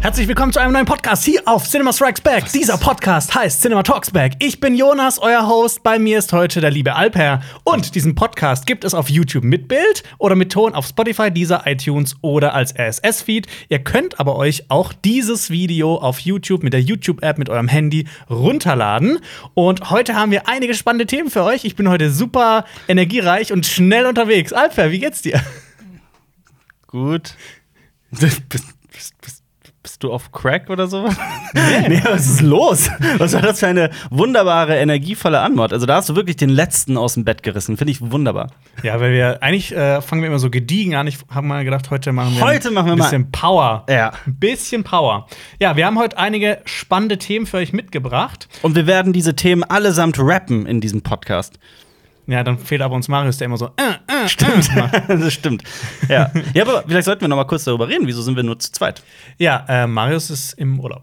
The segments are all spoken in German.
Herzlich willkommen zu einem neuen Podcast hier auf Cinema Strikes Back. Dieser Podcast heißt Cinema Talks Back. Ich bin Jonas, euer Host. Bei mir ist heute der liebe Alper. Und diesen Podcast gibt es auf YouTube mit Bild oder mit Ton auf Spotify, dieser iTunes oder als RSS-Feed. Ihr könnt aber euch auch dieses Video auf YouTube mit der YouTube-App mit eurem Handy runterladen. Und heute haben wir einige spannende Themen für euch. Ich bin heute super energiereich und schnell unterwegs. Alper, wie geht's dir? Gut. bist, bist, bist, bist du auf Crack oder sowas? Nee, was ist los? Was war das für eine wunderbare, energievolle Anmod? Also, da hast du wirklich den letzten aus dem Bett gerissen. Finde ich wunderbar. Ja, weil wir eigentlich äh, fangen wir immer so gediegen an. Ich habe mal gedacht, heute machen wir Heute ein machen wir mal- bisschen Power. Ja. Ein bisschen Power. Ja, wir haben heute einige spannende Themen für euch mitgebracht. Und wir werden diese Themen allesamt rappen in diesem Podcast. Ja, dann fehlt aber uns Marius, der immer so. Äh, äh, Äh. macht. das stimmt. Ja. ja, aber vielleicht sollten wir noch mal kurz darüber reden. Wieso sind wir nur zu zweit? Ja, äh, Marius ist im Urlaub.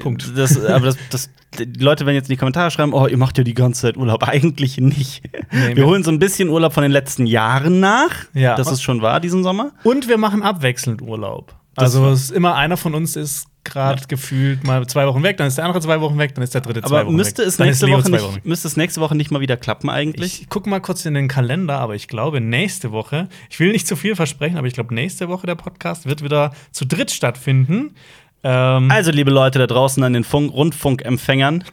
Punkt. Das, aber das, das, die Leute werden jetzt in die Kommentare schreiben: Oh, ihr macht ja die ganze Zeit Urlaub. Eigentlich nicht. wir- wir holen so ein bisschen Urlaub von den letzten Jahren nach. Ja. Das ist schon wahr diesen Sommer. Und wir machen abwechselnd Urlaub. Also es ist immer einer von uns ist gerade gefühlt mal zwei Wochen weg, dann ist der andere zwei Wochen weg, dann ist der dritte zwei Aber Wochen müsste weg. es, Dann ist nächste Leo Woche zwei Wochen weg. nicht, müsste es nächste Woche nicht mal wieder klappen eigentlich? Ich gucke mal kurz in den Kalender, aber ich glaube, nächste Woche, ich will nicht zu viel versprechen, aber ich glaube, nächste Woche der Podcast wird wieder zu dritt stattfinden. Ähm, also, liebe Leute da draußen an den Funk Rundfunkempfängern,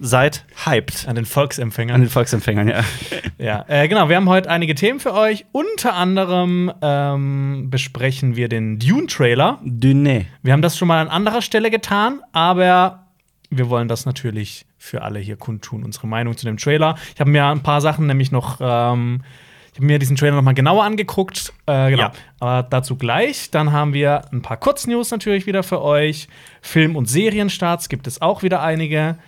seid hyped. an den An Volksempfängern. den Volksempfängern, ja. Ja, äh, genau. Wir haben heute einige Themen für euch. Unter anderem ähm, besprechen wir den Dune-Trailer. Dune. Wir haben das schon mal an anderer Stelle getan, aber wir wollen das natürlich für alle hier kundtun, unsere Meinung zu dem Trailer. Ich habe mir ein paar Sachen nämlich noch, ähm, ich habe mir diesen Trailer noch mal genauer angeguckt. Äh, genau. Ja. Aber dazu gleich. Dann haben wir ein paar Kurznews natürlich wieder für euch. Film- und Serienstarts gibt es auch wieder einige.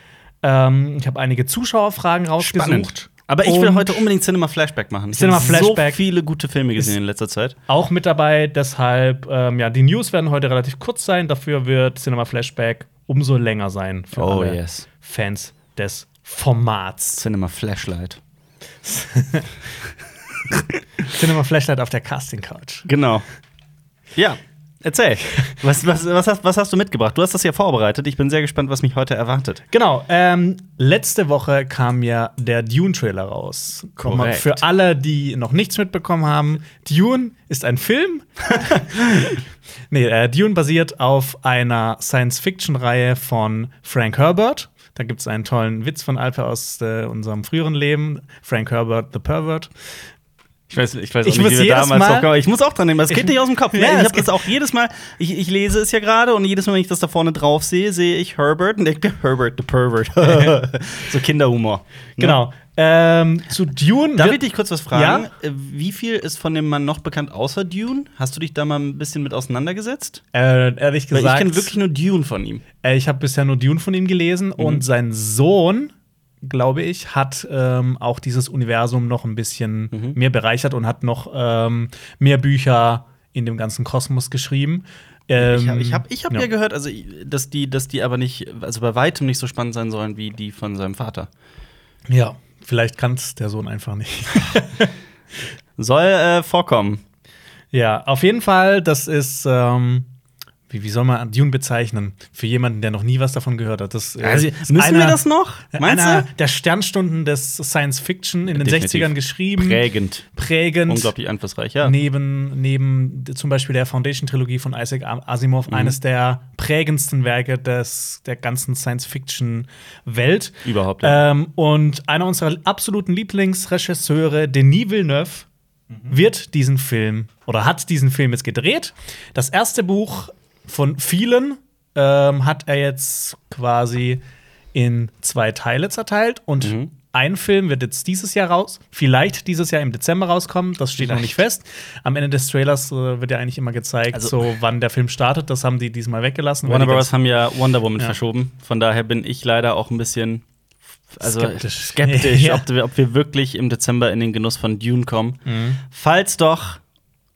Ähm, ich habe einige Zuschauerfragen rausgesucht. Spannend. Aber ich will Und- heute unbedingt Cinema Flashback machen. Ich Cinema hab Flashback. So viele gute Filme gesehen in letzter Zeit. auch mit dabei. Deshalb, ähm, ja, die News werden heute relativ kurz sein. Dafür wird Cinema Flashback umso länger sein für Oh, alle yes. Fans des Formats. Cinema Flashlight. Cinema Flashlight auf der Casting Couch. Genau. Ja. Erzähl. Was, was, was, hast, was hast du mitgebracht? Du hast das ja vorbereitet. Ich bin sehr gespannt, was mich heute erwartet. Genau, ähm, letzte Woche kam ja der Dune-Trailer raus. Korrekt. Nochmal Für alle, die noch nichts mitbekommen haben, Dune ist ein Film. nee, äh, Dune basiert auf einer Science-Fiction-Reihe von Frank Herbert. Da gibt es einen tollen Witz von Alpha aus äh, unserem früheren Leben, Frank Herbert the Pervert. Ich weiß, ich weiß auch Ich muss nicht, wie wir jedes damals Mal- draufgekommen- Ich muss auch dran nehmen, das geht nicht aus dem Kopf. Ne? Ja, ich das habe das auch jedes Mal, ich, ich lese es ja gerade und jedes Mal, wenn ich das da vorne drauf sehe, sehe ich Herbert und denke mir, Herbert, the Pervert. so Kinderhumor. Ne? Genau. Ähm, zu Dune. Darf wird- ich dich kurz was fragen? Äh, Wie viel ist von dem Mann noch bekannt außer Dune? Hast du dich da mal ein bisschen mit auseinandergesetzt? äh, ehrlich Weil gesagt, ich kenne wirklich nur Dune von ihm. Äh, Ich habe bisher nur Dune von ihm gelesen Mhm. und sein Sohn, glaube ich, hat ähm, auch dieses Universum noch ein bisschen Mhm. mehr bereichert und hat noch ähm, mehr Bücher in dem ganzen Kosmos geschrieben. Ähm, Ich habe ich hab, ich hab ja. ja. gehört, also, dass, die, dass die aber nicht, also bei weitem nicht so spannend sein sollen wie die von seinem Vater. ja, vielleicht kann es der Sohn einfach nicht. Soll äh, vorkommen. ja, auf jeden Fall, das ist. Ähm, wie, wie soll man Dune bezeichnen? Für jemanden, der noch nie was davon gehört hat. Das, äh, Also, ist müssen wir einer- das noch? Meinst einer du? der Sternstunden des Science Fiction in den Definitiv. 60ern geschrieben. Prägend. prägend. Unglaublich einflussreich, ja. neben, neben zum Beispiel der Foundation-Trilogie von Isaac Asimov Mhm. eines der prägendsten Werke des, der ganzen Science-Fiction-Welt. Überhaupt, ja. Ähm, und einer unserer absoluten Lieblingsregisseure, Denis Villeneuve, wird diesen Film oder hat diesen Film jetzt gedreht. Das erste Buch von vielen ähm, hat er jetzt quasi in zwei Teile zerteilt und Mhm. ein Film wird jetzt dieses Jahr raus, vielleicht dieses Jahr im Dezember rauskommen, das steht noch nicht fest. Am Ende des Trailers äh, wird ja eigentlich immer gezeigt, Also- so wann der Film startet, das haben die diesmal weggelassen. weil Warner die ganz- Bros. haben ja Wonder Woman verschoben. Von daher bin ich leider auch ein bisschen also Skeptisch. skeptisch, skeptisch Ja. ob, wir, ob wir wirklich im Dezember in den Genuss von Dune kommen. Mhm. Falls doch,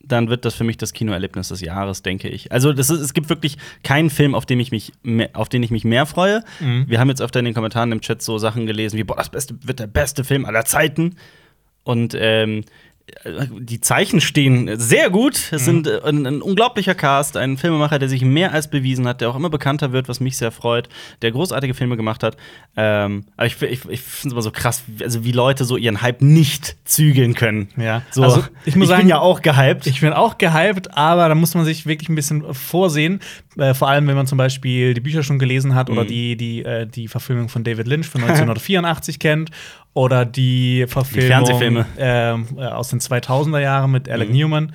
dann wird das für mich das Kinoerlebnis des Jahres, denke ich. Also das ist, es gibt wirklich keinen Film, auf den ich mich, mehr, auf den ich mich mehr freue. Mhm. Wir haben jetzt öfter in den Kommentaren im Chat so Sachen gelesen wie boah, das Beste wird der beste Film aller Zeiten. Und ähm, äh, die Zeichen stehen sehr gut. Mhm. Es sind äh, ein, ein unglaublicher Cast, ein Filmemacher, der sich mehr als bewiesen hat, der auch immer bekannter wird, was mich sehr freut, der großartige Filme gemacht hat. Ähm, aber ich, ich, ich finde es immer so krass, wie- also wie Leute so ihren Hype nicht zügeln können. Ja. so. Also, ich muss sagen, bin ja auch gehypt. Ich bin auch gehypt, aber da muss man sich wirklich ein bisschen vorsehen. Äh, vor allem, wenn man zum Beispiel die Bücher schon gelesen hat Mhm. oder die, die, äh, die Verfilmung von David Lynch von 1984 kennt oder die Verfilmung Fernsehfilme. Mhm. ähm, äh, aus den 2000er Jahren mit Alec Newman.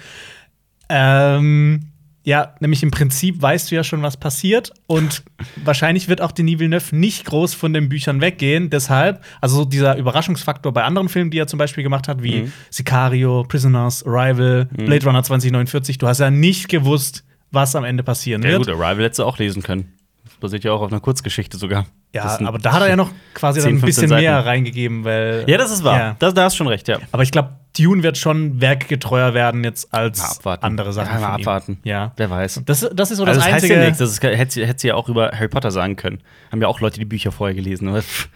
Ähm, ja, nämlich im Prinzip weißt du ja schon, was passiert. Und wahrscheinlich wird auch Denis Villeneuve nicht groß von den Büchern weggehen. Deshalb, also so dieser Überraschungsfaktor bei anderen Filmen, die er zum Beispiel gemacht hat, wie Mhm. Sicario, Prisoners, Arrival, Blade Runner 2049, du hast ja nicht gewusst, was am Ende passieren ja, wird. gut, Arrival hättest du auch lesen können. Das basiert ja auch auf einer Kurzgeschichte sogar. Das Ja, sind- aber da hat er ja noch quasi 10, dann ein 15 bisschen mehr Seiten. reingegeben, weil. Ja, das ist wahr. Ja. Das, da hast du schon recht, ja. Aber ich glaube, Dune wird schon werkgetreuer werden jetzt Mal als abwarten. andere Sachen. Ja, mal von ihm. abwarten. Ja. Wer weiß. Das, das ist so das also das heißt einzige. ja nichts. Das ist, hätte, sie- hätte sie ja auch über Harry Potter sagen können. Haben ja auch Leute die Bücher vorher gelesen. ne? Aber pff.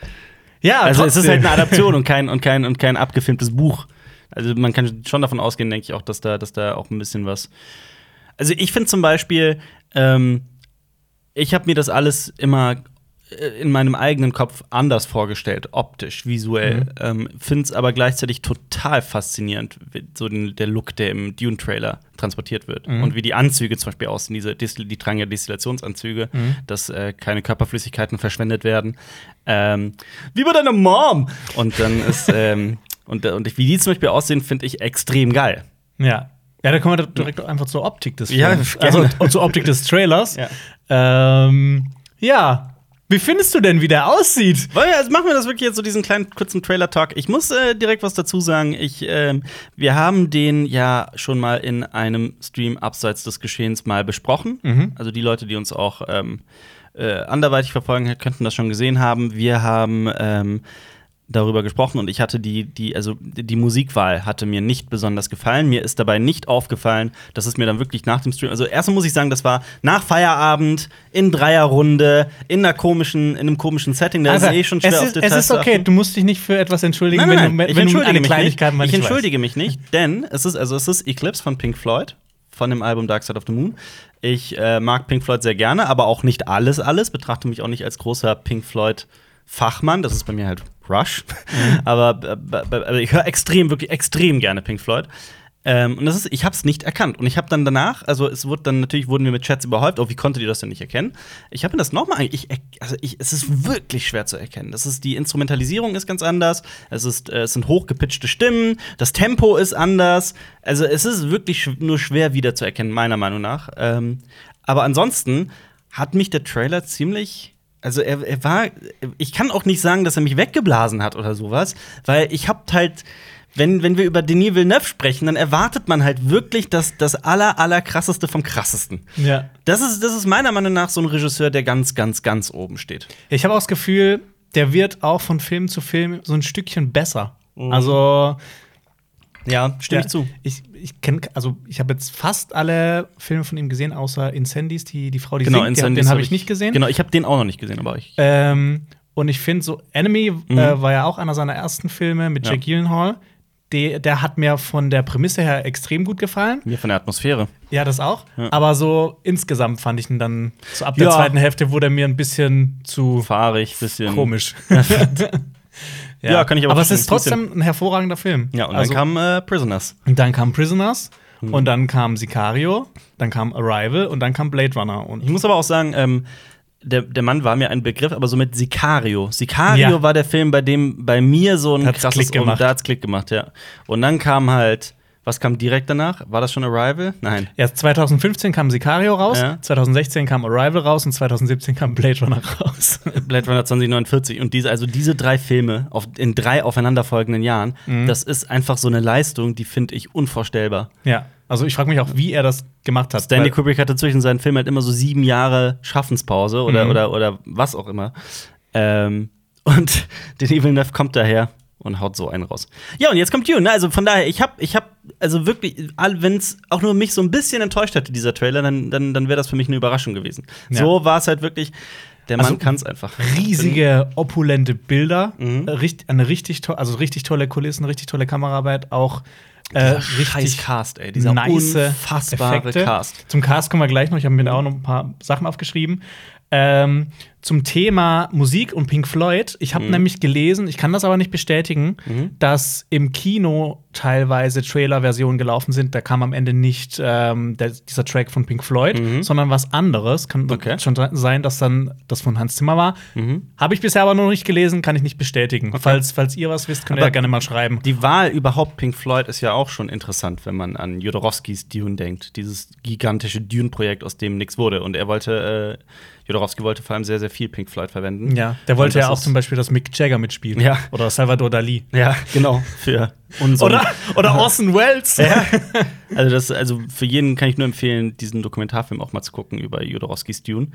ja, Also es ist trotzdem. halt eine Adaption und kein, und, kein, und kein abgefilmtes Buch. Also man kann schon davon ausgehen, denke ich auch, dass da, dass da auch ein bisschen was. Also ich finde zum Beispiel, ähm, ich habe mir das alles immer äh, in meinem eigenen Kopf anders vorgestellt, optisch, visuell. Mhm. Ähm, finde es aber gleichzeitig total faszinierend, wie- so den, der Look, der im Dune-Trailer transportiert wird. Mhm. Und wie die Anzüge zum Beispiel aussehen, diese Distil die tragen ja Destillationsanzüge, Mhm. dass äh, keine Körperflüssigkeiten verschwendet werden. Ähm, wie bei deiner Mom! Und dann ist, ähm, und, und wie die zum Beispiel aussehen, finde ich extrem geil. Ja. Ja, da kommen wir direkt einfach zur Optik des Ja, Films. gerne. Also zur Optik des Trailers. Ja. Ähm, ja. Wie findest du denn, wie der aussieht? Wollen wir, also machen wir das wirklich jetzt so diesen kleinen kurzen Trailer-Talk. Ich muss äh, direkt was dazu sagen. Ich, ähm, wir haben den ja schon mal in einem Stream abseits des Geschehens mal besprochen. Also die Leute, die uns auch ähm, äh, anderweitig verfolgen, könnten das schon gesehen haben. Wir haben ähm, darüber gesprochen und ich hatte die, die, also die Musikwahl hatte mir nicht besonders gefallen. Mir ist dabei nicht aufgefallen, dass es mir dann wirklich nach dem Stream, also erstmal muss ich sagen, das war nach Feierabend, in Dreierrunde, in einer komischen, in einem komischen Setting, da ist eh schon schwer Also, es auf ist, es Details ist zu achten. okay, du musst dich nicht für etwas entschuldigen, Nein, nein, nein. wenn du, wenn Ich du entschuldige eine mich Kleinigkeit mal nicht. nicht Ich weißt. entschuldige mich nicht, denn es ist also es ist Eclipse von Pink Floyd von dem Album Dark Side of the Moon. Ich äh, mag Pink Floyd sehr gerne, aber auch nicht alles alles. Betrachte mich auch nicht als großer Pink Floyd Fachmann, das ist bei mir halt Rush. Mhm. Aber, äh, b- b- aber ich höre extrem wirklich extrem gerne Pink Floyd. Ähm, und das ist, ich habe es nicht erkannt. Und ich habe dann danach, also es wurde dann natürlich wurden wir mit Chats überhäuft. Oh, wie konntet ihr das denn nicht erkennen? Ich habe mir das nochmal, ange- ich, er- also ich, es ist wirklich schwer zu erkennen. Das ist die Instrumentalisierung ist ganz anders. Es ist, äh, es sind hochgepitchte Stimmen. Das Tempo ist anders. Also es ist wirklich sch nur schwer wiederzuerkennen meiner Meinung nach. Ähm, aber ansonsten hat mich der Trailer ziemlich also er, er war, ich kann auch nicht sagen, dass er mich weggeblasen hat oder sowas, weil ich hab halt, wenn, wenn wir über Denis Villeneuve sprechen, dann erwartet man halt wirklich das, das aller, aller krasseste vom krassesten. Ja. Das ist, das ist meiner Meinung nach so ein Regisseur, der ganz, ganz, ganz oben steht. Ich habe auch das Gefühl, der wird auch von Film zu Film so ein Stückchen besser. Also, Ja, Mhm. stimme ja, ich zu. Ich, ich kenne, also ich habe jetzt fast alle Filme von ihm gesehen, außer Incendies, die, die Frau, die singt, die hab- Genau, Incendies den habe ich nicht gesehen. Genau, ich habe den auch noch nicht gesehen, aber ich. Ähm, und ich finde so, Enemy äh, war ja auch einer seiner ersten Filme mit Mhm. Ja. Jack Gyllenhaal. De, der hat mir von der Prämisse her extrem gut gefallen. Mir von der Atmosphäre. Ja, das auch. Ja. Aber so insgesamt fand ich ihn dann, so ab der Ja. zweiten Hälfte wurde er mir ein bisschen zu Fahrig, bisschen. komisch. Ja, kann ich aber Aber es verstehen. ist trotzdem ein hervorragender Film. Ja, und Also- dann kam Mhm. äh, Prisoners. und dann kam Prisoners und dann kam Sicario, dann kam Arrival und dann kam Blade Runner. Und Ich muss aber auch sagen, ähm, der, der Mann war mir ein Begriff, aber so mit Sicario. Sicario Ja. war der Film, bei dem bei mir so ein Hat's Klick und gemacht. Da hat's Klick gemacht, ja. Und dann kam halt, was kam direkt danach? War das schon Arrival? Nein. Erst 2015 kam Sicario raus, Ja. 2016 kam Arrival raus und 2017 kam Blade Runner raus. Äh, Blade Runner 2049 und diese, also diese drei Filme auf, in drei aufeinanderfolgenden Jahren, das ist einfach so eine Leistung, die finde ich unvorstellbar. ja, also ich frage mich auch, wie er das gemacht hat. Stanley weil- Kubrick hatte zwischen seinen Filmen halt immer so sieben Jahre Schaffenspause oder, Mhm. oder, oder was auch immer. Ähm, und den Evil Neff kommt daher und haut so einen raus. Ja, und jetzt kommt Dune. ne? Also von daher, ich hab, ich hab, also wirklich, wenn es auch nur mich so ein bisschen enttäuscht hätte, dieser Trailer, dann, dann, dann wäre das für mich eine Überraschung gewesen. Ja. So war es halt wirklich, der Mann Also, kann es einfach. riesige, Mhm. opulente Bilder, äh, richt- eine richtig, to also richtig tolle Kulissen, richtig tolle Kameraarbeit, auch Äh, Dieser richtig scheiß Cast, ey. Dieser nice unfassbare Effekte. Cast. Zum Cast kommen wir gleich noch. Ich habe mir da auch noch ein paar Sachen aufgeschrieben. Ähm, zum Thema Musik und Pink Floyd. Ich Mhm. habe nämlich gelesen, ich kann das aber nicht bestätigen, dass im Kino teilweise Trailer-Versionen gelaufen sind. Da kam am Ende nicht ähm, der, dieser Track von Pink Floyd, sondern was anderes. Kann Mhm. Okay. Mhm. schon sein, dass dann das von Hans Zimmer war. Habe ich bisher aber noch nicht gelesen, kann ich nicht bestätigen. Falls, falls ihr was wisst, könnt ihr Aber- ja gerne mal schreiben. Die Wahl überhaupt Pink Floyd ist ja auch schon interessant, wenn man an Jodorowskis Dune denkt. Dieses gigantische Dune-Projekt, aus dem nichts wurde. Und er wollte, äh, Jodorowsky wollte vor allem sehr, sehr viel Pink Floyd verwenden. Ja, der Und wollte das ja auch ist- zum Beispiel, dass Mick Jagger mitspielt. Ja. Oder Salvador Dali. Ja, genau. Für unseren Oder, oder Orson Welles. Ja. Also, das, also für jeden kann ich nur empfehlen, diesen Dokumentarfilm auch mal zu gucken über Jodorowskis Dune.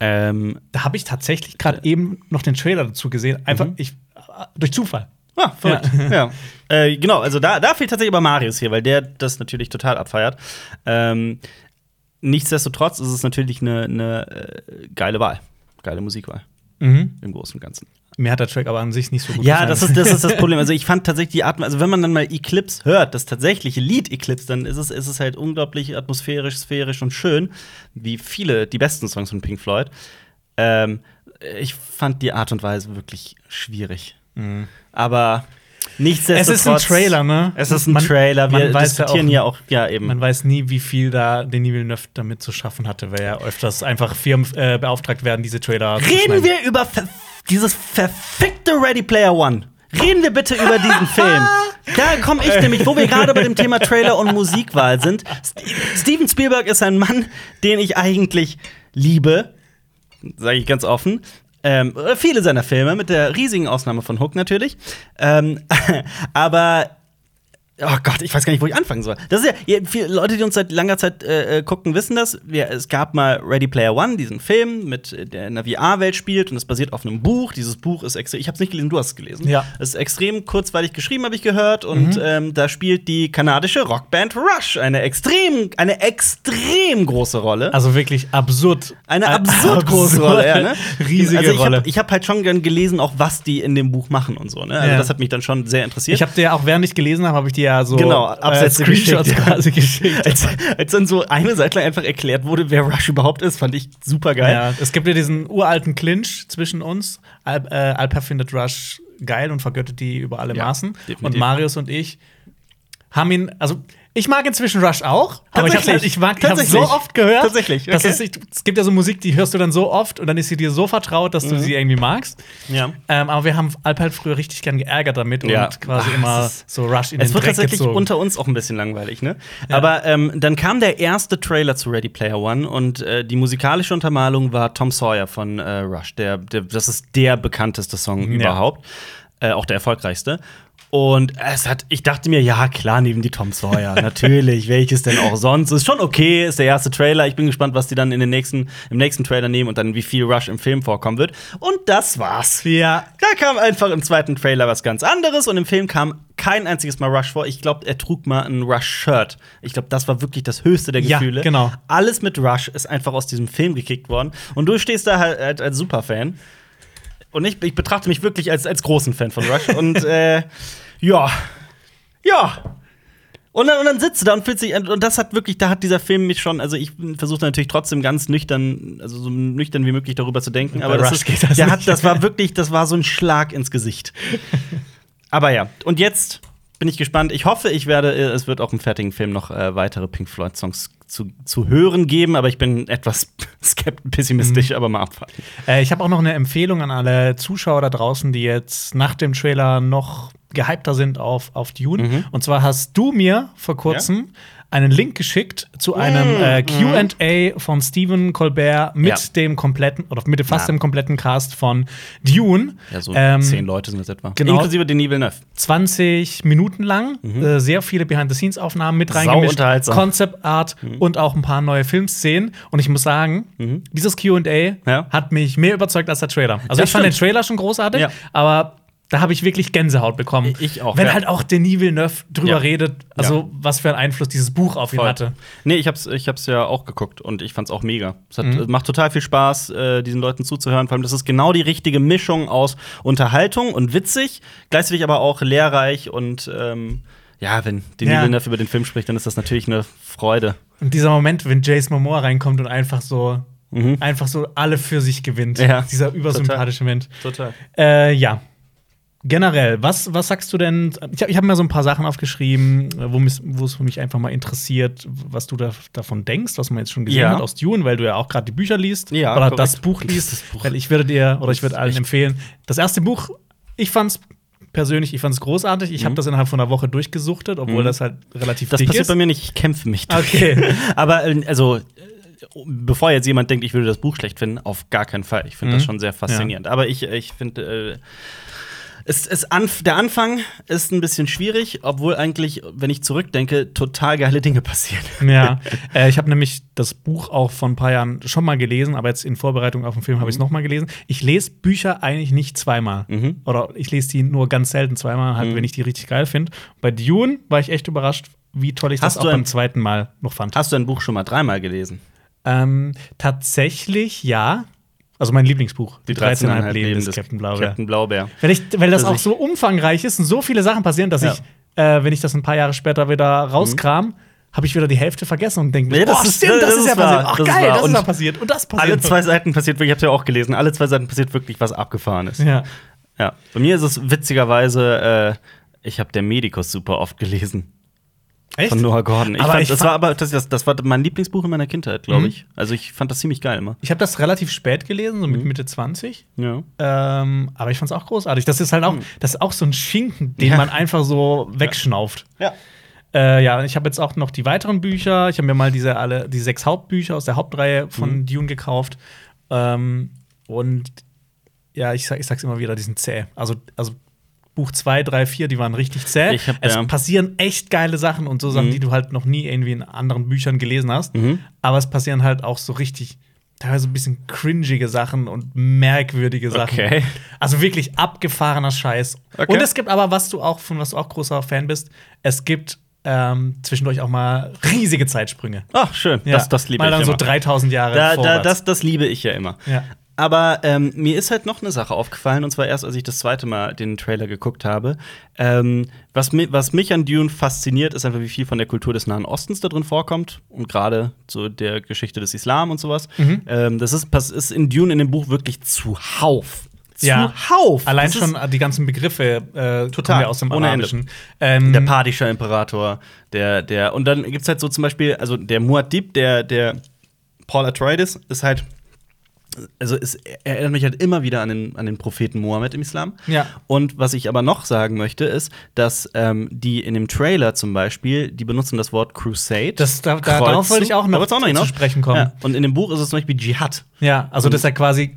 Ähm, Da habe ich tatsächlich gerade eben noch den Trailer dazu gesehen. Einfach Mhm. ich, durch Zufall. ah, verrückt. Ja. Äh, genau, also da, da fehlt tatsächlich aber Marius hier, weil der das natürlich total abfeiert. Ähm, nichtsdestotrotz ist es natürlich eine, eine äh, geile Wahl. Geile Musikwahl im Großen und Ganzen. Mir hat der Track aber an sich nicht so gut Mhm. Ja, gefallen. das ist, das ist das Problem. Also ich fand tatsächlich die Atmosphäre, also wenn man dann mal Eclipse hört, das tatsächliche Lied Eclipse, dann ist es, ist es halt unglaublich atmosphärisch, sphärisch und schön, wie viele, die besten Songs von Pink Floyd. Ähm, ich fand die Art und Weise wirklich schwierig. Aber Mhm. Es nichtsdestotrotz. ist ein Trailer, ne? Es ist ein Man- Trailer. Wir man weiß ja diskutieren auch- ja auch, ja, eben. Man weiß nie, wie viel da Denis Villeneuve damit zu schaffen hatte, weil ja öfters einfach Firmen äh, beauftragt werden, diese Trailer zu schneiden. Reden wir über ver dieses verfickte Ready Player One. Reden wir bitte über diesen Film. Da komme ich nämlich, wo wir gerade bei dem Thema Trailer und Musikwahl sind. St Steven Spielberg ist ein Mann, den ich eigentlich liebe, sage ich ganz offen. Ähm, äh, viele seiner Filme, mit der riesigen Ausnahme von Hook natürlich. Ähm, aber Oh Gott, ich weiß gar nicht, wo ich anfangen soll. Das ist ja, ihr- viele Leute, die uns seit langer Zeit äh, äh, gucken, wissen das. Wir, es gab mal Ready Player One, diesen Film, mit äh, der in einer VR-Welt spielt und es basiert auf einem Buch. Dieses Buch ist extrem, ich habe es nicht gelesen, du hast es gelesen. Ja. Es ist extrem kurzweilig geschrieben, habe ich gehört. Und ähm, da spielt die kanadische Rockband Rush eine extrem, eine extrem große Rolle. Also wirklich absurd. Eine Äh, absurd große Rolle, ja, ne? Riesige also ich hab, Rolle. Ich habe halt schon gern gelesen, auch was die in dem Buch machen und so. Ne? Also Ja. das hat mich dann schon sehr interessiert. Ich habe dir ja auch, während ich gelesen habe, habe ich dir ja so Genau, äh, Absätze Screenshots geschickt, ja. quasi geschickt. als, als dann so eine Seite lang einfach erklärt wurde, wer Rush überhaupt ist, fand ich super geil. Ja, es gibt ja diesen uralten Clinch zwischen uns. Al äh, Alper findet Rush geil und vergöttert die über alle Ja, Maßen. definitiv. Und Marius und ich haben ihn, also ich mag inzwischen Rush auch, aber ich habe Tatsächlich. ich mag, ich hab's so Tatsächlich. oft gehört, Tatsächlich, dass okay. es, ich, es gibt ja so Musik, die hörst du dann so oft und dann ist sie dir so vertraut, dass du sie irgendwie magst. Mhm. Ja. Ähm, aber wir haben Alper halt früher richtig gern geärgert damit Ja. und quasi Ach, immer es ist- so Rush in den Es wird Dreck tatsächlich gezogen. unter uns auch ein bisschen langweilig, ne? Aber ähm, dann kam der erste Trailer zu Ready Player One und äh, die musikalische Untermalung war Tom Sawyer von äh, Rush. Der, der, das ist der bekannteste Song überhaupt, äh, auch der erfolgreichste. Und es hat, ich dachte mir, ja klar, neben die Tom Sawyer, natürlich, welches denn auch sonst. Ist schon okay, ist der erste Trailer. Ich bin gespannt, was die dann in den nächsten, im nächsten Trailer nehmen und dann wie viel Rush im Film vorkommen wird. Und das war's. ja, Da kam einfach im zweiten Trailer was ganz anderes und im Film kam kein einziges Mal Rush vor. Ich glaube, er trug mal ein Rush-Shirt. Ich glaube, das war wirklich das höchste der Ja, Gefühle. genau. Alles mit Rush ist einfach aus diesem Film gekickt worden. Und du stehst da halt, halt als Superfan. Und ich, ich betrachte mich wirklich als, als großen Fan von Rush. und äh, ja. Ja. Und dann, und dann sitzt du da und fühlt sich. Und das hat wirklich, da hat dieser Film mich schon. Also, ich versuche natürlich trotzdem ganz nüchtern, also so nüchtern wie möglich darüber zu denken. Aber das, Rush ist, geht das der hat, nicht. das war wirklich, das war so ein Schlag ins Gesicht. aber ja, und jetzt bin ich gespannt. Ich hoffe, ich werde, äh, es wird auch im fertigen Film noch äh, weitere Pink Floyd-Songs zu, zu hören geben. Aber ich bin etwas skeptisch, Mhm. pessimistisch, aber mal abwarten. Äh, ich habe auch noch eine Empfehlung an alle Zuschauer da draußen, die jetzt nach dem Trailer noch gehypter sind auf, auf Dune. Mhm. Und zwar hast du mir vor kurzem einen Link geschickt zu Mm. einem äh, QA von Stephen Colbert mit Mhm. Ja. dem kompletten oder mit dem- fast Ja. dem kompletten Cast von Dune. Ja, so Ähm, zehn Leute sind es etwa. genau. Inklusive Denis Villeneuve. 20 Minuten lang, äh, sehr viele Behind-the-Scenes-Aufnahmen mit Mhm. Sau reingemischt, unterhaltsam. Mhm. Concept Art und auch ein paar neue Filmszenen. Und ich muss sagen, dieses QA Ja. hat mich mehr überzeugt als der Trailer. Also Das ich fand den stimmt. Trailer schon großartig, Ja. aber da habe ich wirklich Gänsehaut bekommen. Ich auch, Wenn ja. halt auch Denis Villeneuve drüber Ja. redet, also was für einen Einfluss dieses Buch auf ihn Voll. hatte. Nee, ich hab's, ich hab's ja auch geguckt und ich fand's auch mega. Es hat, Mhm. äh, macht total viel Spaß, äh, diesen Leuten zuzuhören. Vor allem, das ist genau die richtige Mischung aus Unterhaltung und witzig, gleichzeitig aber auch lehrreich und ähm, ja, wenn Denis Ja. Villeneuve über den Film spricht, dann ist das natürlich eine Freude. Und dieser Moment, wenn Jace Momoa reinkommt und einfach so, Mhm. einfach so alle für sich gewinnt. Ja. Dieser übersympathische Mensch. Total. Äh, ja. Generell, was, was sagst du denn? Ich habe ich hab mir so ein paar Sachen aufgeschrieben, äh, wo mis- wo es für mich einfach mal interessiert, was du da, davon denkst, was man jetzt schon gesehen Ja. hat aus Dune, weil du ja auch gerade die Bücher liest Ja, oder korrekt. das Buch liest. Das Buch. Weil ich würde dir oder ich würde Das ist allen echt- empfehlen. Das erste Buch, ich fand es persönlich, ich fand es großartig. Ich habe das innerhalb von einer Woche durchgesuchtet, obwohl Mhm. das halt relativ Das dick passiert ist. bei mir nicht, ich kämpfe mich durch. Okay. Aber äh, also, äh, bevor jetzt jemand denkt, ich würde das Buch schlecht finden, auf gar keinen Fall. Ich finde Mhm. das schon sehr faszinierend. Aber ich, ich finde, äh, es, es anf der Anfang ist ein bisschen schwierig, obwohl eigentlich, wenn ich zurückdenke, total geile Dinge passieren. Ja, äh, ich habe nämlich das Buch auch vor ein paar Jahren schon mal gelesen, aber jetzt in Vorbereitung auf den Film habe ich es noch mal gelesen. Ich lese Bücher eigentlich nicht zweimal. Mhm. Oder ich lese die nur ganz selten zweimal, halt, Mhm. wenn ich die richtig geil finde. Bei Dune war ich echt überrascht, wie toll ich Hast das auch du beim ein- zweiten Mal noch fand. Hast du ein Buch schon mal dreimal gelesen? Ähm, tatsächlich ja. Also mein Lieblingsbuch, Die 13,5 Leben des Captain Blaubeer. Captain Blaubeer. Weil, ich, weil das Also auch ich- so umfangreich ist und so viele Sachen passieren, dass Ja. ich, äh, wenn ich das ein paar Jahre später wieder rauskram, habe ich wieder die Hälfte vergessen und denke mir, Nee, das boah, ist- stimmt, das, das ist ist ja wahr, passiert. Ach das ist geil, wahr. das ist Und ja passiert und das passiert. Alle zwei Seiten passiert wirklich, ich hab's ja auch gelesen, alle zwei Seiten passiert wirklich was Abgefahrenes. ja. Ja. Bei mir ist es witzigerweise, äh, ich habe der Medikus super oft gelesen. Echt? Von Noah Gordon. Ich Aber fand, ich das fa- Mhm. war aber das, das, das war mein Lieblingsbuch in meiner Kindheit, glaube ich. Also ich fand das ziemlich geil immer. Ich habe das relativ spät gelesen, so mit Mhm. Mitte 20. Ja. Ähm, aber ich fand es auch großartig. Das ist halt auch, das ist auch so ein Schinken, den Mhm. Ja. man einfach so wegschnauft. Ja. Äh, ja, ich habe jetzt auch noch die weiteren Bücher. Ich habe mir mal diese alle die sechs Hauptbücher aus der Hauptreihe Mhm. von Dune gekauft. Ähm, und ja, ich, sag, ich sag's immer wieder, die sind zäh. Also, also Buch 2, 3, 4, die waren richtig zäh. Ich hab, es ja. Mhm. passieren echt geile Sachen und so Sachen, die du halt noch nie irgendwie in anderen Büchern gelesen hast. Aber es passieren halt auch so richtig teilweise ein bisschen cringige Sachen und merkwürdige Sachen. Okay. Also wirklich abgefahrener Scheiß. Okay. Und es gibt aber, was du auch, von was du auch großer Fan bist, es gibt ähm, zwischendurch auch mal riesige Zeitsprünge. Ach, Ah, schön. Ja, Das, das liebe Mal ich dann so immer. 3000 Jahre da, da, vorwärts. das, das liebe ich ja immer. Ja. Aber ähm, mir ist halt noch eine Sache aufgefallen, und zwar erst, als ich das zweite Mal den Trailer geguckt habe. Ähm, was, mi was mich an Dune fasziniert, ist einfach, wie viel von der Kultur des Nahen Ostens da drin vorkommt und gerade so der Geschichte des Islam und sowas. Mhm. Ähm, das ist, pass- ist in Dune in dem Buch wirklich zuhauf. Ja. Zuhauf. Allein Das ist- schon die ganzen Begriffe äh, kommen ja aus dem ohne Ende. Arabischen. Ähm, Der Pardischer Imperator, der, der, und dann gibt's halt so zum Beispiel, also der Muad'Dib, der, der Paul Atreides ist halt, also es erinnert mich halt immer wieder an den, an den Propheten Mohammed im Islam. Ja. Und was ich aber noch sagen möchte, ist, dass ähm, die in dem Trailer zum Beispiel, die benutzen das Wort Crusade. Das- da- da- Kreuzzug. darauf wollte ich auch noch Da wollt's zu sprechen kommen. Ja. Und in dem Buch ist es zum Beispiel Dschihad. ja, also das ist ja quasi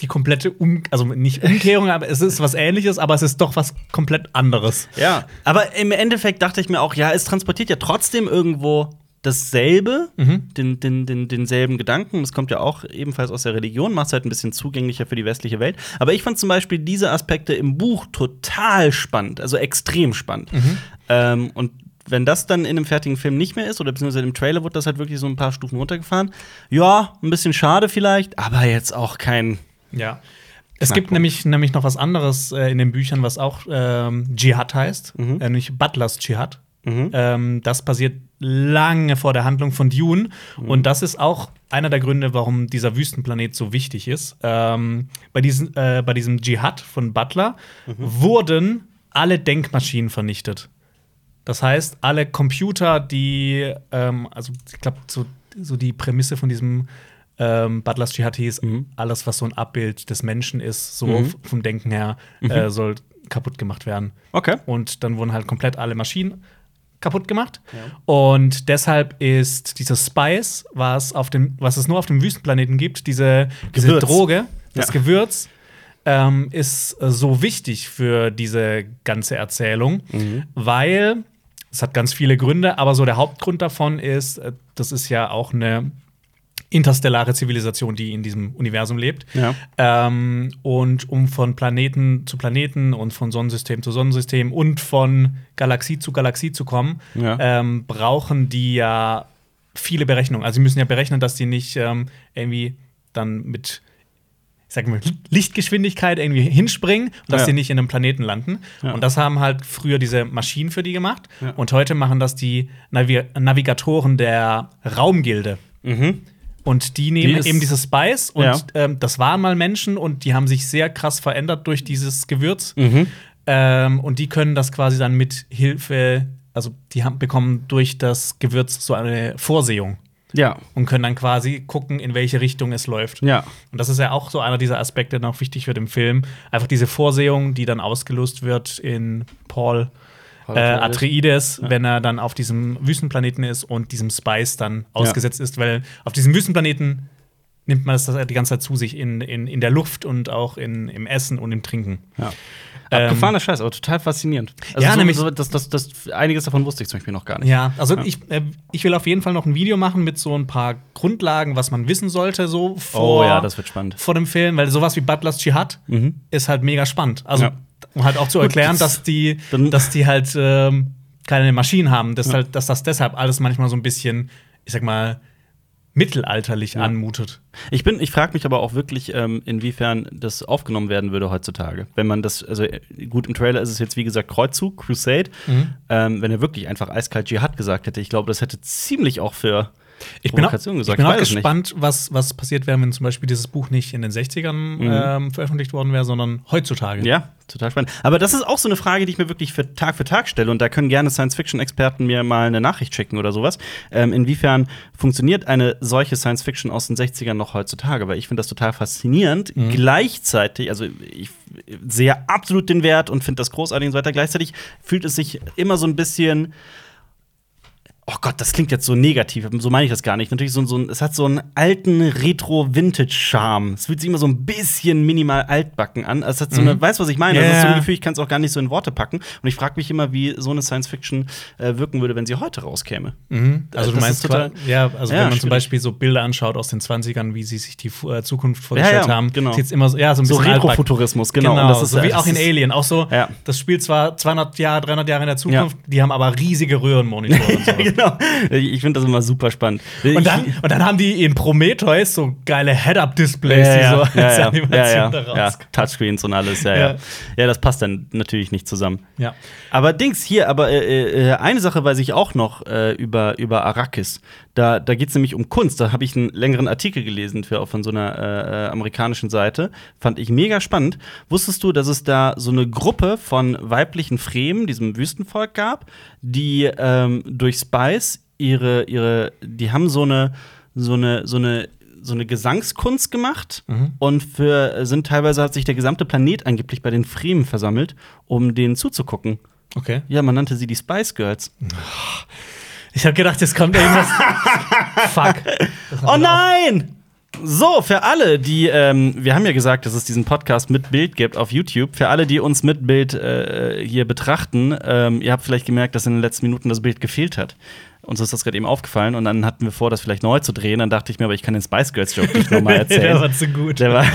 die komplette um also nicht Umkehrung, aber es ist was ähnliches, aber es ist doch was komplett anderes. Ja, aber im Endeffekt dachte ich mir auch, ja, es transportiert ja trotzdem irgendwo dasselbe, den, den, den, denselben Gedanken. Das kommt ja auch ebenfalls aus der Religion, macht es halt ein bisschen zugänglicher für die westliche Welt. Aber ich fand zum Beispiel diese Aspekte im Buch total spannend, also extrem spannend. Ähm, und wenn das dann in einem fertigen Film nicht mehr ist, oder beziehungsweise im Trailer wurde das halt wirklich so ein paar Stufen runtergefahren, ja, ein bisschen schade vielleicht, aber jetzt auch kein. Ja. Es gibt Knackpunkt. nämlich, nämlich noch was anderes äh, in den Büchern, was auch ähm, Dschihad heißt, Mhm. äh, nämlich Butlers Dschihad. Ähm, das passiert lange vor der Handlung von Dune. Und das ist auch einer der Gründe, warum dieser Wüstenplanet so wichtig ist. Ähm, bei, diesen, äh, bei diesem Dschihad von Butler wurden alle Denkmaschinen vernichtet. Das heißt, alle Computer, die, ähm, also ich glaube, so, so die Prämisse von diesem ähm, Butlers Jihad ist, alles, was so ein Abbild des Menschen ist, so f- vom Denken her, äh, soll kaputt gemacht werden. Okay. Und dann wurden halt komplett alle Maschinen kaputt gemacht. Und deshalb ist dieses Spice, was, auf dem, was es nur auf dem Wüstenplaneten gibt, diese, diese Gewürz. Droge, das Ja. Gewürz, ähm, ist äh, so wichtig für diese ganze Erzählung, Mhm. weil es hat ganz viele Gründe, aber so der Hauptgrund davon ist, äh, das ist ja auch eine interstellare Zivilisation, die in diesem Universum lebt. Ja. Ähm, und um von Planeten zu Planeten und von Sonnensystem zu Sonnensystem und von Galaxie zu Galaxie zu kommen, Ja. ähm, brauchen die ja viele Berechnungen. Also sie müssen ja berechnen, dass die nicht ähm, irgendwie dann mit ich sag mal, Lichtgeschwindigkeit irgendwie hinspringen und dass Ja. die nicht in einem Planeten landen. Ja. Und das haben halt früher diese Maschinen für die gemacht. Ja. Und heute machen das die Navi Navigatoren der Raumgilde. Mhm. Und die nehmen Die ist- eben dieses Spice und Ja. ähm, das waren mal Menschen und die haben sich sehr krass verändert durch dieses Gewürz. Mhm. Ähm, und die können das quasi dann mit Hilfe, also die haben, bekommen durch das Gewürz so eine Vorsehung Ja, und können dann quasi gucken, in welche Richtung es läuft. ja. Und das ist ja auch so einer dieser Aspekte, der noch wichtig wird im Film. Einfach diese Vorsehung, die dann ausgelöst wird in Paul äh, Atreides, wenn er dann auf diesem Wüstenplaneten ist und diesem Spice dann ausgesetzt ist, weil auf diesem Wüstenplaneten nimmt man das die ganze Zeit zu sich in, in, in der Luft und auch in, im Essen und im Trinken. Ja. Ähm, Abgefahrener Scheiß, aber total faszinierend. Also Ja, nämlich- so, das, das, das, einiges davon wusste ich zum Beispiel noch gar nicht. Ja, also Ich, äh, ich will auf jeden Fall noch ein Video machen mit so ein paar Grundlagen, was man wissen sollte, so vor, Oh ja, das wird spannend. vor dem Film, weil sowas wie Butlers Dschihad Mhm. ist halt mega spannend. Also, Ja. um halt auch zu erklären, dass die, dann- dass die halt ähm, keine Maschinen haben, dass, halt, dass das deshalb alles manchmal so ein bisschen, ich sag mal, mittelalterlich anmutet. Ich bin, ich frage mich aber auch wirklich, ähm, inwiefern das aufgenommen werden würde heutzutage. Wenn man das, also äh, gut, im Trailer ist es jetzt wie gesagt Kreuzzug, Crusade. Mhm. Ähm, wenn er wirklich einfach eiskalt Dschihad gesagt hätte, ich glaube, das hätte ziemlich auch für Ich bin auch, ich Provokation gesagt. bin Ich auch weiß es nicht. gespannt, was, was passiert wäre, wenn zum Beispiel dieses Buch nicht in den 60ern ähm, veröffentlicht worden wäre, sondern heutzutage. Mhm. Ja, total spannend. Aber das ist auch so eine Frage, die ich mir wirklich für Tag für Tag stelle. Und da können gerne Science-Fiction-Experten mir mal eine Nachricht schicken oder sowas. Ähm, inwiefern funktioniert eine solche Science-Fiction aus den 60ern noch heutzutage? Weil ich finde das total faszinierend. Gleichzeitig, also ich sehe absolut den Wert und finde das großartig und so weiter. Gleichzeitig fühlt es sich immer so ein bisschen Oh Gott, das klingt jetzt so negativ, so meine ich das gar nicht. Natürlich, so, ein- so ein, es hat so einen alten Retro-Vintage-Charme. Es fühlt sich immer so ein bisschen minimal altbacken an. Es hat so eine, weißt du, was ich meine? Mhm. Ja, Das ist so ja. ein Gefühl, ich kann es auch gar nicht so in Worte packen. Und ich frage mich immer, wie so eine Science-Fiction äh, wirken würde, wenn sie heute rauskäme. Äh, Mhm. Also du Das meinst ist total- quasi- ja, also wenn Ja, man zum schwierig. Beispiel so Bilder anschaut aus den 20ern, wie sie sich die Fu- äh, Zukunft vorgestellt ja, haben, genau. sieht's immer so, ja, so ein So bisschen altbacken. Retrofuturismus, genau. Genau, Und das ist, so äh, wie das auch in ist- Alien. Auch so, Ja. das spielt zwar 200 Jahre, 300 Jahre in der Zukunft, die haben aber riesige Röhrenmonitore und sowas. genau. Ich ich finde das immer super spannend. Und dann, und dann haben die in Prometheus so geile Head-Up-Displays, ja, die ja, so ja, als ja, Animation ja, ja, da ja, raus. Touchscreens und alles, ja, Ja. ja. Ja, das passt dann natürlich nicht zusammen. Ja. Aber Dings, hier, aber äh, äh, eine Sache weiß ich auch noch äh, über, über Arrakis. Da, da geht es nämlich um Kunst. Da habe ich einen längeren Artikel gelesen für, von so einer äh, äh, amerikanischen Seite. Fand ich mega spannend. Wusstest du, dass es da so eine Gruppe von weiblichen Fremen, diesem Wüstenvolk, gab, die ähm, durch Spice ihre, ihre, die haben so eine, so eine, so eine so eine Gesangskunst gemacht und für äh, sind teilweise hat sich der gesamte Planet angeblich bei den Fremen versammelt, um denen zuzugucken. Okay. Ja, man nannte sie die Spice Girls. Ich habe gedacht, jetzt kommt irgendwas. Fuck. Das haben Oh wir auch- nein! So, für alle, die, ähm, wir haben ja gesagt, dass es diesen Podcast mit Bild gibt auf YouTube. Für alle, die uns mit Bild äh, hier betrachten, ähm, ihr habt vielleicht gemerkt, dass in den letzten Minuten das Bild gefehlt hat. Uns ist das gerade eben aufgefallen und dann hatten wir vor, das vielleicht neu zu drehen. Dann dachte ich mir, aber ich kann den Spice Girls Joke nicht nochmal erzählen. Der war zu gut. Der, war,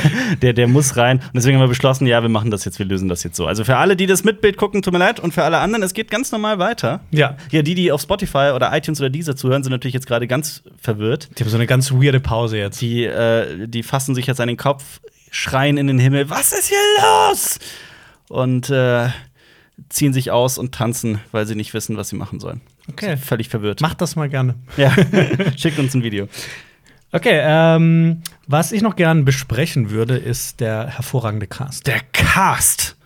der, der muss rein. Und deswegen haben wir beschlossen, ja, wir machen das jetzt, wir lösen das jetzt so. Also für alle, die das mit Bild gucken, tut mir leid. Und für alle anderen, es geht ganz normal weiter. Ja. Ja, die, die auf Spotify oder iTunes oder dieser zuhören, sind natürlich jetzt gerade ganz verwirrt. Die haben so eine ganz weirde Pause jetzt. Die, äh, die fassen sich jetzt an den Kopf, schreien in den Himmel, was ist hier los? Und äh, ziehen sich aus und tanzen, weil sie nicht wissen, was sie machen sollen. Okay. So, völlig verwirrt. Macht das mal gerne. Ja. Schickt uns ein Video. Okay, ähm, was ich noch gern besprechen würde, ist der hervorragende Cast. Der Cast.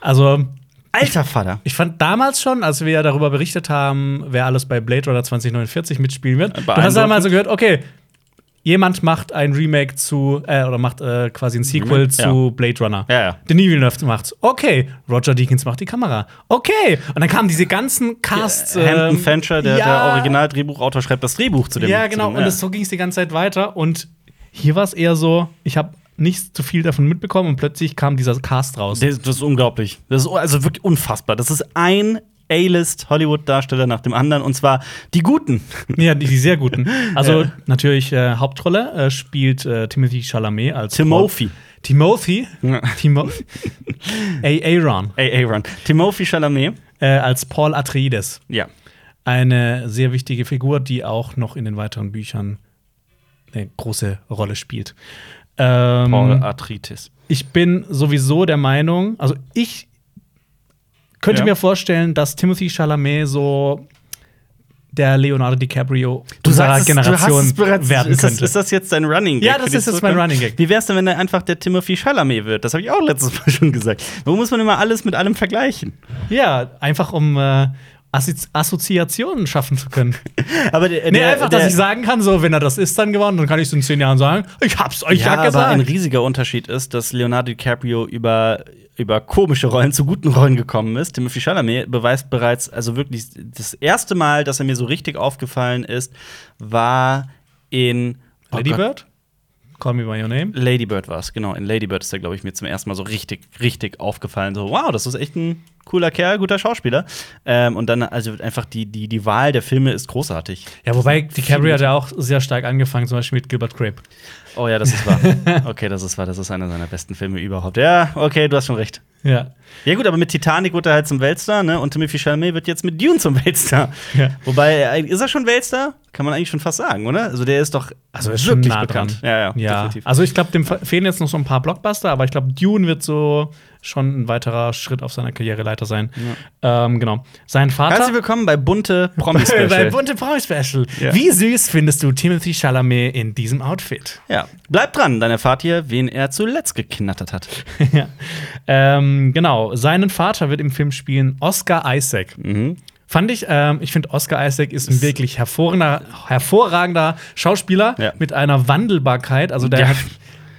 Also, Alter Vater. ich fand damals schon, als wir darüber berichtet haben, wer alles bei Blade Runner 2049 mitspielen wird, du hast beeindruckend. damals so gehört, okay, jemand macht ein Remake zu, äh, oder macht äh, quasi ein Sequel Remake? zu Blade Runner. Ja, ja. Denis Villeneuve macht's. Okay. Roger Deakins macht die Kamera. Okay. Und dann kamen diese ganzen Casts. Hampton ähm, Fancher, der, ja. der Original-Drehbuchautor, schreibt das Drehbuch zu dem. Ja, genau. Zu dem, Und das, so ging es die ganze Zeit weiter. Und hier war es eher so, ich habe nicht zu viel davon mitbekommen und plötzlich kam dieser Cast raus. Das, das ist unglaublich. Das ist also wirklich unfassbar. Das ist ein A-List Hollywood-Darsteller nach dem anderen und zwar die Guten. ja, die, die sehr guten. Also Ja. natürlich äh, Hauptrolle äh, spielt äh, Timothy Chalamet als Timothy. Hm. Paul. Timothy. Ja. Timo Aaron A.A. Run. Timothy Chalamet. äh, als Paul Atreides. Ja. Eine sehr wichtige Figur, die auch noch in den weiteren Büchern eine große Rolle spielt. Ähm, Paul Arthritis. ich bin sowieso der Meinung, also ich könnte Ja. mir vorstellen, dass Timothy Chalamet so der Leonardo DiCaprio unserer Generation werden ist das, könnte. ist das jetzt dein Running Gag? Ja, das für die ist jetzt mein Zukunft? Running Gag. Wie wär's denn, wenn er einfach der Timothy Chalamet wird? Das habe ich auch letztes Mal schon gesagt. Warum muss man immer alles mit allem vergleichen? ja, einfach um äh, Assozi Assoziationen schaffen zu können. Aber der, Nee, der, einfach, der, dass ich sagen kann, so, wenn er das ist dann geworden, dann kann ich es in zehn Jahren sagen, ich hab's euch Ja, ja, aber ein gesagt. riesiger Unterschied ist, dass Leonardo DiCaprio über, über komische Rollen zu guten Rollen gekommen ist. Timothy Chalamet beweist bereits, also wirklich das erste Mal, dass er mir so richtig aufgefallen ist, war in oh Lady Gott, Bird? Call me by your name. Lady Bird war es, genau. In Lady Bird ist er, glaube ich, mir zum ersten Mal so richtig, richtig aufgefallen. So, wow, das ist echt ein cooler Kerl, guter Schauspieler. Ähm, und dann, also einfach die, die, die Wahl der Filme ist großartig. Ja, wobei DiCaprio hat ja auch sehr stark angefangen, zum Beispiel mit Gilbert Grape. Oh ja, das ist wahr. Okay, das ist wahr. Das ist einer seiner besten Filme überhaupt. Ja, okay, du hast schon recht. Ja. Ja, gut, aber mit Titanic wurde er halt zum Weltstar, ne? Und Timothy Chalamet wird jetzt mit Dune zum Weltstar. Ja. Wobei, äh, ist er schon Weltstar? Kann man eigentlich schon fast sagen, oder? Also, der ist doch also ist schon wirklich nah dran. bekannt. Ja, ja, Ja, definitiv. also ich glaube, dem fe- fehlen jetzt noch so ein paar Blockbuster, aber ich glaube, Dune wird so schon ein weiterer Schritt auf seiner Karriereleiter sein. Ähm, genau. Sein Vater. Herzlich willkommen bei Bunte Promis. bei Bunte Promi Special. Ja. Wie süß findest du Timothy Chalamet in diesem Outfit? Ja, bleib dran, dann erfahrt ihr, wen er zuletzt geknattert hat. ja. ähm, genau. Seinen Vater wird im Film spielen Oscar Isaac. Mhm. Fand ich, ähm, ich finde, Oscar Isaac ist ein wirklich hervorragender, hervorragender Schauspieler Ja. mit einer Wandelbarkeit. Also, der Ja. hat,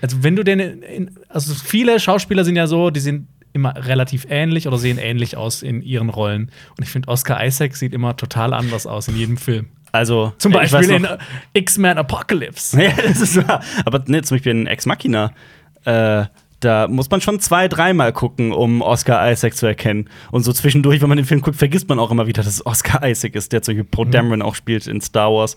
also wenn du den, in, also viele Schauspieler sind ja so, die sind immer relativ ähnlich oder sehen ähnlich aus in ihren Rollen. Und ich finde, Oscar Isaac sieht immer total anders aus in jedem Film. Also, Zum ich weiß Beispiel noch- in äh, X-Men Apocalypse. Ja, das ist wahr. Aber ne, zum Beispiel in Ex Machina, äh, da muss man schon zwei, dreimal gucken, um Oscar Isaac zu erkennen. Und so zwischendurch, wenn man den Film guckt, vergisst man auch immer wieder, dass es Oscar Isaac ist, der zum Beispiel Mhm. Pro Dameron auch spielt in Star Wars.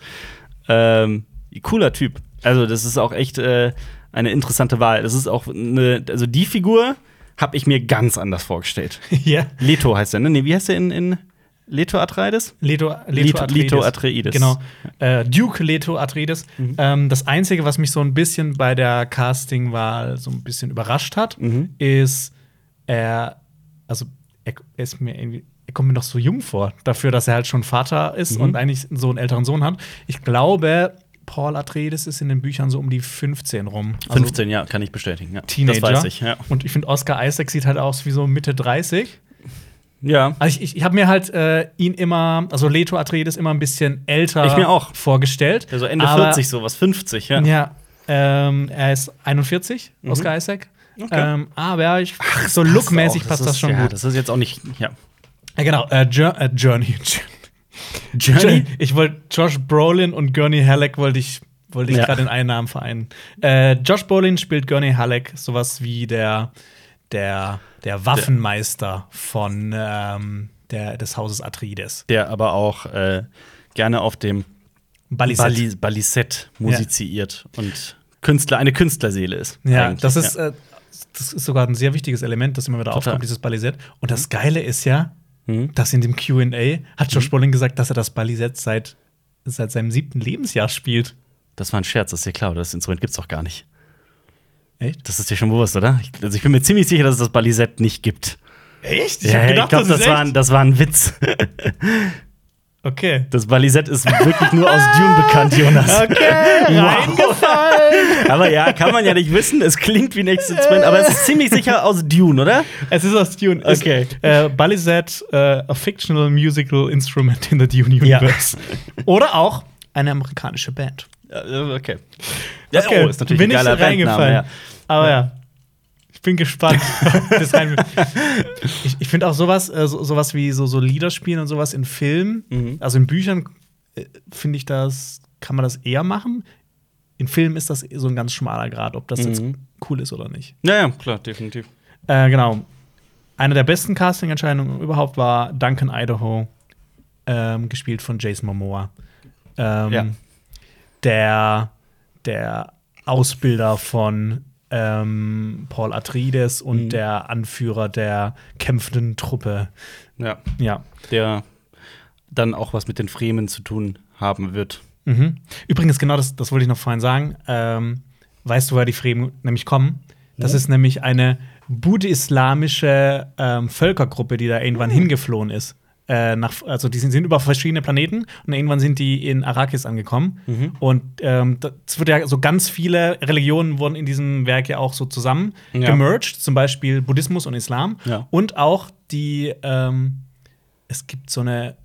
Ähm, cooler Typ. Also, das ist auch echt äh, eine interessante Wahl. Das ist auch eine, also die Figur habe ich mir ganz anders vorgestellt. Ja. Leto heißt er, ne? Nee, wie heißt er in, in Leto Atreides? Leto, Leto- Leto, Atreides. Leto Atreides. Genau. Äh, Duke Leto Atreides. Ähm, das Einzige, was mich so ein bisschen bei der Castingwahl so ein bisschen überrascht hat, ist, er, also er, er ist mir irgendwie. Er kommt mir noch so jung vor, dafür, dass er halt schon Vater ist und eigentlich so einen älteren Sohn hat. Ich glaube, Paul Atreides ist in den Büchern so um die 15 rum. Also 15, ja, kann ich bestätigen. Ja. Teenager. Das weiß ich, ja. Und ich finde, Oscar Isaac sieht halt aus wie so Mitte 30. Ja, Also ich, ich habe mir halt äh, ihn immer, also Leto Atreides immer ein bisschen älter Ich mir auch. vorgestellt. also Ende aber, 40, sowas, 50, ja. Mhm. Ja. Ähm, er ist 41, Oscar Isaac. Ähm, aber ich, so lookmäßig passt das schon ja, gut. Das ist jetzt auch nicht. Ja. Ja, genau. Äh, Jour äh, Journey. Journey? Ich wollte Josh Brolin und Gurney Halleck wollte ich, wollte ich Ja. gerade in einen Namen vereinen. Äh, Josh Brolin spielt Gurney Halleck, sowas wie der, der, der Waffenmeister von ähm, der, des Hauses Atreides. Der aber auch äh, gerne auf dem Balisette. Bali- Balisett musiziert und Künstler, eine Künstlerseele ist. Ja, eigentlich, das ist, ja. Äh, das ist sogar ein sehr wichtiges Element, das immer wieder aufkommt, dieses Balisett. Und Mhm. das Geile ist ja, dass in dem QA hat Josh Brolin gesagt, dass er das Balisett seit, seit seinem siebten Lebensjahr spielt. Das war ein Scherz, das ist dir klar, oder? das Instrument gibt's doch gar nicht. Echt? Das ist dir schon bewusst, oder? Ich, also ich bin mir ziemlich sicher, dass es das Balisett nicht gibt. Echt? Ja, ich glaub, das, war ein, das war ein Witz. Okay. Das Balisett ist wirklich nur aus Dune bekannt, Jonas. Okay, reingefallen. Aber ja, kann man ja nicht wissen. Es klingt wie ein Instrument, aber es ist ziemlich sicher aus Dune, oder? es ist aus Dune. Es- Okay. Äh, Balisett, äh, a fictional musical instrument in the Dune Ja. Universe. Oder auch eine amerikanische Band. Ja, Okay. Ja, Okay, oh, ist natürlich bin ein geiler ich reingefallen. Bandname, Aber ja, ich bin gespannt. bis rein- ich ich finde auch sowas, äh, so, sowas wie so, so Lieder spielen und sowas in Filmen, Mhm. also in Büchern, äh, finde ich das, kann man das eher machen. In Filmen ist das so ein ganz schmaler Grad, ob das jetzt Mhm. cool ist oder nicht. ja. ja, ja, klar, definitiv. Äh, genau. Eine der besten Casting-Entscheidungen überhaupt war Duncan Idaho, ähm, gespielt von Jason Momoa. Ähm, Ja. der, der Ausbilder von ähm, Paul Atreides und der Anführer der kämpfenden Truppe. Ja, Ja. der dann auch was mit den Fremen zu tun haben wird. Mhm. Übrigens, genau das, das wollte ich noch vorhin sagen. Ähm, Weißt du, woher die Fremen nämlich kommen? Das ist nämlich eine buddhislamische ähm, Völkergruppe, die da Ah. irgendwann hingeflohen ist. Äh, nach, also die sind, sind über verschiedene Planeten und irgendwann sind die in Arrakis angekommen. Mhm. Und ähm, das wird ja so ganz viele Religionen wurden in diesem Werk ja auch so zusammen Ja. gemerged, zum Beispiel Buddhismus und Islam. Ja. Und auch die, ähm, es gibt so eine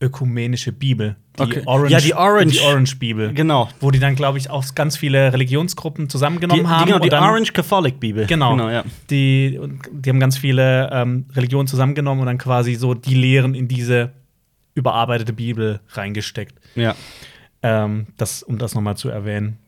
ökumenische Bibel. Die Okay. Orange, Ja, die Orange- Die Orange Bibel. Genau. Wo die dann, glaube ich, auch ganz viele Religionsgruppen Die, die, zusammengenommen haben. genau, und die dann, Orange Catholic Bibel. Genau. ja. die, und die haben ganz viele ähm, Religionen zusammengenommen und dann quasi so die Lehren in diese überarbeitete Bibel reingesteckt. ja. Ähm, das, um das nochmal zu erwähnen.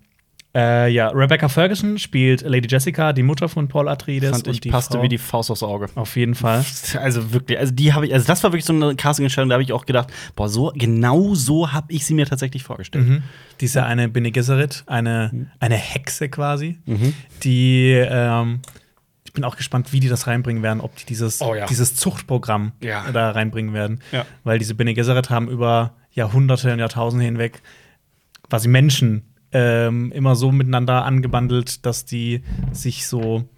Äh, ja, Rebecca Ferguson spielt Lady Jessica, die Mutter von Paul Atreides. Fand ich die passte Frau. wie die Faust aufs Auge. Auf jeden Fall. Also wirklich, also die habe ich, also das war wirklich so eine Casting-Entscheidung, da habe ich auch gedacht, boah, so, genau so habe ich sie mir tatsächlich vorgestellt. Mhm. Die ist ja eine Bene Gesserit, Mhm. eine, eine Hexe quasi, die ähm, ich bin auch gespannt, wie die das reinbringen werden, ob die dieses, Oh ja. dieses Zuchtprogramm Ja. da reinbringen werden. Ja. Weil diese Bene Gesserit haben über Jahrhunderte und Jahrtausende hinweg quasi Menschen ähm, immer so miteinander angebandelt, dass die sich so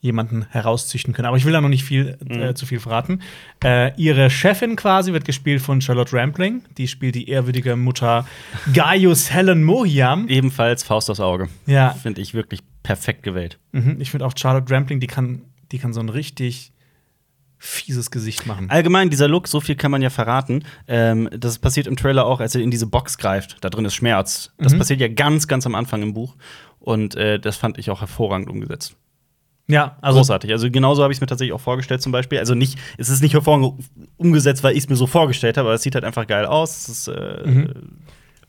jemanden herauszüchten können. Aber ich will da noch nicht viel äh, zu viel verraten. Äh, ihre Chefin quasi wird gespielt von Charlotte Rampling. Die spielt die ehrwürdige Mutter Gaius Helen Mohiam. Ebenfalls Faust aufs Auge. Ja, Finde ich wirklich perfekt gewählt. mhm. ich finde auch Charlotte Rampling, die kann, die kann so ein richtig fieses Gesicht machen. Allgemein, dieser Look, so viel kann man ja verraten. Ähm, das passiert im Trailer auch, als er in diese Box greift. Da drin ist Schmerz. Das passiert ja ganz, ganz am Anfang im Buch. Und äh, das fand ich auch hervorragend umgesetzt. Ja, also Großartig. Also genauso habe ich es mir tatsächlich auch vorgestellt zum Beispiel. Also nicht, es ist nicht hervorragend umgesetzt, weil ich es mir so vorgestellt habe, aber es sieht halt einfach geil aus. Es ist, äh,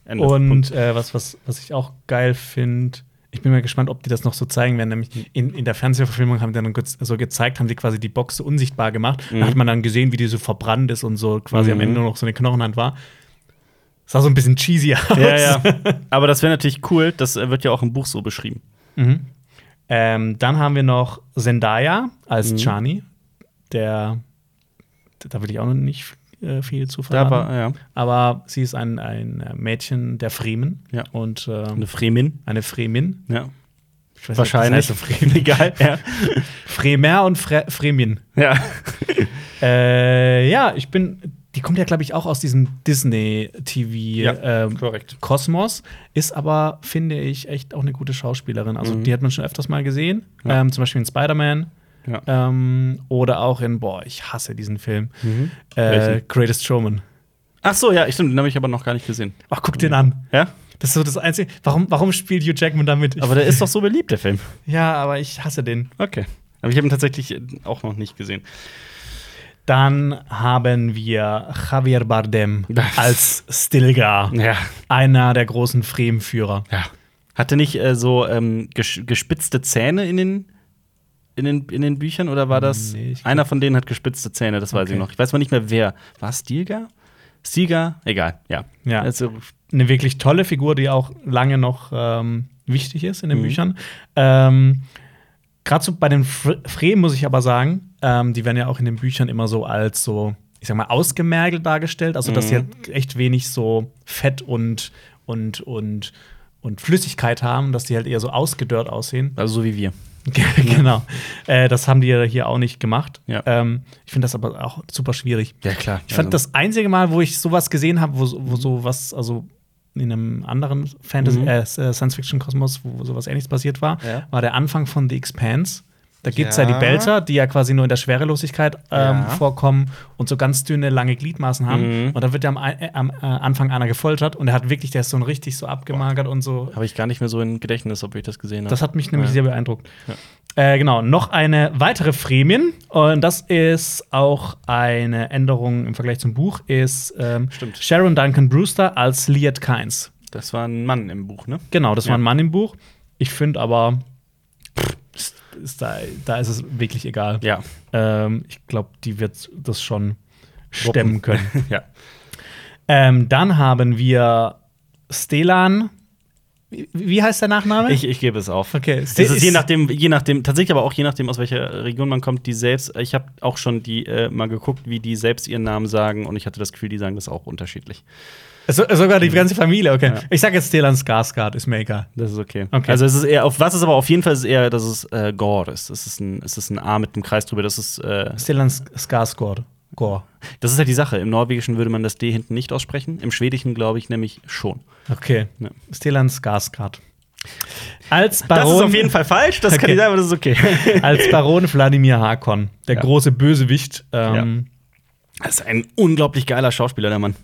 Ende. Und Punkt. äh, was, was, was ich auch geil finde, ich bin mal gespannt, ob die das noch so zeigen werden. Hm. Nämlich in, in der Fernsehverfilmung haben die dann kurz so gezeigt, haben die quasi die Box so unsichtbar gemacht. Hm. Da hat man dann gesehen, wie die so verbrannt ist und so quasi am Mhm. Ende nur noch so eine Knochenhand war. Sah so ein bisschen cheesy aus. Ja, ja. Aber das wäre natürlich cool. Das äh, wird ja auch im Buch so beschrieben. Mhm. Ähm, dann haben wir noch Zendaya als Hm. Chani. Der, da will ich auch noch nicht äh, viel zu verraten. Da war, ja. aber sie ist ein, ein Mädchen der Fremen Ja. und ähm, Eine Fremin. eine Fremin. Ja. Ich weiß Wahrscheinlich. Nicht, ob das heißt, so Fremen. Egal. Ja. Fremer und Fre Fremin. ja. Äh, ja, ich bin. Die kommt ja, glaube ich, auch aus diesem Ja, Disney-TV-Kosmos. korrekt. ähm, Ist aber, finde ich, echt auch eine gute Schauspielerin. Also, die hat man schon öfters mal gesehen. Ja. Ähm, zum Beispiel in Spider-Man. Ja. Ähm, oder auch in, boah, ich hasse diesen Film. Äh, Welchen? Greatest Showman. Ach so, ja, stimmt. Den habe ich aber noch gar nicht gesehen. Ach, guck den an. Ja? Das ist so das Einzige. Warum, warum spielt Hugh Jackman damit? Ich, Aber der ist doch so beliebt, der Film. ja, aber ich hasse den. Okay. Aber ich habe ihn tatsächlich äh, auch noch nicht gesehen. Dann haben wir Javier Bardem Das- als Stilgar, Ja. einer der großen Fremenführer. ja. Hatte nicht äh, so ähm, ges gespitzte Zähne in den, in, den, in den Büchern oder war das. Nee, ich glaub- einer von denen hat gespitzte Zähne, das weiß Okay. ich noch. Ich weiß mal nicht mehr wer. War es Stilgar? Stilgar? Egal, ja. Ja. Also, Eine wirklich tolle Figur, die auch lange noch ähm, wichtig ist Mhm. in den Büchern. Ähm, Gerade so bei den Fre- Fremen muss ich aber sagen, ähm, die werden ja auch in den Büchern immer so als so, ich sag mal, ausgemergelt dargestellt. Also, dass sie Mhm. halt echt wenig so Fett und, und, und, und Flüssigkeit haben, dass die halt eher so ausgedörrt aussehen. also so wie wir. genau. Äh, das haben die ja hier auch nicht gemacht. Ja. Ähm, ich finde das aber auch super schwierig. Ja, klar. Also, Ich fand das einzige Mal, wo ich sowas gesehen habe, wo, so- wo sowas, also in einem anderen Fantasy, Mhm. äh, Science-Fiction-Kosmos, wo sowas ähnliches passiert war, Ja. war der Anfang von The Expanse. Da gibt es ja. Ja. die Belter, die ja quasi nur in der Schwerelosigkeit ähm, Ja. vorkommen und so ganz dünne, lange Gliedmaßen haben. Mhm. Und da wird ja am, Ei- äh, am äh, Anfang einer gefoltert und er hat wirklich, der ist so ein richtig so abgemagert und so Habe ich gar nicht mehr so im Gedächtnis, ob ich das gesehen habe. das hat mich nämlich Ja. sehr beeindruckt. Äh, genau, noch eine weitere Fremin. Und das ist auch eine Änderung im Vergleich zum Buch, ist ähm, Stimmt. Sharon Duncan Brewster als Liet Kynes. Das war ein Mann im Buch, ne? Genau, das war Ja. ein Mann im Buch. Ich finde aber, pff, ist da, da ist es wirklich egal. Ja. Ähm, ich glaube, die wird das schon stemmen können. ja. Ähm, dann haben wir Stelan Wie wie heißt der Nachname? Ich, ich gebe es auf. Okay. Es ist je nachdem, je nachdem, tatsächlich aber auch je nachdem, aus welcher Region man kommt, die selbst, ich habe auch schon die äh, mal geguckt, wie die selbst ihren Namen sagen und ich hatte das Gefühl, die sagen das auch unterschiedlich. so, sogar Mhm. die ganze Familie, okay. Ich sag jetzt Stellan Skarsgård ist Maker. Das ist okay. Okay. Also es ist eher, auf was es aber auf jeden Fall ist eher, dass es äh, Gore ist. Es ist, ein, es ist ein A mit einem Kreis drüber. Das ist, äh, Stellan Skarsgård. Gore. das ist halt die Sache. Im Norwegischen würde man das D hinten nicht aussprechen. Im Schwedischen glaube ich nämlich schon. Okay. Ja. Stellan Skarsgård. Als Das Baron, ist auf jeden Fall falsch, das kann Okay. ich sagen, aber das ist okay. Als Baron Wladimir Harkon, der Ja. große Bösewicht. Ähm, Das ist ein unglaublich geiler Schauspieler, der Mann.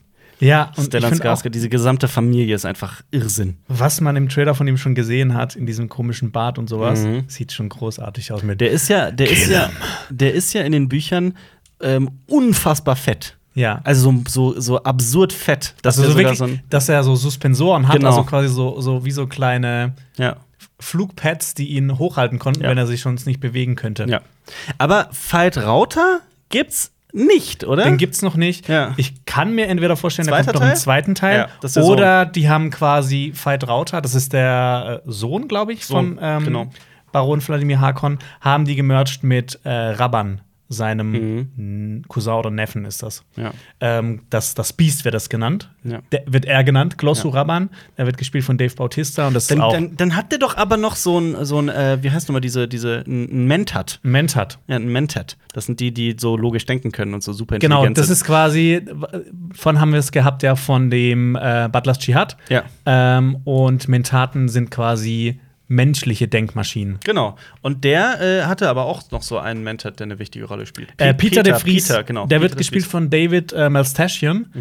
ja. und ich Stellan find auch, Skarsgård, diese gesamte Familie ist einfach Irrsinn. was man im Trailer von ihm schon gesehen hat, in diesem komischen Bart und sowas, Mhm. sieht schon großartig aus. Mit Der ist ja, der ist ja, der ist ja in den Büchern ähm, unfassbar fett. ja. Also so, so, so absurd fett. dass Also der so sogar wirklich, dass er so Suspensoren hat, Genau. also quasi so, so wie so kleine ein, ja. Flugpads, die ihn hochhalten konnten, Ja. wenn er sich sonst nicht bewegen könnte. Ja. Aber Veit Rauter gibt's nicht, oder? Den gibt's noch nicht. Ja. Ich kann mir entweder vorstellen, da Zweiter kommt noch einen Teil? zweiten Teil. Ja, das ist der oder die haben quasi Veit Rauter, das ist der äh, Sohn, glaube ich, Sohn, vom ähm, genau. Baron Vladimir Harkon, haben die gemerged mit äh, Rabban, seinem n- Cousin oder Neffen ist das. Mhm. ja. Ähm, das, das Beast wird das genannt. Ja. Der, wird er genannt, Glossu Rabban. Der wird gespielt von Dave Bautista und das Dann, ist auch dann, dann hat der doch aber noch so ein, so ein äh, wie heißt nochmal diese, diese, ein ein Mentat. Mentat. Ja, ein Mentat. Das sind die, die so logisch denken können und so super Genau, intelligent das sind. ist quasi, von haben wir es gehabt, ja, von dem äh, Butlers Dschihad. Ja. Ähm, und Mentaten sind quasi menschliche Denkmaschinen. Genau. Und der äh, hatte aber auch noch so einen Mentat, der eine wichtige Rolle spielt. Äh, Pe- Peter, de Vries, Peter, genau. der wird Peter de gespielt Vries. Mhm. von David äh, Malstashian.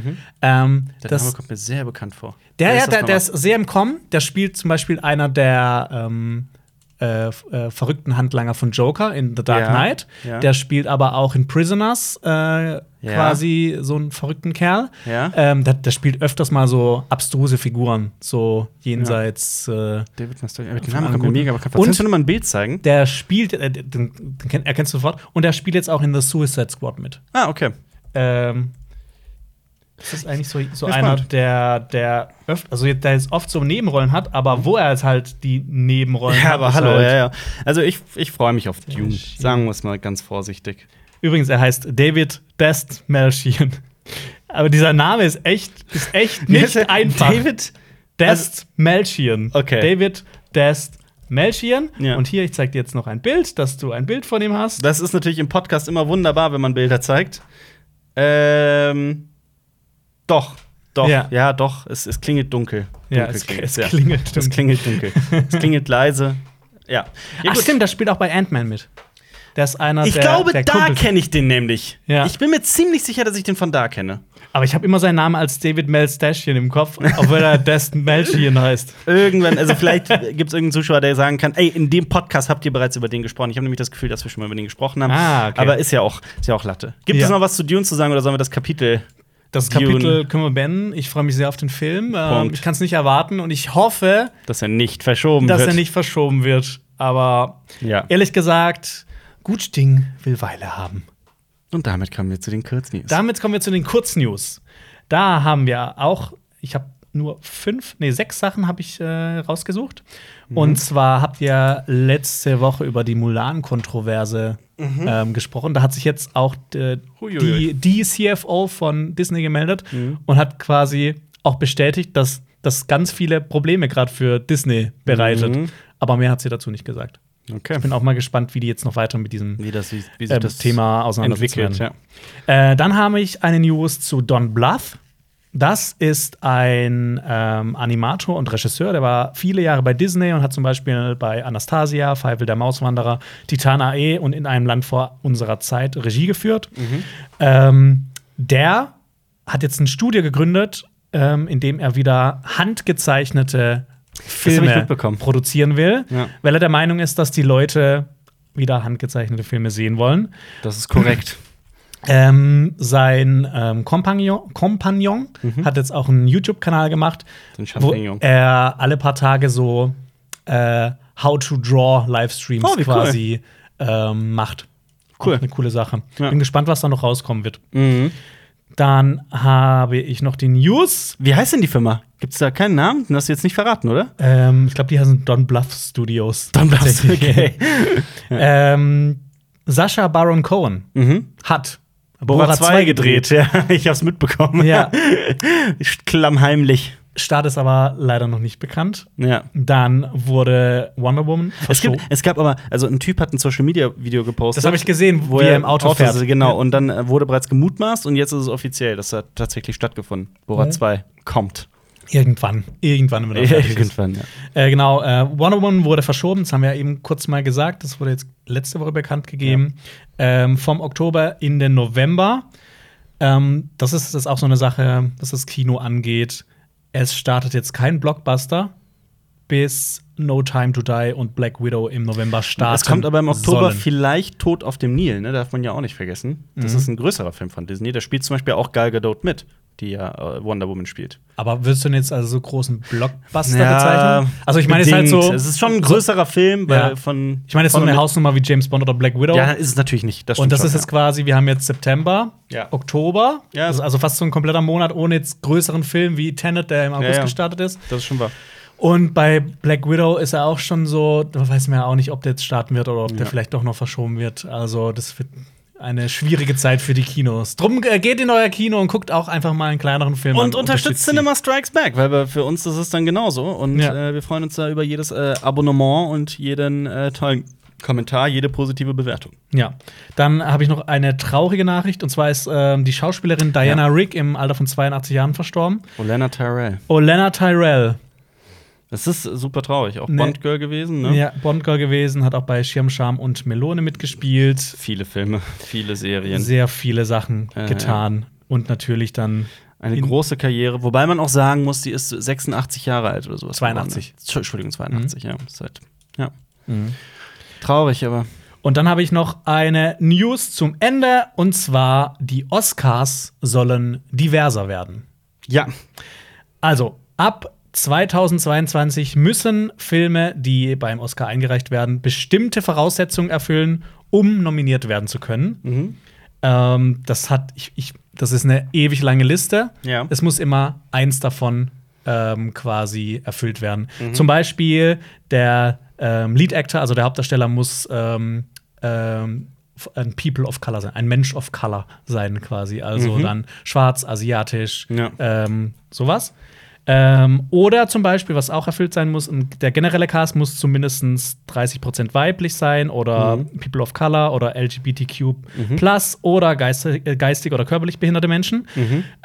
Ähm, Der das, Name kommt mir sehr bekannt vor. der, Wer ja, ist das der, der nochmal? ist sehr im Kommen. Der spielt zum Beispiel einer der ähm, äh, f- äh, verrückten Handlanger von Joker in The Dark Ja, Knight. ja. Der spielt aber auch in Prisoners äh, quasi so einen verrückten Kerl. Ja. Ähm, der, der spielt öfters mal so abstruse Figuren, so jenseits. Äh, David Nastoria. Der Name Name kommt kommt mir mega mega bekannt bekannt vor. vor. Kannst du mal ein Bild zeigen? der spielt, äh, den, den kenn- erkennst du sofort, und der spielt jetzt auch in The Suicide Squad mit. Ah, okay. Ähm, das ist eigentlich so, so Ja, einer, spannend. der, der öfter, also der jetzt oft so Nebenrollen hat, aber wo er jetzt halt die Nebenrollen hat. Ja, aber ist hallo, halt ja, ja. Also ich, ich freue mich auf Dune. Schiene. Sagen wir es mal ganz vorsichtig. Übrigens, er heißt David Dest Melchian. Aber dieser Name ist echt, ist echt Wie nicht heißt er? einfach. David? Also- Dest Melchian. Okay. David Dest Melchian. Ja. Und hier, ich zeig dir jetzt noch ein Bild, dass du ein Bild von ihm hast. Das ist natürlich im Podcast immer wunderbar, wenn man Bilder zeigt. Ähm. Doch, doch, Ja. ja, doch. Es, es klingelt dunkel. Ja, Dunkel es- es ja. klingelt dunkel. Es klingelt dunkel. es klingelt leise. Ja. ja Ach gut. stimmt, das spielt auch bei Ant-Man mit. Der ist einer Ich der, glaube, der da Kumpels. kenne ich den nämlich. Ja. Ich bin mir ziemlich sicher, dass ich den von da kenne. Aber ich habe immer seinen Namen als David Melstashien im Kopf, obwohl er Destin Melchian heißt. Irgendwann, also vielleicht gibt es irgendeinen Zuschauer, der sagen kann, ey, in dem Podcast habt ihr bereits über den gesprochen. Ich habe nämlich das Gefühl, dass wir schon mal über den gesprochen haben. Ah, okay. Aber ist ja auch, ist ja auch Latte. Gibt Ja. es noch was zu Dune zu sagen oder sollen wir das Kapitel? Das Dune. Kapitel können wir beenden. Ich freue mich sehr auf den Film. Ähm, Punkt. ich kann es nicht erwarten und ich hoffe, Dass er nicht verschoben dass wird. er nicht verschoben wird. Aber Ja. ehrlich gesagt, gut Ding will Weile haben. Und damit kommen wir zu den Kurznews. Damit kommen wir zu den Kurznews. Da haben wir auch, ich habe nur fünf, nee, sechs Sachen habe ich äh, rausgesucht. Und zwar habt ihr letzte Woche über die Mulan-Kontroverse ähm, gesprochen. Da hat sich jetzt auch äh, die, Huiuiui. die CFO von Disney gemeldet und hat quasi auch bestätigt, dass das ganz viele Probleme gerade für Disney bereitet. Mhm. Aber mehr hat sie dazu nicht gesagt. okay. Bin auch mal gespannt, wie die jetzt noch weiter mit diesem Wie, das, wie, wie sich ähm, das Thema auseinandersetzen entwickelt. werden. Ja. Äh, dann habe ich eine News zu Don Bluth. Das ist ein ähm, Animator und Regisseur, der war viele Jahre bei Disney und hat zum Beispiel bei Anastasia, Feivel der Mauswanderer, Titan AE und in einem Land vor unserer Zeit Regie geführt. Mhm. Ähm, der hat jetzt ein Studio gegründet, ähm, in dem er wieder handgezeichnete ich Filme mitbekommen. produzieren will, Ja. weil er der Meinung ist, dass die Leute wieder handgezeichnete Filme sehen wollen. Das ist korrekt. Ähm, sein ähm, Kompagnon, Kompagnon Mhm. hat jetzt auch einen YouTube-Kanal gemacht, Den wo Champignon. er alle paar Tage so äh, How to Draw Livestreams Oh, wie cool. quasi ähm, macht. Cool. Auch Eine coole Sache. Ja. Bin gespannt, was da noch rauskommen wird. Mhm. Dann habe ich noch die News. Wie heißt denn die Firma? Gibt es da keinen Namen? Den hast du jetzt nicht verraten, oder? Ähm, ich glaube, die heißen Don Bluff Studios. Don Bluff, tatsächlich. okay. ähm, Sascha Baron Cohen Mhm. hat Bora 2 zwei gedreht, ja. Ich hab's mitbekommen. Ja. Klammheimlich. Start ist aber leider noch nicht bekannt. Ja. Dann wurde Wonder Woman Es, gibt, verschoben. es gab aber, also ein Typ hat ein Social Media Video gepostet. Das habe ich gesehen, wo er im Auto, fährt. sitzt, Genau, und dann äh, wurde bereits gemutmaßt und jetzt ist es offiziell. Das hat tatsächlich stattgefunden. Bora Ja. 2 kommt. Irgendwann. Irgendwann. Wenn er Mhm. fertig ist. Irgendwann, ja. Äh, genau, äh, Wonder Woman wurde verschoben, das haben wir ja eben kurz mal gesagt, das wurde jetzt letzte Woche bekannt gegeben, ähm, vom Oktober in den November. Ähm, das ist das ist auch so eine Sache, was das Kino angeht. Es startet jetzt kein Blockbuster, bis No Time to Die und Black Widow im November starten. Es kommt aber im Oktober sollen. vielleicht Tod auf dem Nil, ne? Darf man ja auch nicht vergessen. Mhm. Das ist ein größerer Film von Disney. Da spielt zum Beispiel auch Gal Gadot mit, die ja äh, Wonder Woman spielt. Aber würdest du ihn jetzt also so großen Blockbuster bezeichnen? Also ich meine, es ist halt bedingt. so. Es ist schon ein größerer Film, weil Ja. von. ich meine, es ist so von eine und Hausnummer wie James Bond oder Black Widow. mit- Ja, ist es natürlich nicht. Das Und stimmt das schon, ist jetzt quasi, wir haben jetzt September, Ja. Oktober, Ja. das ist also fast so ein kompletter Monat ohne jetzt größeren Film wie Tenet, der im August ja. gestartet ist. ja. Das ist schon wahr. Und bei Black Widow ist er auch schon so, da weiß man ja auch nicht, ob der jetzt starten wird oder ob der vielleicht doch noch verschoben wird. Also das wird eine schwierige Zeit für die Kinos. Drum äh, geht in euer Kino und guckt auch einfach mal einen kleineren Film an. um Und unterstützt sie. Cinema Strikes Back, weil wir, für uns ist es dann genauso. Und Ja. äh, wir freuen uns da über jedes äh, Abonnement und jeden äh, tollen Kommentar, jede positive Bewertung. Ja. Dann habe ich noch eine traurige Nachricht und zwar ist ähm, die Schauspielerin Diana Rick im Alter von 82 Jahren verstorben. Olena Tyrell. Olenna Tyrell Das ist äh, super traurig. Auch Nee. Bond Girl gewesen, ne? Ja, Bondgirl gewesen, hat auch bei Schirmscham und Melone mitgespielt. Viele Filme, viele Serien. Sehr viele Sachen Ja, getan. Und natürlich dann Eine In- große Karriere, wobei man auch sagen muss, die ist 86 Jahre alt oder sowas. 82. geworden. Tsch- Entschuldigung, 82, Mhm. ja. Ist halt, ja. Traurig, aber. Und dann habe ich noch eine News zum Ende. Und zwar, die Oscars sollen diverser werden. Ja. Also, ab 2022 müssen Filme, die beim Oscar eingereicht werden, bestimmte Voraussetzungen erfüllen, um nominiert werden zu können. Mhm. Ähm, das hat, ich, ich, das ist eine ewig lange Liste. Ja. Es muss immer eins davon ähm, quasi erfüllt werden. Mhm. Zum Beispiel der ähm, Lead Actor, also der Hauptdarsteller, muss ähm, ähm, f- ein People of Color sein, ein Mensch of Color sein quasi. Also dann schwarz, asiatisch, Mhm. Ja. ähm, sowas. Ähm, oder zum Beispiel, was auch erfüllt sein muss, ein- der generelle Cast muss zumindest 30% weiblich sein oder People of Color oder LGBTQ plus oder geistig, äh, geistig oder körperlich behinderte Menschen.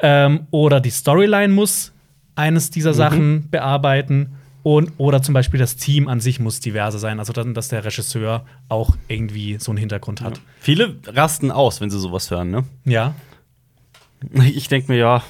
Ähm, oder die Storyline muss eines dieser Sachen bearbeiten. Und, oder zum Beispiel das Team an sich muss diverse sein, also dann, dass der Regisseur auch irgendwie so einen Hintergrund hat. Viele rasten aus, wenn sie sowas hören, ne? Ja. Ich denke mir, ja.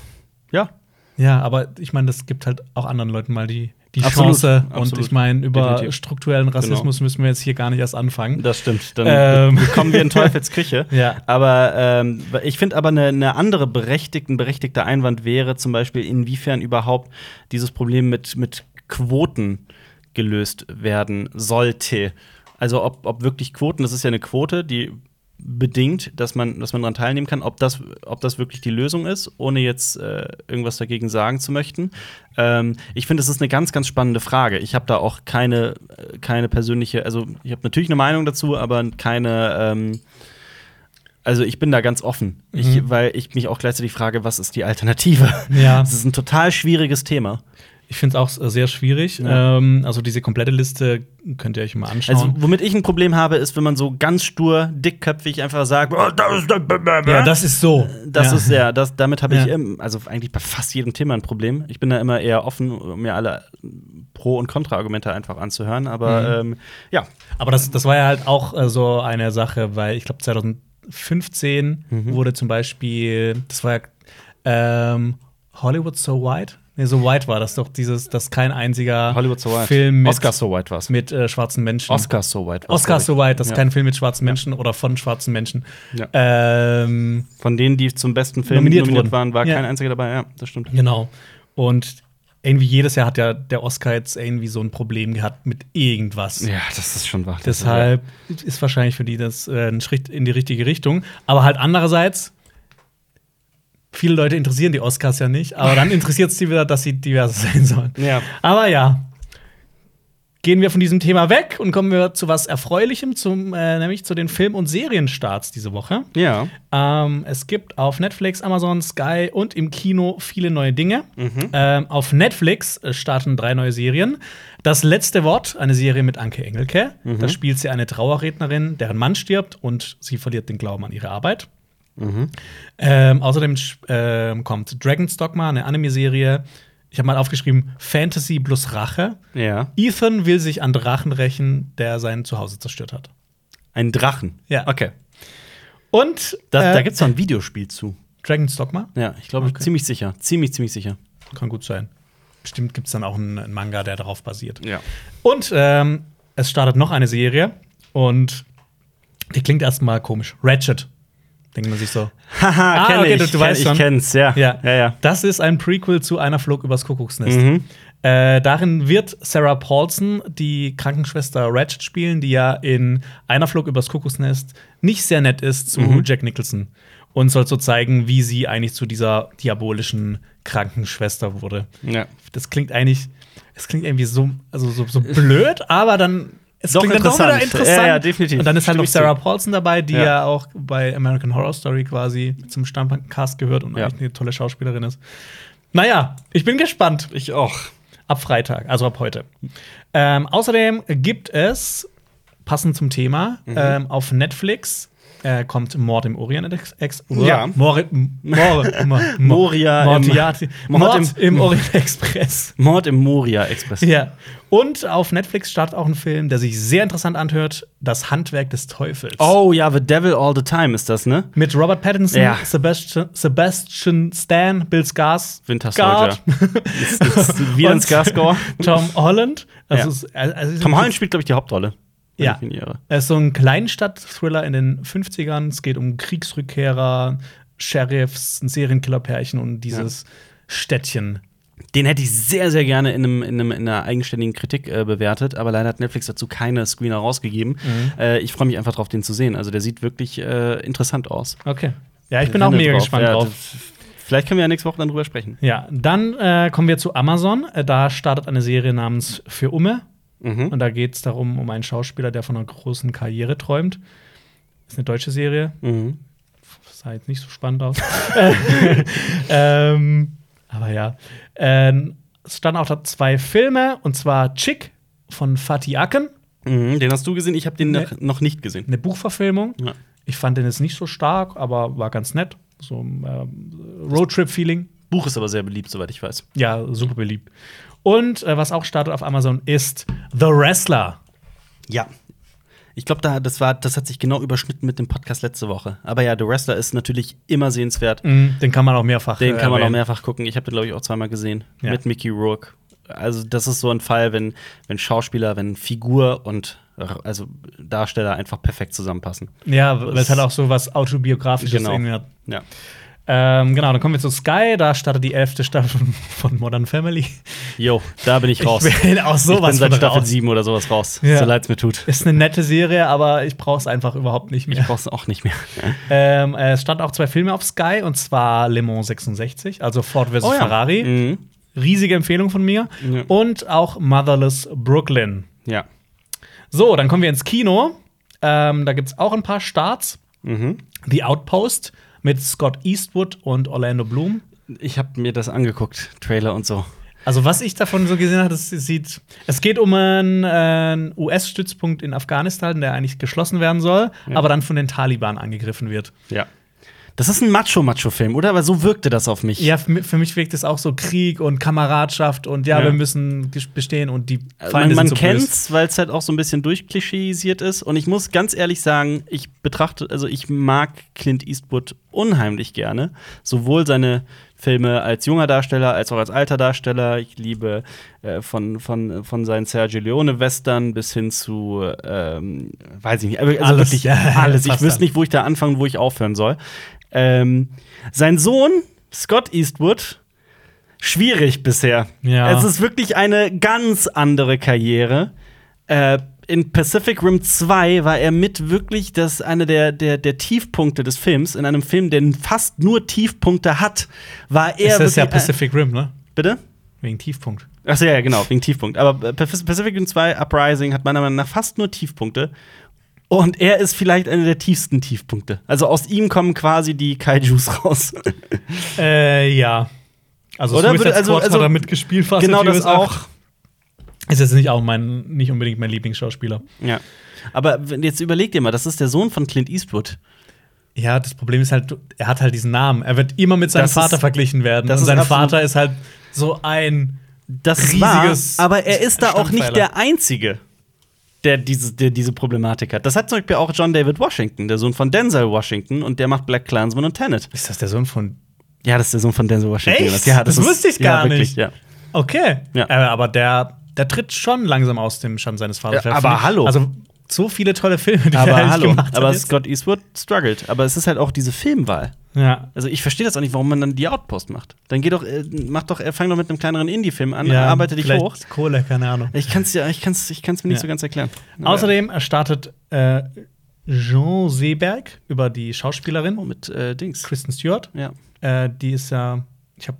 Ja. Ja, aber ich meine, das gibt halt auch anderen Leuten mal die, die Absolut, Chance. Und absolut. ich meine, über Definitiv. Genau. strukturellen Rassismus müssen wir jetzt hier gar nicht erst anfangen. Hm, Das stimmt. Dann Ähm. kommen wir in Teufelsküche. Ja. Aber ähm, ich finde aber eine ne andere berechtigte, ein berechtigter Einwand wäre zum Beispiel, inwiefern überhaupt dieses Problem mit, mit Quoten gelöst werden sollte. Also ob, ob wirklich Quoten, das ist ja eine Quote, die bedingt, dass man, dass man daran teilnehmen kann, ob das, ob das wirklich die Lösung ist, ohne jetzt äh, irgendwas dagegen sagen zu möchten. Ähm, ich finde, es ist eine ganz, ganz spannende Frage. Ich habe da auch keine, äh, keine persönliche, also ich habe natürlich eine Meinung dazu, aber keine, ähm, also ich bin da ganz offen, ich, weil ich mich auch gleichzeitig frage, was ist die Alternative? Mhm. Ja. Es ist ein total schwieriges Thema. Ich finde es auch äh, sehr schwierig. Ja. Ähm, also diese komplette Liste könnt ihr euch mal anschauen. Also, womit ich ein Problem habe, ist, wenn man so ganz stur, dickköpfig einfach sagt, oh, das ist ja, das ist so. Das ja. ist ja, das, damit habe ich Ja. ähm, also eigentlich bei fast jedem Thema ein Problem. Ich bin da immer eher offen, um mir alle Pro- und Kontra-Argumente einfach anzuhören. Aber Mhm. ähm, ja, Aber das, das war ja halt auch äh, so eine Sache, weil ich glaube 2015 Mhm. wurde zum Beispiel, das war ja ähm, Hollywood So White? Nee, So White war das doch dieses, dass kein einziger Hollywood so white. Film mit, Oscar so white war's. mit äh, schwarzen Menschen. Oscar so white. war's, Oscar glaub ich. so weit, dass Ja. kein Film mit schwarzen Menschen oder von schwarzen Menschen Ja. ähm, Von denen, die zum besten Film Nominiert nominiert, wurden. waren, war Ja. kein einziger dabei. Ja, das stimmt. Genau. Und irgendwie jedes Jahr hat ja der Oscar jetzt irgendwie so ein Problem gehabt mit irgendwas. Ja, das ist schon wahr. Das ist Deshalb ist wahrscheinlich für die das äh, ein Schritt in die richtige Richtung. Aber halt andererseits, Viele Leute interessieren die Oscars ja nicht, aber dann interessiert es sie wieder, dass sie diverse sehen sollen. Ja. Aber ja. Gehen wir von diesem Thema weg und kommen wir zu was Erfreulichem, zum, äh, nämlich zu den Film- und Serienstarts diese Woche. Ja. Ähm, es gibt auf Netflix, Amazon, Sky und im Kino viele neue Dinge. Mhm. Ähm, auf Netflix äh, starten drei neue Serien. Das letzte Wort, eine Serie mit Anke Engelke. Mhm. Da spielt sie eine Trauerrednerin, deren Mann stirbt und sie verliert den Glauben an ihre Arbeit. Mhm. Ähm, außerdem sch- ähm, kommt Dragon's Dogma, eine Anime-Serie. Ich habe mal aufgeschrieben: Fantasy plus Rache. Ja. Ethan will sich an Drachen rächen, der sein Zuhause zerstört hat. Ein Drachen. Ja. Okay. Und Da, äh, da gibt's noch ein Videospiel zu. Dragon's Dogma. Ja, ich glaube, ziemlich sicher. Ziemlich, ziemlich sicher. Kann gut sein. Bestimmt gibt es dann auch einen, einen Manga, der darauf basiert. Ja. Und ähm, es startet noch eine Serie und die klingt erstmal komisch. Ratchet. Denkt man sich so. Haha, Ah, kenn okay, ich. du- du Kenn- weißt ich schon. kenn's, ja. Ja. Ja, ja. Mhm. Das ist ein Prequel zu einer Flog übers Kuckucksnest. Äh, darin wird Sarah Paulson die Krankenschwester Ratchet spielen, die ja in einer Flog übers Kuckucksnest nicht sehr nett ist zu Mhm. Jack Nicholson. Und soll so zeigen, wie sie eigentlich zu dieser diabolischen Krankenschwester wurde. ja. das klingt eigentlich, es klingt irgendwie so, also so, so blöd, aber dann es Doch klingt dann interessant. wieder interessant. Ja, ja, definitiv. Und dann ist halt Stimme noch ich zu. Sarah Paulson dabei, die ja. Ja. auch bei American Horror Story quasi zum Stammcast gehört und Ja. eigentlich eine tolle Schauspielerin ist. Naja, ich bin gespannt. Ich auch. Ab Freitag, also ab heute. Ähm, außerdem gibt es, passend zum Thema, Mhm. ähm, auf Netflix äh, kommt Mord im Orient Ex. Ex Ja. Mord, Mord, Mord, Moria im- Moriarty. Mord Mord im- im Orient Express. Mord im Moria Express. Ja. Und auf Netflix startet auch ein Film, der sich sehr interessant anhört: Das Handwerk des Teufels. Oh ja, The Devil All the Time ist das, ne? Mit Robert Pattinson, Ja. Sebastian, Sebastian Stan, Bill Skarsgård, Winter Soldier. Ist- ist Wieder ein Und- Skarsgård. Tom Holland. Ja. Also, es- also, Tom Holland spielt, glaube ich, die Hauptrolle. wenn Ja. ich mich nicht irre. Es ist so ein Kleinstadt-Thriller in den 50ern. Es geht um Kriegsrückkehrer, Sheriffs, ein Serienkillerpärchen und dieses Städtchen. Den hätte ich sehr, sehr gerne in, einem, in, einem, in einer eigenständigen Kritik äh, bewertet, aber leider hat Netflix dazu keine Screener rausgegeben. Mhm. Äh, ich freue mich einfach drauf, den zu sehen. Also der sieht wirklich äh, interessant aus. Okay. Ja, ich bin auch Wenn du mega drauf- gespannt ja, drauf. das- Vielleicht können wir ja nächste Woche dann drüber sprechen. Ja, dann äh, kommen wir zu Amazon. Äh, Da startet eine Serie namens Für Umme. Mhm. Und da geht es darum, um einen Schauspieler, der von einer großen Karriere träumt. Ist eine deutsche Serie. Mhm. Sah jetzt nicht so spannend aus. ähm, aber ja. Ähm, es standen auch da zwei Filme, und zwar Chick von Fatih Akin, Mhm, den hast du gesehen, ich habe den Nee. noch, noch nicht gesehen. eine Buchverfilmung. Ja. Ich fand den jetzt nicht so stark, aber war ganz nett. So ein ähm, Roadtrip-Feeling. Buch ist aber sehr beliebt, soweit ich weiß. Ja, super beliebt. Und äh, was auch startet auf Amazon ist The Wrestler. Ja. Ich glaube, da, das, war- das hat sich genau überschnitten mit dem Podcast letzte Woche. Aber ja, The Wrestler ist natürlich immer sehenswert. Mhm, Den kann man auch mehrfach. Den äh, kann man auch erwähnen. mehrfach gucken. Ich habe den, glaube ich, auch zweimal gesehen. Ja. Mit Mickey Rourke. Also, das ist so ein Fall, wenn, wenn Schauspieler, wenn Figur und äh, also Darsteller einfach perfekt zusammenpassen. Ja, weil es halt auch so was autobiografisches Genau. irgendwie hat. Ja. Ähm, genau, dann kommen wir zu Sky. Da startet die elfte Staffel von Modern Family. Jo, da bin ich raus. Ich bin auch Ich bin sowas seit von Staffel raus. 7 oder sowas raus. Ja. So leid es mir tut. Ist eine nette Serie, aber ich brauch's einfach überhaupt nicht Ich mehr. brauch's auch nicht mehr. Ähm, äh, es standen auch zwei Filme auf Sky und zwar Le Mans 66, also Ford vs. Ferrari. Oh Mhm. Riesige Empfehlung von mir. Ja. Und auch Motherless Brooklyn. Ja. So, dann kommen wir ins Kino. Ähm, da gibt es auch ein paar Starts. Mhm. The Outpost mit Scott Eastwood und Orlando Bloom. Ich habe mir das angeguckt, Trailer und so. Also, was ich davon so gesehen habe, das sieht. Es geht um einen, äh, einen US-Stützpunkt in Afghanistan, der eigentlich geschlossen werden soll, aber dann von den Taliban angegriffen wird. Ja. Das ist ein Macho-Macho-Film, oder? Aber so wirkte das auf mich. Ja, für mi- für mich wirkt es auch so Krieg und Kameradschaft und ja, Ja. wir müssen ges- bestehen und die Man, Feinde Äh, man sind so böse. kennt's, weil es halt auch so ein bisschen durchklischeisiert ist. Und ich muss ganz ehrlich sagen, ich betrachte, also ich mag Clint Eastwood unheimlich gerne. Sowohl seine Filme als junger Darsteller, als auch als alter Darsteller. Ich liebe äh, von, von, von seinen Sergio Leone-Western bis hin zu, ähm, weiß ich nicht, also Alles. wirklich Ja, alles. Ich passt wüsste dann. nicht, wo ich da anfangen, wo ich aufhören soll. Ähm, sein Sohn, Scott Eastwood, schwierig bisher. Ja. Es ist wirklich eine ganz andere Karriere. Äh, in Pacific Rim 2 war er mit wirklich das einer der, der, der Tiefpunkte des Films. In einem Film, der fast nur Tiefpunkte hat, war Es er ist ja wirklich- Pacific Rim, ne? Äh, bitte? Wegen Tiefpunkt. Achso, ja, ja, genau, wegen Tiefpunkt. Aber äh, Pacif- Pacific Rim 2 Uprising hat meiner Meinung nach fast nur Tiefpunkte. Und er ist vielleicht einer der tiefsten Tiefpunkte. Also aus ihm kommen quasi die Kaijus raus. Äh, ja. Also Oder? Suicide Würde- also- Squad also- hat er mitgespielt, Fast genau and das Furious 8. auch. Ist jetzt nicht auch mein, nicht unbedingt mein Lieblingsschauspieler. Ja. Aber wenn- jetzt überleg dir mal, das ist der Sohn von Clint Eastwood. Ja, das Problem ist halt, er hat halt diesen Namen. Er wird immer mit seinem Das ist- Vater verglichen werden. das Und ist sein absolut- Vater ist halt so ein Das ist Riesiges wahr, aber er ist da auch nicht Standpfeiler. der Einzige, der diese, der diese Problematik hat. Das hat zum Beispiel auch John David Washington, der Sohn von Denzel Washington, und der macht Black Klansman und Tenet. Ist das der Sohn von. Ja, das ist der Sohn von Denzel Washington. Echt? Ja, das, Das ist- wusste ich gar ja, wirklich, nicht. Ja. Okay. Ja. Äh, Aber der, der tritt schon langsam aus dem Schatten seines Vaters. Ja, aber Finde ich- hallo. Also, so viele tolle Filme, die Aber er hallo, gemacht hat. aber jetzt. Scott Eastwood struggelt. Aber es ist halt auch diese Filmwahl. Ja. Also ich verstehe das auch nicht, warum man dann die Outpost macht. Dann geh doch, äh, mach doch, äh, fang doch mit einem kleineren Indie-Film an, ja. arbeite dich vielleicht hoch. Kohle, keine Ahnung. Ich kann es ja, ich kann's, ich kann's mir nicht Ja. so ganz erklären. Aber- Außerdem startet äh, Jean Seberg über die Schauspielerin Oh, mit äh, Dings. Kristen Stewart. Ja. Äh, die ist ja, ich habe,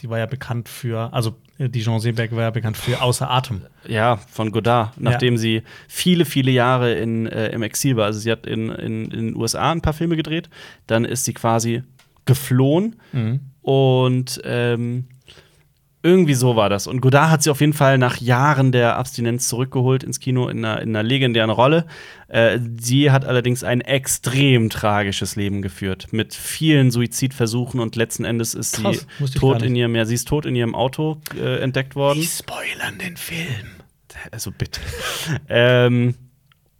die war ja bekannt für, also äh, die Jean Seberg war ja bekannt für Außer Atem. Ja, von Godard, nachdem sie viele, viele Jahre in, äh, im Exil war. Also sie hat in, in, in den USA ein paar Filme gedreht, dann ist sie quasi geflohen und ähm, irgendwie so war das. Und Godard hat sie auf jeden Fall nach Jahren der Abstinenz zurückgeholt ins Kino in einer, in einer legendären Rolle. Äh, sie hat allerdings ein extrem tragisches Leben geführt mit vielen Suizidversuchen und letzten Endes ist Krass, wusste sie ich gar tot in nicht. ihrem, ja, sie ist tot in ihrem Auto äh, entdeckt worden. spoilern den Film. Also bitte. ähm,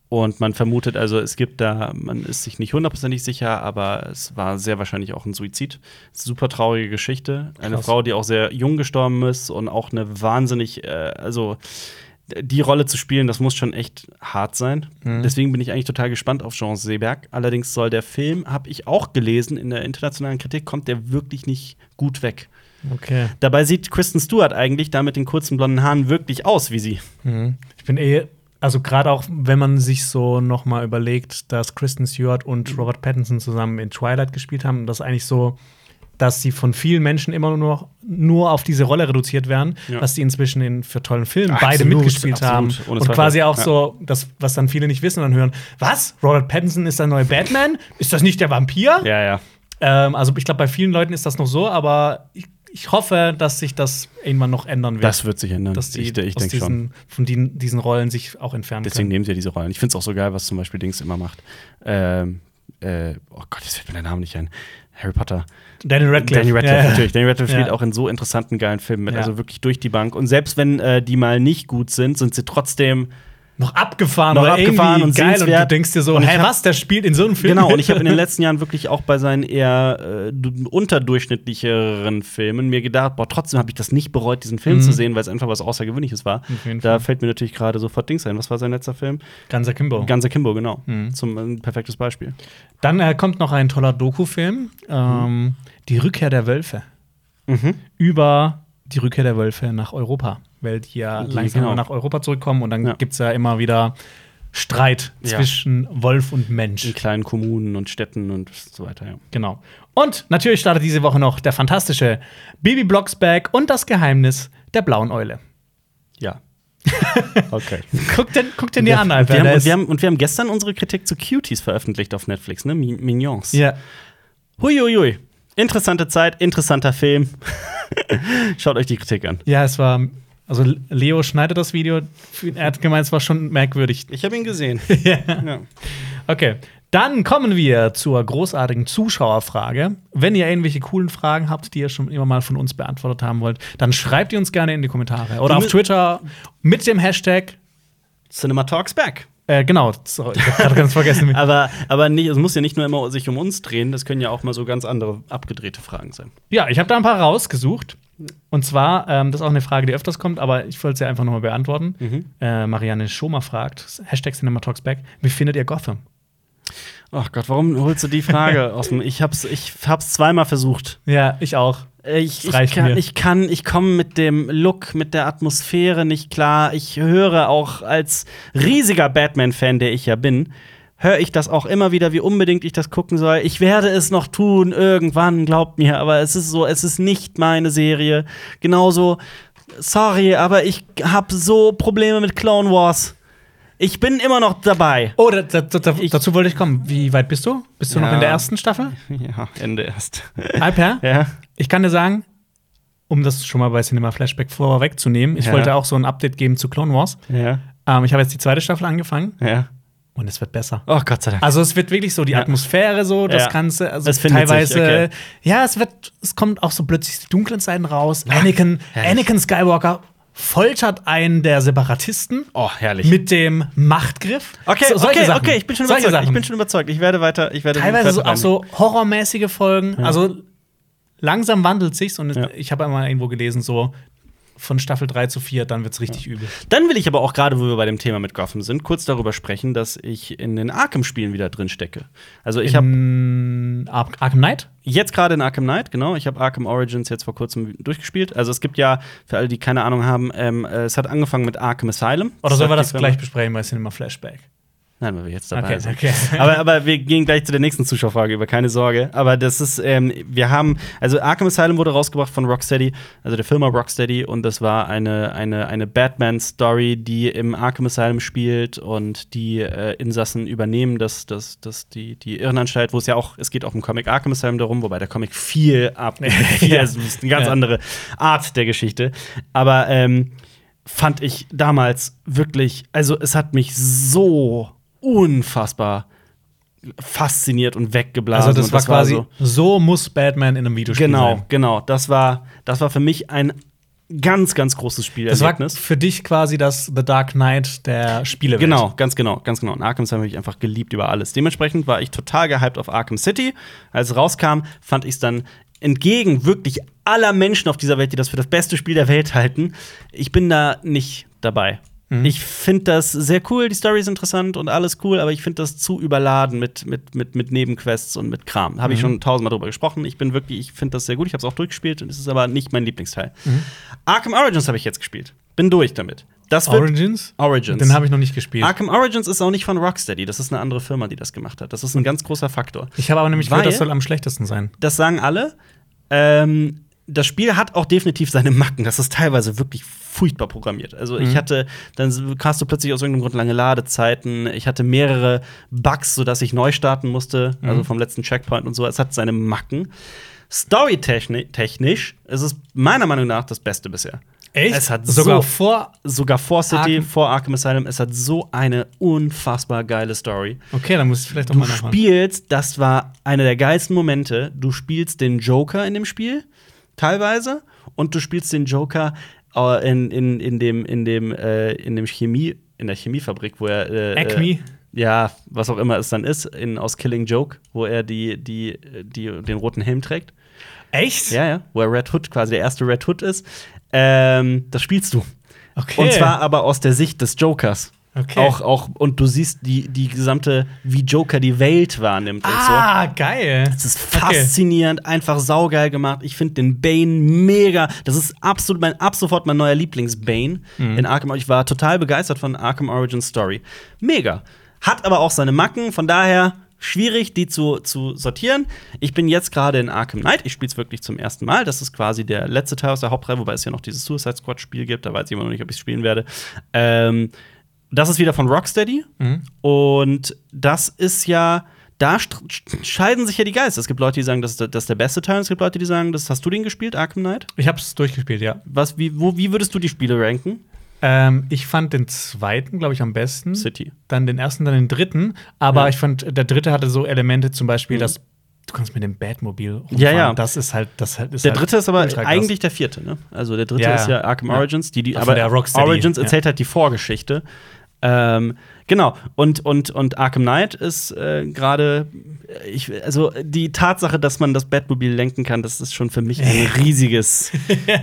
und man vermutet also, es gibt da, man ist sich nicht hundertprozentig sicher, aber es war sehr wahrscheinlich auch ein Suizid. Super traurige Geschichte. Eine Krass. Frau, die auch sehr jung gestorben ist und auch eine wahnsinnig, äh, also d- die Rolle zu spielen, das muss schon echt hart sein. Deswegen bin ich eigentlich total gespannt auf Jean Seberg. Allerdings soll der Film, habe ich auch gelesen, in der internationalen Kritik kommt der wirklich nicht gut weg. Okay. Dabei sieht Kristen Stewart eigentlich da mit den kurzen blonden Haaren wirklich aus wie sie. Mhm. Ich bin eh, also gerade auch, wenn man sich so noch mal überlegt, dass Kristen Stewart Mhm. und Robert Pattinson zusammen in Twilight gespielt haben, das ist eigentlich so, dass sie von vielen Menschen immer nur noch nur auf diese Rolle reduziert werden, Ja. was die inzwischen in für tollen Filmen beide Absolut, mitgespielt absolut, haben ohne und Zweifel, quasi auch ja. so, das was dann viele nicht wissen und dann hören, was Robert Pattinson ist der neue Batman? Ist das nicht der Vampir? Ja, ja. Ähm, also ich glaube, bei vielen Leuten ist das noch so, aber ich, ich hoffe, dass sich das irgendwann noch ändern wird Das wird sich ändern. dass die ich ich aus denke schon. diesen, von diesen, diesen Rollen sich auch entfernen Deswegen können. nehmen sie ja diese Rollen. Ich finde es auch so geil, was zum Beispiel Dings immer macht. Ähm, äh, oh Gott, jetzt fällt mir der Name nicht ein. Harry Potter. Daniel Radcliffe. Danny Radcliffe, Ja, ja. natürlich. Danny Radcliffe Ja. spielt auch in so interessanten, geilen Filmen mit. Ja. Also wirklich durch die Bank. Und selbst wenn äh, die mal nicht gut sind, sind sie trotzdem Noch abgefahren, Noch oder abgefahren irgendwie und geil und du sehenswert. denkst dir so, Und ich hey, hab- was, der spielt in so einem Film? Genau, und mit? ich habe in den letzten Jahren wirklich auch bei seinen eher äh, du- unterdurchschnittlicheren Filmen mir gedacht, boah, trotzdem habe ich das nicht bereut, diesen Film zu sehen, weil es einfach was Außergewöhnliches war. Auf jeden Da fällt mir natürlich gerade sofort Dings ein. Was war sein letzter Film? Ganzer Kimbo. Ganzer Kimbo, genau. Zum ein perfektes Beispiel. Dann äh, kommt noch ein toller Doku-Film, ähm, Mhm. Die Rückkehr der Wölfe. Über die Rückkehr der Wölfe nach Europa. Weil die ja Die- langsam genau. nach Europa zurückkommen und dann Ja. gibt's gibt es ja immer wieder Streit Ja. zwischen Wolf und In Mensch. kleinen Kommunen und Städten und so weiter, ja. Genau. Und natürlich startet diese Woche noch der fantastische Bibi Blocksberg und das Geheimnis der blauen Eule. Ja. okay. Guck den, guck den dir an, und, Alper. wir der haben, und, ist- wir haben, und wir haben gestern unsere Kritik zu Cuties veröffentlicht auf Netflix, ne? Mi- Mignons. ja. Huiuiui. Interessante Zeit, interessanter Film. Schaut euch die Kritik an. ja, es war. Also, Leo schneidet das Video. Er hat gemeint, es war schon merkwürdig. Ich habe ihn gesehen. ja. Okay. Dann kommen wir zur großartigen Zuschauerfrage. Wenn ihr irgendwelche coolen Fragen habt, die ihr schon immer mal von uns beantwortet haben wollt, dann schreibt die uns gerne in die Kommentare. Oder Die auf mü- Twitter mit dem Hashtag. Cinema Talks Back. Äh, genau, sorry, ich hab grad ganz vergessen. Aber, aber nicht, es muss ja nicht nur immer sich um uns drehen, das können ja auch mal so ganz andere abgedrehte Fragen sein. Ja, ich habe da ein paar rausgesucht. Und zwar, ähm, das ist auch eine Frage, die öfters kommt, aber ich wollte sie einfach nochmal beantworten. Mhm. Äh, Marianne Schomer fragt, Hashtag CinemaTalksBack, wie findet ihr Gotham? Ach Gott, warum holst du die Frage aus dem. Ich hab's, ich hab's zweimal versucht. Ja, ich auch. Äh, Ich, Das ich reicht kann, mir. ich kann, ich komme mit dem Look, mit der Atmosphäre nicht klar. Ich höre auch als riesiger Batman-Fan, der ich ja bin, höre ich das auch immer wieder, wie unbedingt ich das gucken soll. Ich werde es noch tun, irgendwann, glaubt mir, aber es ist so, es ist nicht meine Serie. Genauso, sorry, aber ich habe so Probleme mit Clone Wars. Ich bin immer noch dabei. Oh, da, da, da, Ich- dazu wollte ich kommen. Wie weit bist du? Bist du noch Ja. in der ersten Staffel? Ja, Ende erst. Alper, ja. ich kann dir sagen, um das schon mal bei Cinema Flashback vorwegzunehmen, ich Ja. wollte auch so ein Update geben zu Clone Wars. Ja. Ähm, ich habe jetzt die zweite Staffel angefangen Ja. und es wird besser. Oh Gott sei Dank. Also es wird wirklich so die Ja. Atmosphäre so, das Ja. Ganze, also Es findet teilweise, sich, okay. ja, es wird, es kommt auch so plötzlich die dunklen Seiten raus. Anakin, Anakin Skywalker foltert einen der Separatisten Oh, herrlich. mit dem Machtgriff. Okay, So- solche okay, Sachen. okay, ich bin schon Solche überzeugt. Ich Sachen. bin schon überzeugt. Ich werde weiter, ich werde teilweise so, weiter auch so horrormäßige Folgen. Also langsam wandelt sich's und Ja. ich habe einmal irgendwo gelesen so von Staffel 3 zu 4, dann wird's richtig übel. Dann will ich aber auch gerade, wo wir bei dem Thema mit Gotham sind, kurz darüber sprechen, dass ich in den Arkham-Spielen wieder drin stecke. Also ich habe Mm, Ar Arkham Knight? jetzt gerade in Arkham Knight, genau, ich habe Arkham Origins jetzt vor kurzem durchgespielt. Also es gibt ja, für alle, die keine Ahnung haben, ähm, äh, es hat angefangen mit Arkham Asylum. Oder sollen wir Sagt das die Firma- Also. gleich besprechen bei Cinema Flashback? Nein, weil wir jetzt dabei Okay, sind. okay. aber, aber wir gehen gleich zu der nächsten Zuschauerfrage über, keine Sorge. Aber das ist, ähm, wir haben, also Arkham Asylum wurde rausgebracht von Rocksteady, also der Firma Rocksteady, und das war eine, eine, eine Batman-Story, die im Arkham Asylum spielt und die äh, Insassen übernehmen, das, das, das, die, die Irrenanstalt, wo es ja auch, es geht auch im Comic Arkham Asylum darum, wobei der Comic viel ab. viel, Ja. also, es ist eine ganz Ja. andere Art der Geschichte. Aber ähm, fand ich damals wirklich, also es hat mich so unfassbar fasziniert und weggeblasen. Also das und war quasi so- so, muss Batman in einem Videospiel genau, sein. genau. Das war, das war für mich ein ganz, ganz großes Spiel. Das war für dich quasi das The Dark Knight der Spiele. Genau, ganz genau, ganz genau. Und Arkham Asylum habe ich einfach geliebt über alles. Dementsprechend war ich total gehypt auf Arkham City. Als es rauskam, fand ich es dann entgegen wirklich aller Menschen auf dieser Welt, die das für das beste Spiel der Welt halten. Ich bin da nicht dabei. Mhm. Ich finde das sehr cool, die Story ist interessant und alles cool, aber ich finde das zu überladen mit, mit, mit, mit Nebenquests und mit Kram. Mhm. Habe ich schon tausendmal drüber gesprochen. Ich bin wirklich, ich finde das sehr gut. Ich habe es auch durchgespielt und es ist aber nicht mein Lieblingsteil. Mhm. Arkham Origins habe ich jetzt gespielt. Bin durch damit. Das wird Origins? Origins. Den habe ich noch nicht gespielt. Arkham Origins ist auch nicht von Rocksteady, das ist eine andere Firma, die das gemacht hat. Das ist ein ganz großer Faktor. ich habe aber nämlich Weil- gehört, das soll am schlechtesten sein. Das sagen alle. Ähm, das Spiel hat auch definitiv seine Macken. Das ist teilweise wirklich furchtbar programmiert. Also Mhm. ich hatte, dann hast du plötzlich aus irgendeinem Grund lange Ladezeiten. Ich hatte mehrere Bugs, sodass ich neu starten musste, Mhm. also vom letzten Checkpoint und so. Es hat seine Macken. Storytechnisch ist es meiner Meinung nach das Beste bisher. Es hat sogar so vor. sogar vor City, Arkham- vor Arkham Asylum. Es hat so eine unfassbar geile Story. Okay, dann muss ich vielleicht noch Du mal nachmachen. spielst, das war einer der geilsten Momente, du spielst den Joker in dem Spiel, teilweise, und du spielst den Joker äh, in, in, in dem, in dem, äh, in dem Chemie, in der Chemiefabrik, wo er. Äh, Acme? Äh, ja, was auch immer es dann ist, in, aus Killing Joke, wo er die, die, die, den roten Helm trägt. Echt? Ja, ja, wo er Red Hood quasi der erste Red Hood ist. Ähm, das spielst du. Okay. Und zwar aber aus der Sicht des Jokers. Okay. Auch, auch, und du siehst die, die gesamte, wie Joker die Welt wahrnimmt und so. Ah, geil. Das Also. ist faszinierend, einfach saugeil gemacht. Ich finde den Bane mega. Das ist absolut mein, ab sofort mein neuer Lieblings-Bane in Arkham. Ich war total begeistert von Arkham Origin Story. Mega. Hat aber auch seine Macken, von daher schwierig, die zu, zu sortieren. Ich bin jetzt gerade in Arkham Knight. Ich spiele es wirklich zum ersten Mal. Das ist quasi der letzte Teil aus der Hauptreihe, wobei es ja noch dieses Suicide Squad-Spiel gibt. Da weiß ich immer noch nicht, ob ich es spielen werde. Ähm, das ist wieder von Rocksteady. Und das ist ja. Da st- st- scheiden sich ja die Geister. Es gibt Leute, die sagen, das ist, der- das ist der beste Teil. Es gibt Leute, die sagen, das hast du den gespielt, Arkham Knight? Ich hab's durchgespielt, ja. Was, wie, wo, wie würdest du die Spiele ranken? Ähm, ich fand den zweiten, glaube ich, am besten. City. Dann den ersten, dann den dritten. Aber Ja. Mhm. ich fand, der dritte hatte so Elemente, zum Beispiel, dass du kannst mit dem Batmobil rumfahren. Ja, ja. Das ist halt, das halt- ist Der halt dritte ist aber ultra krass. eigentlich der vierte, ne? Also der dritte Ja, ist ja ja. Arkham Ja. Origins, die, die Also der Rocksteady, Origins ja. erzählt halt die Vorgeschichte. Ähm, genau, und, und, und Arkham Knight ist äh, gerade, ich, also die Tatsache, dass man das Batmobil lenken kann, das ist schon für mich ein riesiges,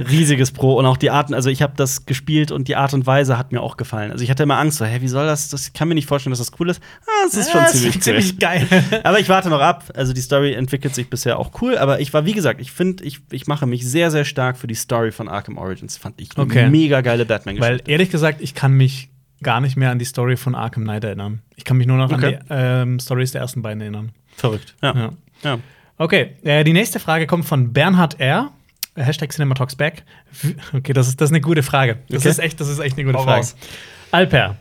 riesiges Pro. Und auch die Arten, also ich habe das gespielt und die Art und Weise hat mir auch gefallen. Also ich hatte immer Angst, so, hä, wie soll das, das ich kann mir nicht vorstellen, dass das cool ist. Ah, es ist schon Ja, das ziemlich, ist cool. ziemlich geil. Aber ich warte noch ab. Also die Story entwickelt sich bisher auch cool. Aber ich war, wie gesagt, ich finde, ich, ich mache mich sehr, sehr stark für die Story von Arkham Origins. Fand ich Okay. mega geile Batman-Geschichte. Weil ehrlich gesagt, ich kann mich gar nicht mehr an die Story von Arkham Knight erinnern. Ich kann mich nur noch Okay. an die ähm, Stories der ersten beiden erinnern. Verrückt. Ja. Ja. ja. Okay, äh, die nächste Frage kommt von Bernhard R. Hashtag Cinematalksback. Okay, das ist, das ist eine gute Frage. Das Okay. ist echt, das ist echt eine gute Hau Frage. raus. Alper,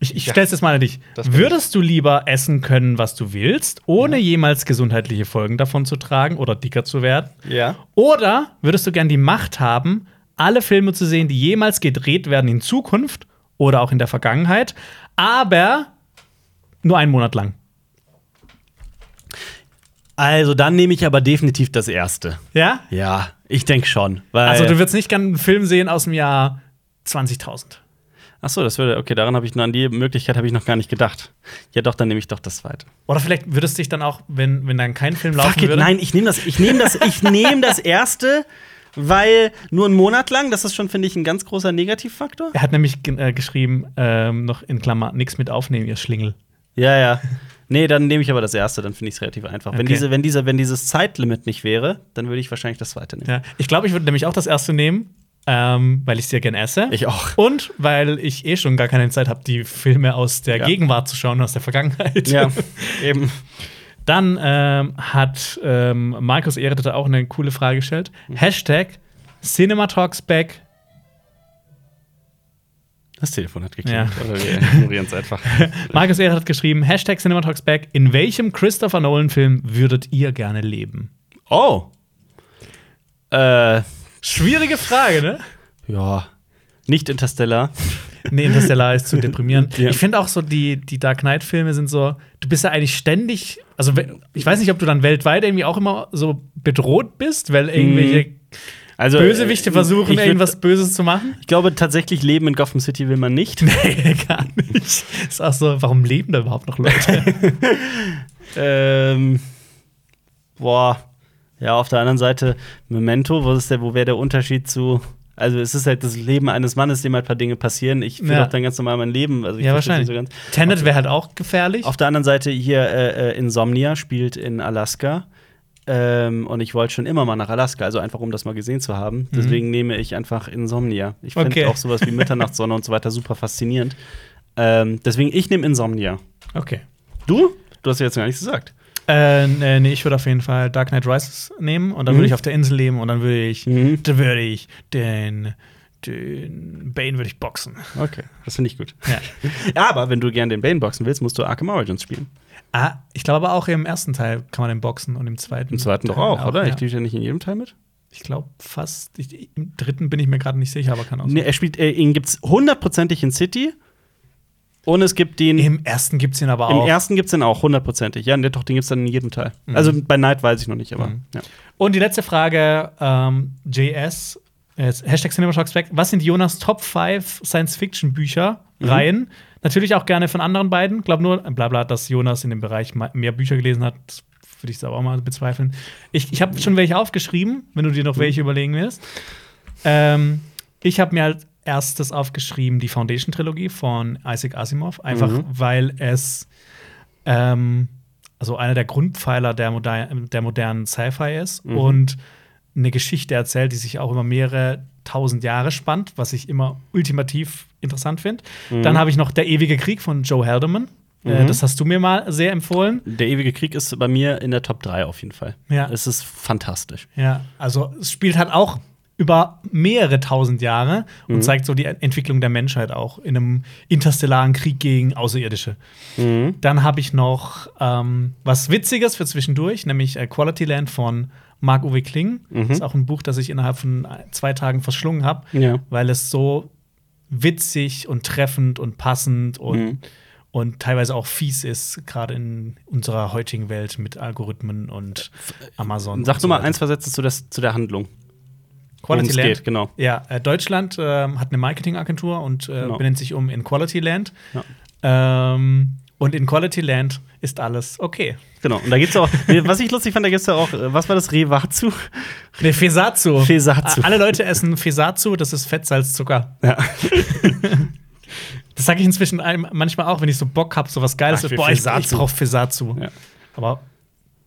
ich, ich Ja. stell's jetzt mal an dich. Das bin Würdest du lieber essen können, was du willst, ohne jemals gesundheitliche Folgen davon zu tragen oder dicker zu werden? Ja. Oder würdest du gern die Macht haben, alle Filme zu sehen, die jemals gedreht werden in Zukunft oder auch in der Vergangenheit, aber nur einen Monat lang? Also dann nehme ich aber definitiv das erste. Ja? Ja, ich denke schon. Weil Also du würdest nicht gern einen Film sehen aus dem Jahr 20.000. Ach so, das würde okay. Daran habe ich an die Möglichkeit habe ich noch gar nicht gedacht. Ja, doch, dann nehme ich doch das zweite. Oder vielleicht würdest du dich dann auch, wenn, wenn dann kein Film laufen Fuck it, würde. nein, ich nehme das. Ich nehme das. ich nehme das erste, weil nur einen Monat lang. Das ist schon finde ich ein ganz großer Negativfaktor. Er hat nämlich ge- äh, geschrieben, ähm, noch in Klammer, nichts mit aufnehmen, ihr Schlingel. Ja, ja. Nee, dann nehme ich aber das erste, dann finde ich es relativ einfach. Wenn, Okay. diese, wenn, dieser, wenn dieses Zeitlimit nicht wäre, dann würde ich wahrscheinlich das zweite nehmen. Ja. Ich glaube, ich würde nämlich auch das erste nehmen, ähm, weil ich es ja gern esse. Ich auch. Und weil ich eh schon gar keine Zeit habe, die Filme aus der Ja. Gegenwart zu schauen, aus der Vergangenheit. eben. Dann ähm, hat ähm, Markus Ehret auch eine coole Frage gestellt. Mhm. Hashtag CinemaTalksBack. Das Telefon hat geklingelt. Ja. Ja. Oder wir ignorieren es einfach. Markus Ehret hat geschrieben, Hashtag CinemaTalksBack, in welchem Christopher Nolan-Film würdet ihr gerne leben? Oh. Äh, Schwierige Frage, ne? ja. Nicht Interstellar. Nee, Interstellar ist zu deprimierend. Ja. Ich finde auch so, die, die Dark Knight-Filme sind so, du bist ja eigentlich ständig, also we- ich weiß nicht, ob du dann weltweit irgendwie auch immer so bedroht bist, weil irgendwelche Also, Bösewichte äh, versuchen, ich würd- irgendwas Böses zu machen. Ich glaube, tatsächlich leben in Gotham City will man nicht. Nee, gar nicht. Ist auch so, warum leben da überhaupt noch Leute? ähm, boah. Ja, auf der anderen Seite, Memento, wo, ist der- wo wäre der Unterschied zu. Also, es ist halt das Leben eines Mannes, dem halt ein paar Dinge passieren. Ich führe Ja. doch dann ganz normal mein Leben. Also, ich ja, versteh's nicht wahrscheinlich. So ganz. Tenet wäre halt auch gefährlich. Auf der anderen Seite hier äh, äh, Insomnia spielt in Alaska. Ähm, und ich wollte schon immer mal nach Alaska, also einfach um das mal gesehen zu haben. Deswegen nehme ich einfach Insomnia. Ich finde Mhm. Okay. auch sowas wie Mitternachtssonne und so weiter super faszinierend. Ähm, deswegen, ich nehme Insomnia. Okay. Du? Du hast ja jetzt gar nichts gesagt. Äh, nee, nee, ich würde auf jeden Fall Dark Knight Rises nehmen und dann Mhm. würde ich auf der Insel leben und dann würde ich, Mhm. dann würde ich den, den Bane würde ich boxen. Okay, das finde ich gut. Ja. Aber wenn du gerne den Bane boxen willst, musst du Arkham Origins spielen. ah, ich glaube aber auch im ersten Teil kann man den boxen und im zweiten. Im zweiten doch Teil auch, oder? Ich Mhm. Ja. spiele ja nicht in jedem Teil mit. Ich glaube fast. Ich, Im dritten bin ich mir gerade nicht sicher, aber kann auch. sein. Nee, er spielt, äh, ihn gibt's hundertprozentig in City. Und es gibt den Im ersten gibt es ihn aber Im auch. ersten gibt es den auch, hundertprozentig. Ja, nee, doch, den gibt es dann in jedem Teil. Also bei Night weiß ich noch nicht, aber Mhm. ja. Und die letzte Frage, ähm, JS, äh, Hashtag CinemaTalksBack. Was sind Jonas Top 5 Science-Fiction-Bücher, Reihen? Natürlich auch gerne von anderen beiden. Glaub nur, äh, bla bla, dass Jonas in dem Bereich ma- mehr Bücher gelesen hat, das würde ich selber auch mal bezweifeln. Ich, ich habe schon welche aufgeschrieben, wenn du dir noch welche überlegen wirst. Ähm, ich habe mir als erstes aufgeschrieben die Foundation-Trilogie von Isaac Asimov, einfach Mhm. weil es ähm, also einer der Grundpfeiler der, moder der modernen Sci-Fi ist Mhm. und eine Geschichte erzählt, die sich auch über mehrere tausend Jahre spannt, was ich immer ultimativ interessant finde. Dann habe ich noch Der ewige Krieg von Joe Haldeman. Äh, Mhm. das hast du mir mal sehr empfohlen. Der ewige Krieg ist bei mir in der Top 3 auf jeden Fall. Ja. Es ist fantastisch. Ja, also es spielt halt auch über mehrere tausend Jahre und Mhm. zeigt so die Entwicklung der Menschheit auch in einem interstellaren Krieg gegen Außerirdische. Mhm. Dann habe ich noch ähm, was Witziges für zwischendurch, nämlich äh, Quality Land von Marc-Uwe Kling. Mhm. Ist auch ein Buch, das ich innerhalb von äh, zwei Tagen verschlungen habe, Ja. weil es so witzig und treffend und passend und, Mhm. und teilweise auch fies ist, gerade in unserer heutigen Welt mit Algorithmen und Amazon. äh, Sag und nur mal weiter. eins, was setzt du das zu der Handlung? Worum Quality es Land. geht, genau. Ja, äh, Deutschland ähm, hat eine Marketingagentur und äh, Genau. benennt sich um in Quality Land. Ja. Ähm, und in Quality Land ist alles okay. Genau. Und da gibt's auch, was ich lustig fand, da gibt's ja auch, äh, was war das? Rewazu? Ne, Fesazu. Fesazu. A- Alle Leute essen Fesazu, das ist Fett, Salz, Zucker. Ja. Das sage ich inzwischen einem- manchmal auch, wenn ich so Bock habe, so was Geiles. Ach, für Boah, ich, ich Fesazu. brauche Fesazu. Ja. Aber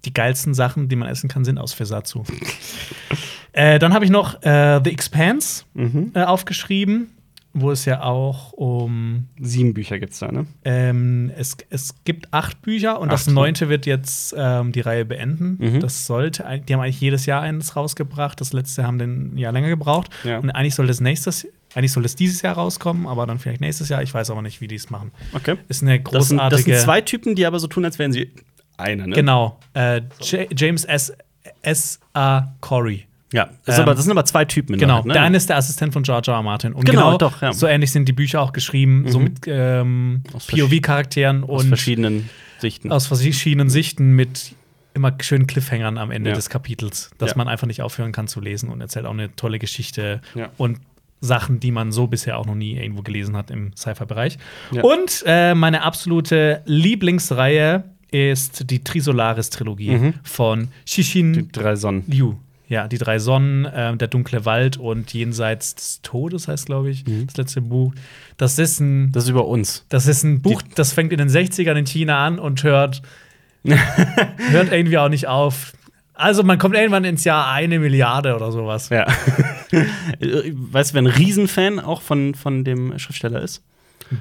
die geilsten Sachen, die man essen kann, sind aus Fesazu. äh, dann habe ich noch äh, The Expanse Mhm. äh, aufgeschrieben, wo es ja auch um Sieben Bücher gibt's da, ne? Ähm, es, es gibt acht Bücher und das Acht. neunte wird jetzt ähm, die Reihe beenden. Mhm. Das sollte, ein- die haben eigentlich jedes Jahr eines rausgebracht. Das letzte haben den ein Jahr länger gebraucht. Ja. Und eigentlich soll das nächstes, eigentlich soll das dieses Jahr rauskommen, aber dann vielleicht nächstes Jahr. Ich weiß aber nicht, wie die es machen. Okay. Ist eine Das sind, großartige. das sind zwei Typen, die aber so tun, als wären sie einer, ne? Genau. Äh, J James S. S. A. Corey. Ja. Das, ist Ähm, aber, das sind aber zwei Typen. in Genau, Wahrheit, ne? der eine ist der Assistent von George R. R. Martin. Und Genau, doch, ja. Mhm. So ähnlich sind die Bücher auch geschrieben, so mit ähm, Aus verschi- POV-Charakteren aus und verschiedenen Sichten. aus verschiedenen Sichten mit immer schönen Cliffhangern am Ende Ja. des Kapitels, dass Ja. man einfach nicht aufhören kann zu lesen und erzählt auch eine tolle Geschichte Ja. und Sachen, die man so bisher auch noch nie irgendwo gelesen hat im Sci-Fi-Bereich. Ja. Und äh, meine absolute Lieblingsreihe ist die Trisolaris-Trilogie Mhm. von Shishin die drei Sonnen. Liu. Ja, die drei Sonnen, ähm, der dunkle Wald und Jenseits des Todes heißt, glaube ich, Mhm. das letzte Buch. Das ist ein Das ist über uns. das ist ein Buch, das fängt in den 60ern in China an und hört, hört irgendwie auch nicht auf. Also man kommt irgendwann ins Jahr eine Milliarde oder sowas. Ja. weißt du, wer ein Riesenfan auch von, von dem Schriftsteller ist?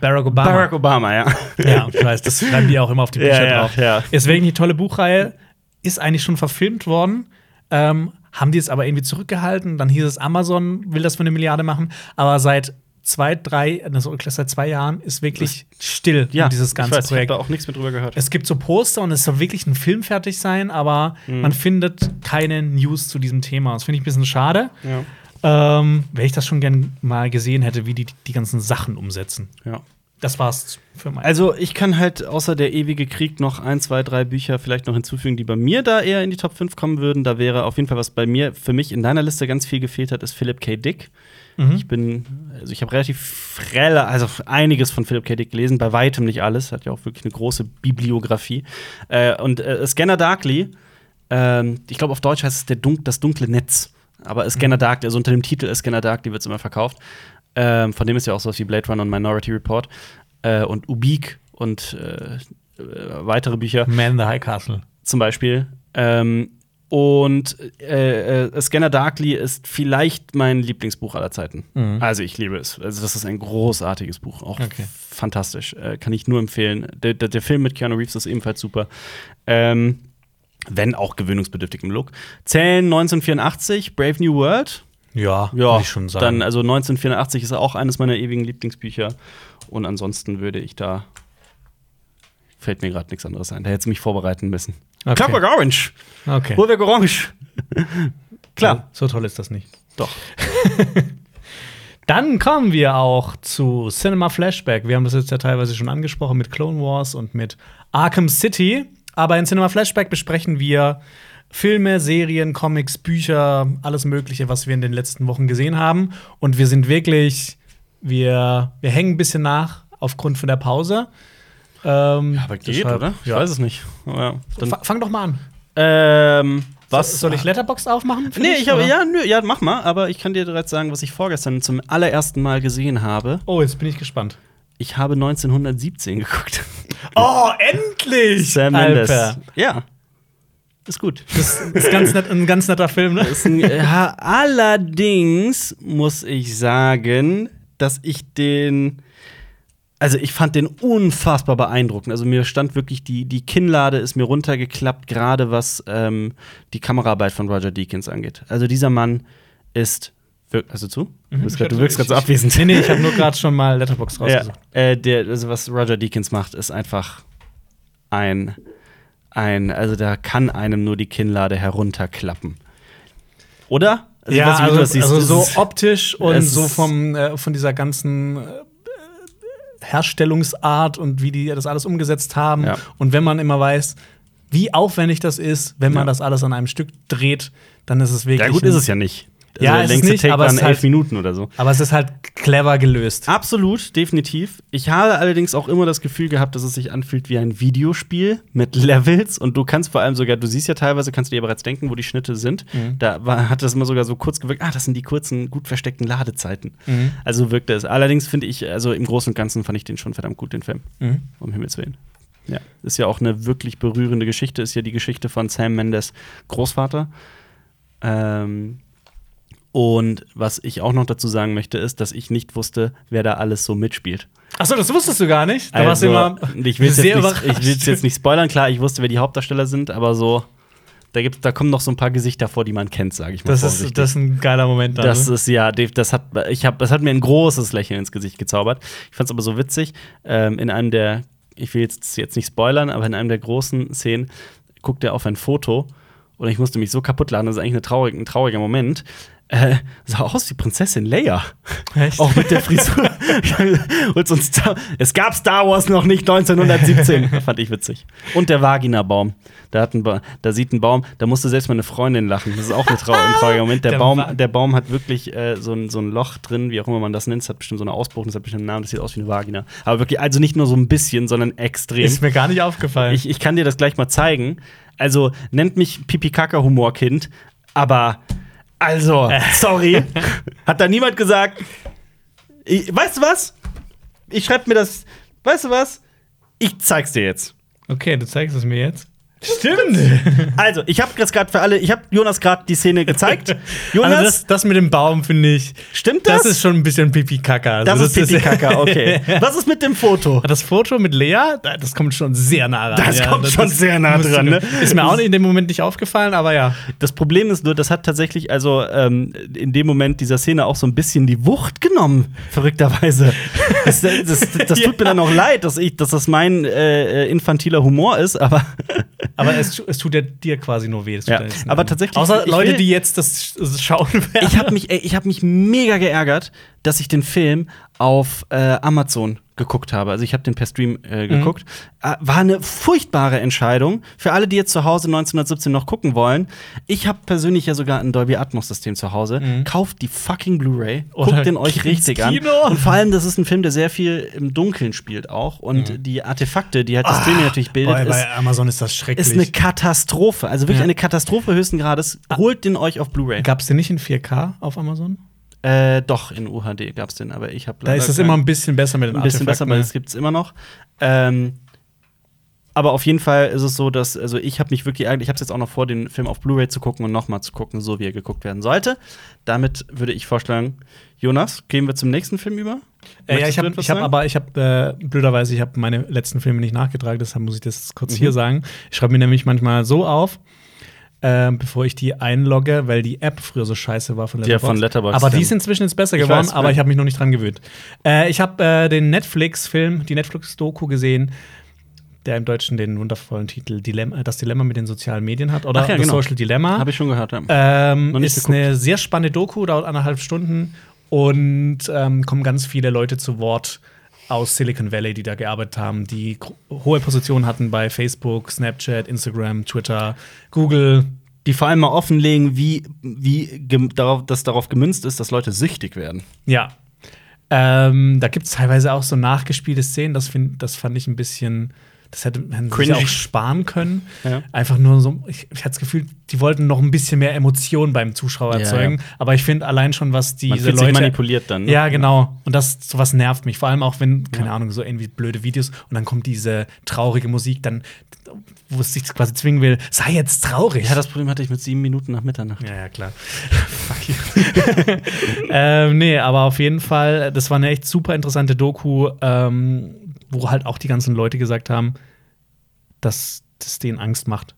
Barack Obama. Barack Obama, ja. Ja, ich weiß, das schreiben die auch immer auf die Bücher Ja, ja, drauf. ja. Deswegen die tolle Buchreihe ist eigentlich schon verfilmt worden. Ähm, haben die es aber irgendwie zurückgehalten. Dann hieß es, Amazon will das für eine Milliarde machen. Aber seit zwei, drei, also seit zwei Jahren ist wirklich still um dieses ganze ich weiß, Projekt. Ich hab da auch nichts mehr drüber gehört. Es gibt so Poster und es soll wirklich ein Film fertig sein, aber Mhm. man findet keine News zu diesem Thema. Das finde ich ein bisschen schade. ja. Ähm, Wäre ich das schon gern mal gesehen hätte, wie die die ganzen Sachen umsetzen. ja. Das war's für mein. Also ich kann halt außer der ewige Krieg noch ein, zwei, drei Bücher vielleicht noch hinzufügen, die bei mir da eher in die Top 5 kommen würden. Da wäre auf jeden Fall, was bei mir für mich in deiner Liste ganz viel gefehlt hat, ist Philip K. Dick. Ich bin, also ich habe relativ frelle, also einiges von Philip K. Dick gelesen, bei weitem nicht alles, hat ja auch wirklich eine große Bibliografie. Äh, und äh, Scanner Darkly, ähm, ich glaube auf Deutsch heißt es der Dun das dunkle Netz. Aber Scanner Darkly, also unter dem Titel Scanner Darkly wird es immer verkauft. Ähm, von dem ist ja auch sowas wie Blade Runner und Minority Report äh, und Ubik und äh, äh, weitere Bücher Man in the High Castle. zum Beispiel. Ähm, und äh, äh, Scanner Darkly ist vielleicht mein Lieblingsbuch aller Zeiten. Also ich liebe es. Also das ist ein großartiges Buch, auch Okay. fantastisch. Äh, kann ich nur empfehlen. Der, der, der Film mit Keanu Reeves ist ebenfalls super. Ähm, wenn auch gewöhnungsbedürftig im Look. Zählen 1984, Brave New World. Ja, Ja, würde ich schon sagen. dann also 1984 ist auch eines meiner ewigen Lieblingsbücher. Und ansonsten würde ich da fällt mir gerade nichts anderes ein. Da hätte ich mich vorbereiten müssen. Okay. Clockwork Orange. okay. Uhrwerk Orange. Klar. So toll ist das nicht. Doch. Dann kommen wir auch zu Cinema Flashback. Wir haben das jetzt ja teilweise schon angesprochen mit Clone Wars und mit Arkham City. Aber in Cinema Flashback besprechen wir Filme, Serien, Comics, Bücher, alles Mögliche, was wir in den letzten Wochen gesehen haben. Und wir sind wirklich, wir, wir hängen ein bisschen nach aufgrund von der Pause. Ähm, Aber geht, deshalb- oder? Ich Ja. weiß es nicht. Ja, dann, Fa- Fang doch mal an. ähm, was Soll ich Letterboxd aufmachen? für Nee, dich, ich habe oder? ja, nö, ja, mach mal, aber ich kann dir bereits sagen, was ich vorgestern zum allerersten Mal gesehen habe. Oh, jetzt bin ich gespannt. Ich habe 1917 geguckt. Oh, endlich! Sam Mendes. Alper. Ja. Ist gut. Das ist ganz nett, ein ganz netter Film, ne? Ist ein, ja, Äh, allerdings muss ich sagen, dass ich den. Also ich fand den unfassbar beeindruckend. Also mir stand wirklich die, die Kinnlade ist mir runtergeklappt, gerade was ähm, die Kameraarbeit von Roger Deakins angeht. Also dieser Mann ist. wir- Also zu? Du, bist grad, du wirkst gerade so abwesend. Nee, nee, Mhm. ich habe nur gerade schon mal Letterbox Ja, rausgesucht. äh, der, also was Roger Deakins macht, ist einfach ein, ein, also da kann einem nur die Kinnlade herunterklappen. Oder? Also, ich Ja, weiß nicht, wie also, du das siehst. also Das so ist- optisch und es ist- so vom, äh, von dieser ganzen äh, Herstellungsart und wie die das alles umgesetzt haben. Ja. Und wenn man immer weiß, wie aufwendig das ist, wenn man Ja. das alles an einem Stück dreht, dann ist es wirklich. ja, gut ein- ist es ja nicht. Also Ja, der ist es längste nicht, Take aber es waren ist elf halt- Minuten oder so. Aber es ist halt clever gelöst. Absolut, definitiv. Ich habe allerdings auch immer das Gefühl gehabt, dass es sich anfühlt wie ein Videospiel mit Levels und du kannst vor allem sogar, du siehst ja teilweise, kannst du dir bereits denken, wo die Schnitte sind. Mhm. Da war, hat das immer sogar so kurz gewirkt, ah, das sind die kurzen, gut versteckten Ladezeiten. Mhm. Also wirkte es. Allerdings finde ich, also im Großen und Ganzen fand ich den schon verdammt gut, den Film. Um Himmels Willen. Ja, ist ja auch eine wirklich berührende Geschichte, ist ja die Geschichte von Sam Mendes Großvater. Ähm, und was ich auch noch dazu sagen möchte, ist, dass ich nicht wusste, wer da alles so mitspielt. Achso, das wusstest du gar nicht. Da warst du immer Also, ich will sehr jetzt, nicht- überrascht. ich will's jetzt nicht spoilern, klar, ich wusste, wer die Hauptdarsteller sind, aber so, da, gibt, da kommen noch so ein paar Gesichter vor, die man kennt, sage ich mal. das vorsichtig. ist, das ist ein geiler Moment dann. Das ne? ist ja, Dave, das hat, ich hab, das hat mir ein großes Lächeln ins Gesicht gezaubert. Ich fand es aber so witzig. Ähm, in einem der, ich will jetzt, jetzt nicht spoilern, aber in einem der großen Szenen guckt er auf ein Foto und ich musste mich so kaputt laden, das ist eigentlich eine traurig, ein trauriger Moment. Äh, sah aus wie Prinzessin Leia. Echt? Auch mit der Frisur. und sonst, es gab Star Wars noch nicht 1917. Fand ich witzig. Und der Vagina-Baum. Da, hat ein Ba- da sieht ein Baum, da musste selbst meine Freundin lachen. Das ist auch eine trau ein trauriger Moment. Der, Der Baum, Va- der Baum hat wirklich äh, so, ein, so ein Loch drin, wie auch immer man das nennt. Es hat bestimmt so eine Ausbruch, das hat bestimmt einen Namen, das sieht aus wie eine Vagina. Aber wirklich, also nicht nur so ein bisschen, sondern extrem. ist mir gar nicht aufgefallen. Ich, ich kann dir das gleich mal zeigen. Also, nennt mich Pipi-Kaka-Humorkind, aber also, Äh. sorry. hat da niemand gesagt, ich, weißt du was? Ich schreib mir das, weißt du was? Ich zeig's dir jetzt. okay, du zeigst es mir jetzt. Stimmt! Also, ich habe das gerade für alle, ich habe Jonas gerade die Szene gezeigt. Jonas, also das, das mit dem Baum finde ich. stimmt das? Das ist schon ein bisschen Pipi-Kaka. Also das ist Pipi-Kaka, okay. Was ist mit dem Foto? Das Foto mit Lea, da- das kommt schon sehr nah ran. Das kommt schon sehr nah musst du- dran, ne? Ist mir auch in dem Moment nicht aufgefallen, aber ja. Das Problem ist nur, das hat tatsächlich also ähm, in dem Moment dieser Szene auch so ein bisschen die Wucht genommen, verrückterweise. Das, das, das, das tut mir dann auch leid, dass, ich, dass das mein äh, infantiler Humor ist, aber Aber es, tu- es tut ja dir quasi nur weh. es tut Ja, ja nichts aber anderem. tatsächlich- Außer ich Leute, will- die jetzt das sch- schauen werden. ich habe mich, ey, ich hab mich mega geärgert, dass ich den Film auf äh, Amazon geguckt habe. Also ich habe den per Stream Mhm. äh, geguckt. Äh, war eine furchtbare Entscheidung für alle, die jetzt zu Hause 1917 noch gucken wollen. Ich habe persönlich ja sogar ein Dolby Atmos System zu Hause. Kauft die fucking Blu-ray, Mhm. Oder guckt den geht euch ins richtig an. Kino. Und vor allem, das ist ein Film, der sehr viel im Dunkeln spielt auch und die Artefakte, die halt das Streaming natürlich bildet, Mhm. Ah, Boah, ist bei Amazon ist das schrecklich. ist eine Katastrophe, also wirklich Ja. Ah. eine Katastrophe höchsten Grades. Holt den euch auf Blu-ray. Gab's den nicht in 4K auf Amazon? Äh, doch, in UHD gab's den, aber ich habe Da ist es immer ein bisschen besser mit den ein bisschen besser, Artefakten. aber es gibt's immer noch. Ähm, aber auf jeden Fall ist es so, dass, also ich habe mich wirklich eigentlich, ich habe jetzt auch noch vor, den Film auf Blu-ray zu gucken und nochmal zu gucken, so wie er geguckt werden sollte. Damit würde ich vorschlagen, Jonas, gehen wir zum nächsten Film über? Äh, ja, Möchtest ich du habe etwas ich hab sagen? aber, ich habe, äh, blöderweise, ich habe meine letzten Filme nicht nachgetragen, deshalb muss ich das Mhm. kurz hier sagen. Ich schreibe mir nämlich manchmal so auf, ähm, bevor ich die einlogge, weil die App früher so scheiße war von Ja, Letterboxd. von Letterboxd, Aber die ist ja. inzwischen jetzt besser Ich geworden, weiß, aber ja. ich habe mich noch nicht dran gewöhnt. Äh, ich habe äh, den Netflix-Film, die Netflix-Doku gesehen, der im Deutschen den wundervollen Titel Dilemma, äh, Das Dilemma mit den sozialen Medien hat oder Ach ja, das genau. Social Dilemma. Habe ich schon gehört, ja. Ähm, Noch nicht ist geguckt. eine sehr spannende Doku, dauert anderthalb Stunden und ähm, kommen ganz viele Leute zu Wort aus Silicon Valley, die da gearbeitet haben, die gro- hohe Positionen hatten bei Facebook, Snapchat, Instagram, Twitter, Google. Die vor allem mal offenlegen, wie, wie gem- darauf, dass darauf gemünzt ist, dass Leute süchtig werden. Ja. Ähm, da gibt es teilweise auch so nachgespielte Szenen, das, find, das fand ich ein bisschen. Das hätte man sich Cringy. auch sparen können. Ja. Einfach nur so, ich, ich hatte das Gefühl, die wollten noch ein bisschen mehr Emotion beim Zuschauer Ja, erzeugen. ja. Aber ich finde allein schon, was diese Man fühlt sich Leute manipuliert dann. ne? Ja, genau. Und das sowas nervt mich. Vor allem auch, wenn, keine Ahnung, so irgendwie blöde Videos und dann kommt diese traurige Musik, dann, wo es sich quasi zwingen will, sei jetzt traurig. ja, das Problem hatte ich mit sieben Minuten nach Mitternacht. ja, ja, klar. Fuck you. ähm, nee, aber auf jeden Fall, das war eine echt super interessante Doku, ähm, wo halt auch die ganzen Leute gesagt haben, dass das denen Angst macht.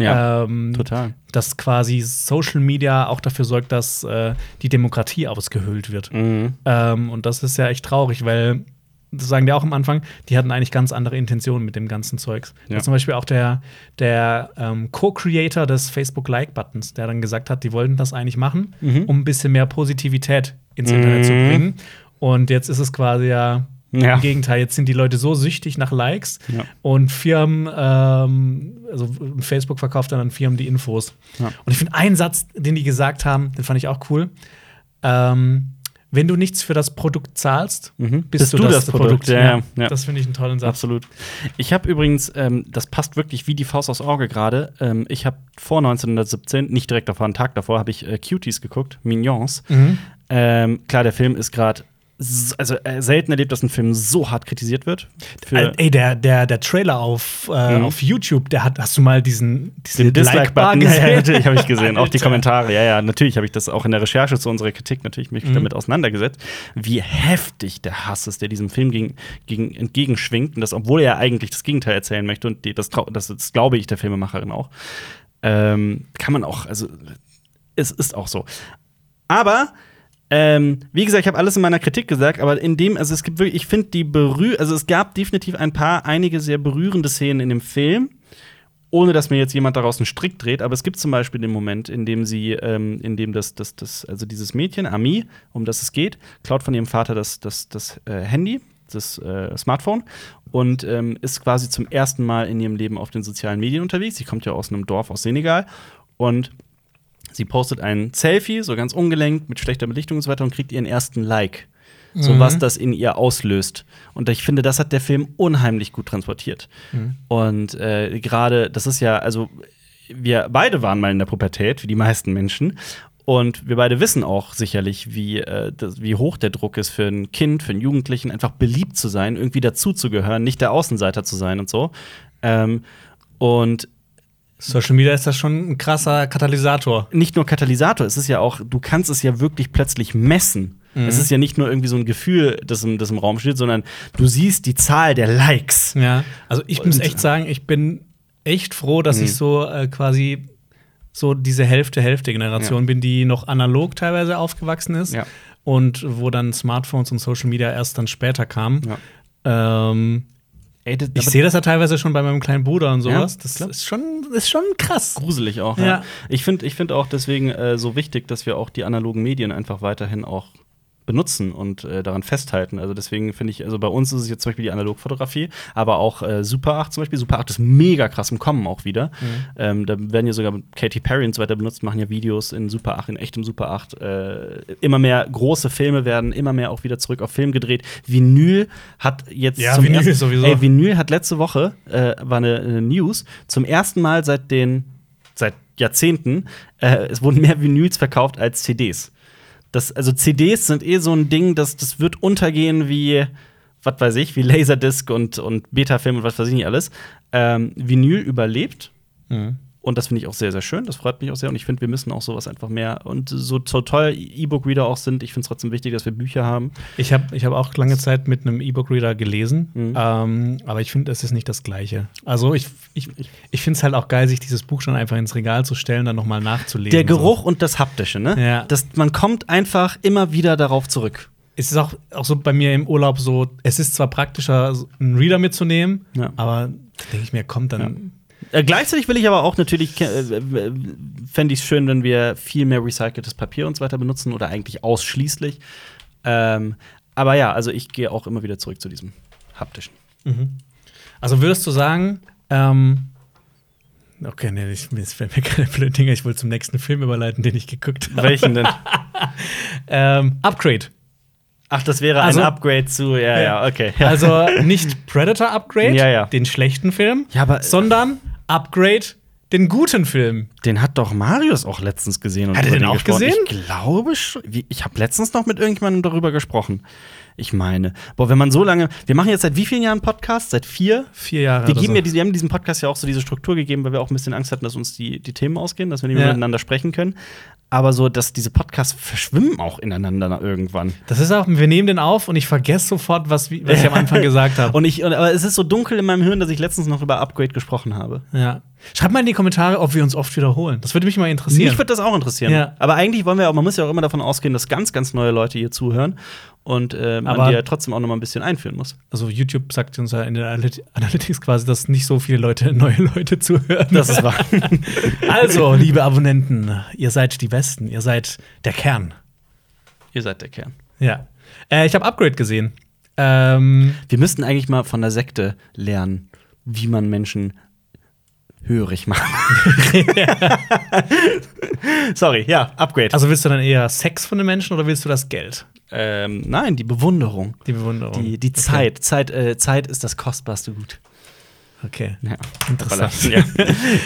ähm, total. Dass quasi Social Media auch dafür sorgt, dass äh, die Demokratie ausgehöhlt wird. Ähm, und das ist ja echt traurig, weil, das sagen die auch am Anfang, die hatten eigentlich ganz andere Intentionen mit dem ganzen Zeugs. Ja. Da Zum Beispiel auch der, der ähm, Co-Creator des Facebook-Like-Buttons, der dann gesagt hat, die wollten das eigentlich machen, Hm? um ein bisschen mehr Positivität ins Internet zu bringen. Und jetzt ist es quasi ja Ja. Im Gegenteil, jetzt sind die Leute so süchtig nach Likes Ja. und Firmen, ähm, also Facebook verkauft dann an Firmen die Infos. Ja. Und ich finde einen Satz, den die gesagt haben, den fand ich auch cool. Ähm, wenn du nichts für das Produkt zahlst, Mhm. bist, du, das, Produkt. Ja, ja. Das finde ich einen tollen Satz. Absolut. Ich habe übrigens, ähm, das passt wirklich wie die Faust aufs Auge gerade. Ähm, ich habe vor 1917, nicht direkt davor, einen Tag davor, habe ich äh, Cuties geguckt, Mignons. Mhm. Ähm, klar, der Film ist gerade, s- also äh, selten erlebt, dass ein Film so hart kritisiert wird. Für Al- Ey, der, der, der Trailer auf, äh, Mhm. auf YouTube, der hat, hast du mal diesen, diesen den Like-Bar Dislike-Button. Ja, ja, natürlich habe ich gesehen. Auch die Alter. Kommentare. Ja, ja, natürlich habe ich das auch in der Recherche zu unserer Kritik natürlich mich damit auseinandergesetzt, wie heftig der Hass ist, der diesem Film gegen, gegen, entgegenschwingt. Und das, obwohl er eigentlich das Gegenteil erzählen möchte. Und die, das, trau- das, das glaube ich der Filmemacherin auch. Ähm, kann man auch, also es ist auch so. Aber ähm, wie gesagt, ich habe alles in meiner Kritik gesagt, aber in dem, also es gibt wirklich, ich finde die berühr, also es gab definitiv ein paar, einige sehr berührende Szenen in dem Film, ohne dass mir jetzt jemand daraus einen Strick dreht, aber es gibt zum Beispiel den Moment, in dem sie, ähm, in dem das, das, das, also dieses Mädchen, Ami, um das es geht, klaut von ihrem Vater das, das, das äh, Handy, das äh, Smartphone und ähm, ist quasi zum ersten Mal in ihrem Leben auf den sozialen Medien unterwegs. Sie kommt ja aus einem Dorf aus Senegal und Sie postet ein Selfie, so ganz ungelenkt, mit schlechter Belichtung und so weiter und kriegt ihren ersten Like. So was das in ihr auslöst. Und ich finde, das hat der Film unheimlich gut transportiert. Und äh, gerade, das ist ja, also wir beide waren mal in der Pubertät, wie die meisten Menschen. Und wir beide wissen auch sicherlich, wie, äh, das, wie hoch der Druck ist für ein Kind, für einen Jugendlichen, einfach beliebt zu sein, irgendwie dazuzugehören, nicht der Außenseiter zu sein und so. Ähm, und Social Media ist das schon ein krasser Katalysator. nicht nur Katalysator, es ist ja auch, du kannst es ja wirklich plötzlich messen. Es ist ja nicht nur irgendwie so ein Gefühl, das im, das im Raum steht, sondern du siehst die Zahl der Likes. Ja. Also ich muss äh, echt sagen, ich bin echt froh, dass Mhm. ich so äh, quasi so diese Hälfte-Hälfte-Generation bin, die noch analog teilweise aufgewachsen ist Ja. und wo dann Smartphones und Social Media erst dann später kamen. Ähm, Ey, das, ich sehe das ja teilweise schon bei meinem kleinen Bruder und sowas. Ja, das klar. ist schon, ist schon krass. gruselig auch. Ja. Ja. Ich finde ich find auch deswegen äh, so wichtig, dass wir auch die analogen Medien einfach weiterhin auch benutzen und äh, daran festhalten. Also deswegen finde ich, also bei uns ist es jetzt zum Beispiel die Analogfotografie, aber auch äh, Super 8 zum Beispiel. Super 8 ist mega krass im Kommen auch wieder. Ähm, da werden ja sogar Katy Perry und so weiter benutzt, machen ja Videos in Super 8, in echtem Super 8. Äh, immer mehr große Filme werden immer mehr auch wieder zurück auf Film gedreht. Vinyl hat jetzt Ja, Vinyl ersten- sowieso. Ey, Vinyl hat letzte Woche, äh, war eine, eine News, zum ersten Mal seit den, seit Jahrzehnten, äh, es wurden mehr Vinyls verkauft als CDs. Das, also CDs sind eh so ein Ding, das, das wird untergehen wie, was weiß ich, wie Laserdisc und, und Betafilm und was weiß ich nicht alles. Ähm, Vinyl überlebt. Mhm. Und das finde ich auch sehr, sehr schön. Das freut mich auch sehr. Und ich finde, wir müssen auch sowas einfach mehr. Und so, so toll E-Book-Reader auch sind, ich finde es trotzdem wichtig, dass wir Bücher haben. Ich habe ich hab auch lange Zeit mit einem E-Book-Reader gelesen, Mhm. ähm, aber ich finde, es ist nicht das Gleiche. Also ich, ich, ich finde es halt auch geil, sich dieses Buch schon einfach ins Regal zu stellen, dann nochmal nachzulesen. Der Geruch und das Haptische, ne? Ja. Das, man kommt einfach immer wieder darauf So. zurück. Es ist auch, auch so bei mir im Urlaub so, es ist zwar praktischer, so einen Reader mitzunehmen, Ja. aber denke ich mir, kommt dann. Äh, gleichzeitig will ich aber auch natürlich, äh, fände ich es schön, wenn wir viel mehr recyceltes Papier und so weiter benutzen oder eigentlich ausschließlich. Ähm, aber ja, also ich gehe auch immer wieder zurück zu diesem haptischen. Also würdest du sagen, ähm, okay, nee, ich, mir fällt mir keine blöden Dinger, ich wollte zum nächsten Film überleiten, den ich geguckt habe. Welchen denn? Ähm, Upgrade. Ach, das wäre Also- ein Upgrade zu, ja, ja, okay. Ja. Also nicht Predator Upgrade, Ja, ja. den schlechten Film, Ja, aber- sondern Upgrade, den guten Film. Den hat doch Marius auch letztens gesehen. Und Hat er über den auch gesprochen. gesehen? Ich glaube schon. Wie- Ich habe letztens noch mit irgendjemandem darüber gesprochen. Ich meine, boah, wenn man so lange. Wir machen jetzt seit wie vielen Jahren Podcast? Seit vier? Vier Jahre. Wir, oder geben so. ja diese, wir haben diesem Podcast ja auch so diese Struktur gegeben, weil wir auch ein bisschen Angst hatten, dass uns die, die Themen ausgehen, dass wir nicht mehr Ja. miteinander sprechen können. Aber so, dass diese Podcasts verschwimmen auch ineinander irgendwann. das ist auch, wir nehmen den auf und ich vergesse sofort, was, wie- was ich am Anfang gesagt habe. Und ich, und, aber es ist so dunkel in meinem Hirn, dass ich letztens noch über Upgrade gesprochen habe. Ja. Schreibt mal in die Kommentare, ob wir uns oft wiederholen. Das würde mich mal interessieren. Mich würde das auch interessieren. Ja. Aber eigentlich wollen wir auch, man muss ja auch immer davon ausgehen, dass ganz, ganz neue Leute hier zuhören und äh, man Aber- die ja trotzdem auch noch mal ein bisschen einführen muss. also YouTube sagt uns ja in den Analyt- Analytics quasi, dass nicht so viele Leute, neue Leute zuhören. Das ist wahr. also, liebe Abonnenten, ihr seid die Besten, ihr seid der Kern. Ihr seid der Kern. Ja. Äh, ich habe Upgrade gesehen. Ähm, Wir müssten eigentlich mal von der Sekte lernen, wie man Menschen hörig macht. Sorry, ja, Upgrade. also willst du dann eher Sex von den Menschen oder willst du das Geld? ähm, nein, die Bewunderung. Die Bewunderung. Die, die Zeit. Zeit, äh, Zeit ist das kostbarste Gut. Okay. okay. Ja. Interessant. Ja.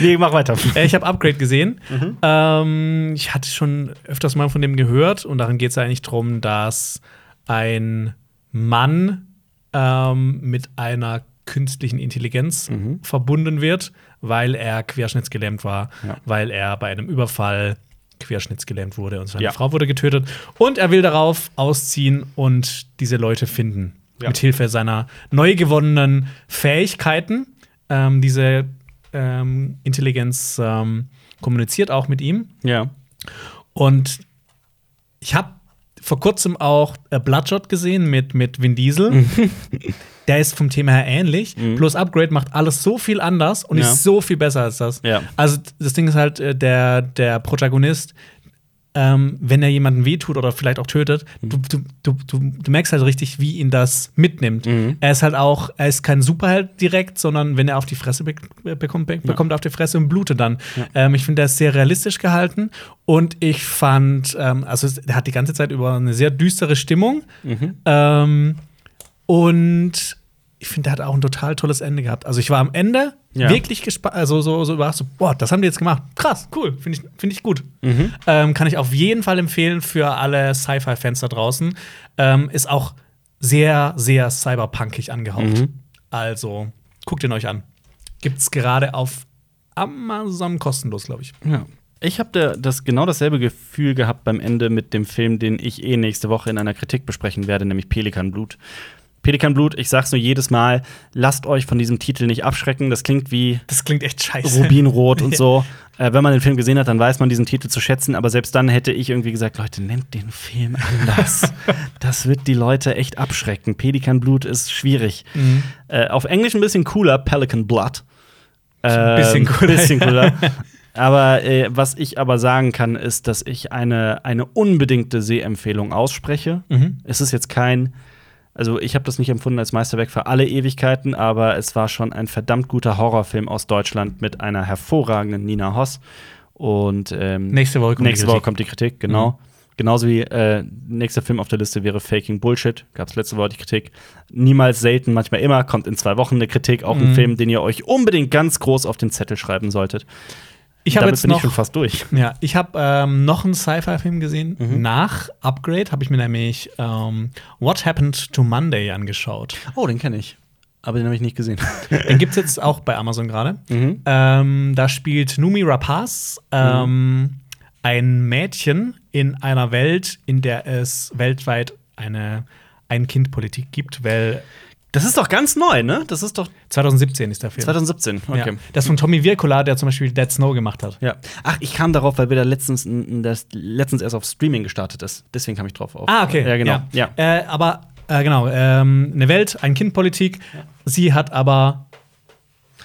nee, mach weiter. Äh, Ich habe Upgrade gesehen. Mhm. Ähm, ich hatte schon öfters mal von dem gehört und darin geht es eigentlich darum, dass ein Mann ähm, mit einer künstlichen Intelligenz Mhm. verbunden wird, weil er querschnittsgelähmt war, Ja. weil er bei einem Überfall querschnittsgelähmt wurde und seine Ja. Frau wurde getötet. Und er will darauf ausziehen und diese Leute finden. Ja. Mit Hilfe seiner neu gewonnenen Fähigkeiten. Ähm, diese ähm, Intelligenz ähm, kommuniziert auch mit ihm. Ja. Und ich habe vor kurzem auch äh, Bloodshot gesehen mit, mit Vin Diesel. Der ist vom Thema her ähnlich. Plus Upgrade macht alles so viel anders und Ja. ist so viel besser als das. Ja. Also das Ding ist halt, äh, der, der Protagonist, ähm, wenn er jemanden wehtut oder vielleicht auch tötet, du, du, du, du, du merkst halt richtig, wie ihn das mitnimmt. Er ist halt auch, er ist kein Superheld direkt, sondern wenn er auf die Fresse bek- bekommt, be bekommt er auf die Fresse und blutet dann. Ähm, ich finde, er ist sehr realistisch gehalten und ich fand, ähm, also es- er hat die ganze Zeit über eine sehr düstere Stimmung. Ähm, und ich finde, der hat auch ein total tolles Ende gehabt. Also ich war am Ende Ja. wirklich gespannt, also so, so überrascht, so, boah, das haben die jetzt gemacht. Krass, cool, finde ich, find ich gut. Mhm. Ähm, kann ich auf jeden Fall empfehlen für alle Sci-Fi-Fans da draußen. Ähm, ist auch sehr, sehr cyberpunkig angehaucht. Mhm. Also guckt ihn euch an. Gibt's gerade auf Amazon kostenlos, glaube ich. Ja. Ich habe da das genau dasselbe Gefühl gehabt beim Ende mit dem Film, den ich eh nächste Woche in einer Kritik besprechen werde, nämlich Pelikanblut. Pelikanblut, ich sag's nur jedes Mal, lasst euch von diesem Titel nicht abschrecken. Das klingt wie Das klingt echt scheiße. Rubinrot und so. Äh, wenn man den Film gesehen hat, dann weiß man diesen Titel zu schätzen, aber selbst dann hätte ich irgendwie gesagt, Leute, nennt den Film anders. das wird die Leute echt abschrecken. Pelikanblut ist schwierig. Mhm. Äh, auf Englisch ein bisschen cooler, Pelican Blood. Äh, bisschen cooler, Bisschen cooler. aber äh, was ich aber sagen kann, ist, dass ich eine, eine unbedingte Sehempfehlung ausspreche. Mhm. Es ist jetzt kein also ich habe das nicht empfunden als Meisterwerk für alle Ewigkeiten, aber es war schon ein verdammt guter Horrorfilm aus Deutschland mit einer hervorragenden Nina Hoss. Und ähm, Nächste Woche kommt die nächste Kritik. Woche kommt die Kritik, genau. Genauso wie äh, nächster Film auf der Liste wäre Faking Bullshit. Gab es letzte Woche die Kritik. Niemals selten, manchmal immer, kommt in zwei Wochen eine Kritik. Auch ein Film, den ihr euch unbedingt ganz groß auf den Zettel schreiben solltet. Ich habe Damit jetzt bin ich noch schon fast durch. Ja, ich habe ähm, noch einen Sci-Fi-Film gesehen. Nach Upgrade habe ich mir nämlich ähm, What Happened to Monday angeschaut. Oh, den kenne ich. Aber den habe ich nicht gesehen. Den gibt's jetzt auch bei Amazon gerade. Ähm, da spielt Numi Rapaz ähm, ein Mädchen in einer Welt, in der es weltweit eine Ein-Kind-Politik gibt, weil Das ist doch ganz neu, ne? Das ist doch 2017 ist der Film. 2017. Okay. Ja. Das von Tommy Wirkola, der zum Beispiel Dead Snow gemacht hat. Ja. Ach, ich kam darauf, weil wir da letztens, n- n- das letztens erst auf Streaming gestartet ist. Deswegen kam ich drauf auf. Ah, okay. Ja, genau. Ja. Äh, aber äh, genau, ähm, eine Welt, ein Kind Politik. Sie hat aber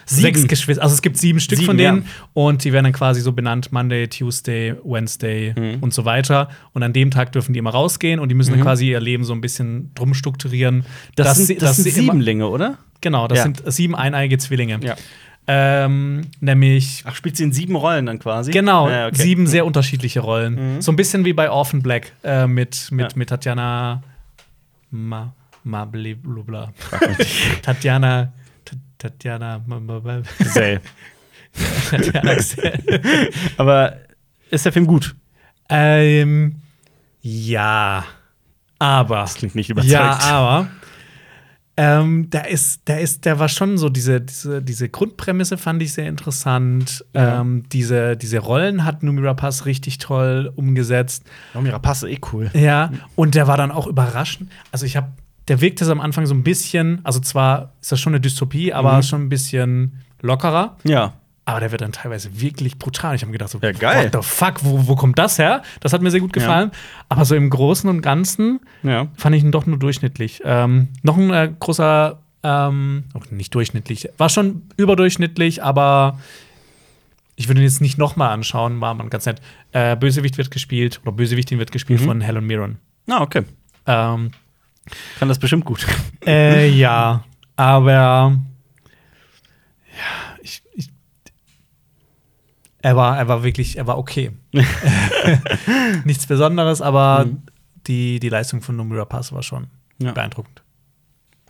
sechs Geschwister. Also es gibt sieben Stück Sieben, von denen ja. und die werden dann quasi so benannt: Monday, Tuesday, Wednesday Mhm. und so weiter. Und an dem Tag dürfen die immer rausgehen und die müssen dann quasi ihr Leben so ein bisschen drum strukturieren. Das, dass sie- sind, das dass sind sie immer- Siebenlinge, oder? Genau, das Ja. sind sieben eineige Zwillinge. Ja. Ähm, nämlich Ach, spielt sie in sieben Rollen dann quasi? Ah, Genau, Ja, okay. Mhm. sieben sehr unterschiedliche Rollen. So ein bisschen wie bei Orphan Black äh, mit, mit, Ja. mit Tatjana Ma, Mableblubla. Tatjana. Ta- Tatjana. Ma- Ma- Ma- Gesell. Tatjana Xell. Aber ist der Film gut? ähm, ja. Aber. Das klingt nicht Ja, überzeugend. aber. Ähm, da ist, da ist, da war schon so diese, diese, diese Grundprämisse fand ich sehr interessant. Ja. Ähm, diese, diese Rollen hat Numira Pass richtig toll umgesetzt. Romy Rapace ist eh cool. Ja, und der war dann auch überraschend. Also ich habe, der wirkte so am Anfang so ein bisschen, also zwar ist das schon eine Dystopie, aber Mhm. schon ein bisschen lockerer. Ja. Aber der wird dann teilweise wirklich brutal. Ich habe gedacht, so, Ja, geil. what the fuck, wo, wo kommt das her? Das hat mir sehr gut gefallen. Aber so im Großen und Ganzen Ja. fand ich ihn doch nur durchschnittlich. Ähm, noch ein äh, großer, ähm, oh, nicht durchschnittlich, war schon überdurchschnittlich, aber ich würde ihn jetzt nicht nochmal anschauen, war man ganz nett. Mhm. Äh, Bösewicht wird gespielt, oder Bösewichtin wird gespielt von Helen Mirren. Na, okay. Ähm, Ah, Kann das bestimmt gut. Äh, ja, aber ja, ich, ich, er war, er war wirklich, er war okay. Nichts Besonderes, aber die, die Leistung von Nomura Pass war schon Mhm. Ja. beeindruckend.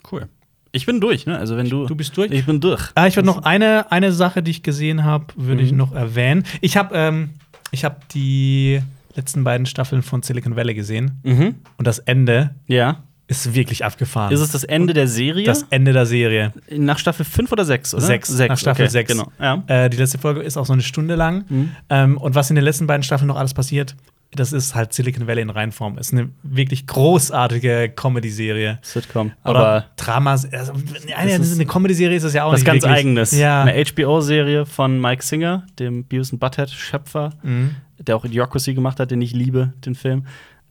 Cool. Ich bin durch, ne? Also wenn du. Du bist durch? Ich bin durch. Ah, ich würde noch eine, eine Sache, die ich gesehen habe, würde Mhm. ich noch erwähnen. Ich habe ähm, ich hab die letzten beiden Staffeln von Silicon Valley gesehen Mhm. und das Ende Ja. ist wirklich abgefahren. Ist es das Ende der Serie? Mhm. das Ende der Serie. nach Staffel 5 oder 6, oder? Sechs. Nach Staffel okay. sechs. Genau. Ja. Mhm. Äh, die letzte Folge ist auch so eine Stunde lang. Ähm, und was in den letzten beiden Staffeln noch alles passiert, das ist halt Silicon Valley in Reinform. Ist eine wirklich großartige Comedy-Serie. Sitcom. Oder Aber Dramas. Also, eine, ist- eine Comedy-Serie ist es ja auch was nicht. ganz wirklich. Eigenes. Ja. Eine HBO-Serie von Mike Singer, dem Beavis and Butthead-Schöpfer, Mhm. der auch Idiocracy gemacht hat, den ich liebe, den Film.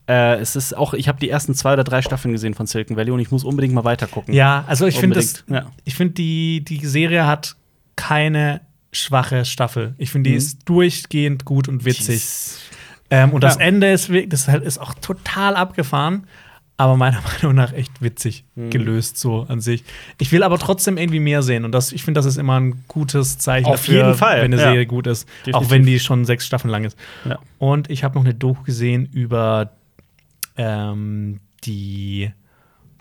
Äh, es ist auch, ich habe die ersten zwei oder drei Staffeln gesehen von Silicon Valley und ich muss unbedingt mal weitergucken. Ja, also ich finde, das- Unbedingt, ja. ich finde die, die Serie hat keine schwache Staffel. Ich finde, die ist durchgehend gut und witzig. Mhm. Jeez. Ähm, und das Ja. Ende ist, wirklich- das halt ist auch total abgefahren, aber meiner Meinung nach echt witzig Hm. gelöst so an sich. Ich will aber trotzdem irgendwie mehr sehen und das, ich finde, das ist immer ein gutes Zeichen Auf jeden Fall, wenn eine ja. Serie gut ist, auch Definitiv. wenn die schon sechs Staffeln lang ist. Ja. Und ich habe noch eine Doku gesehen über ähm, die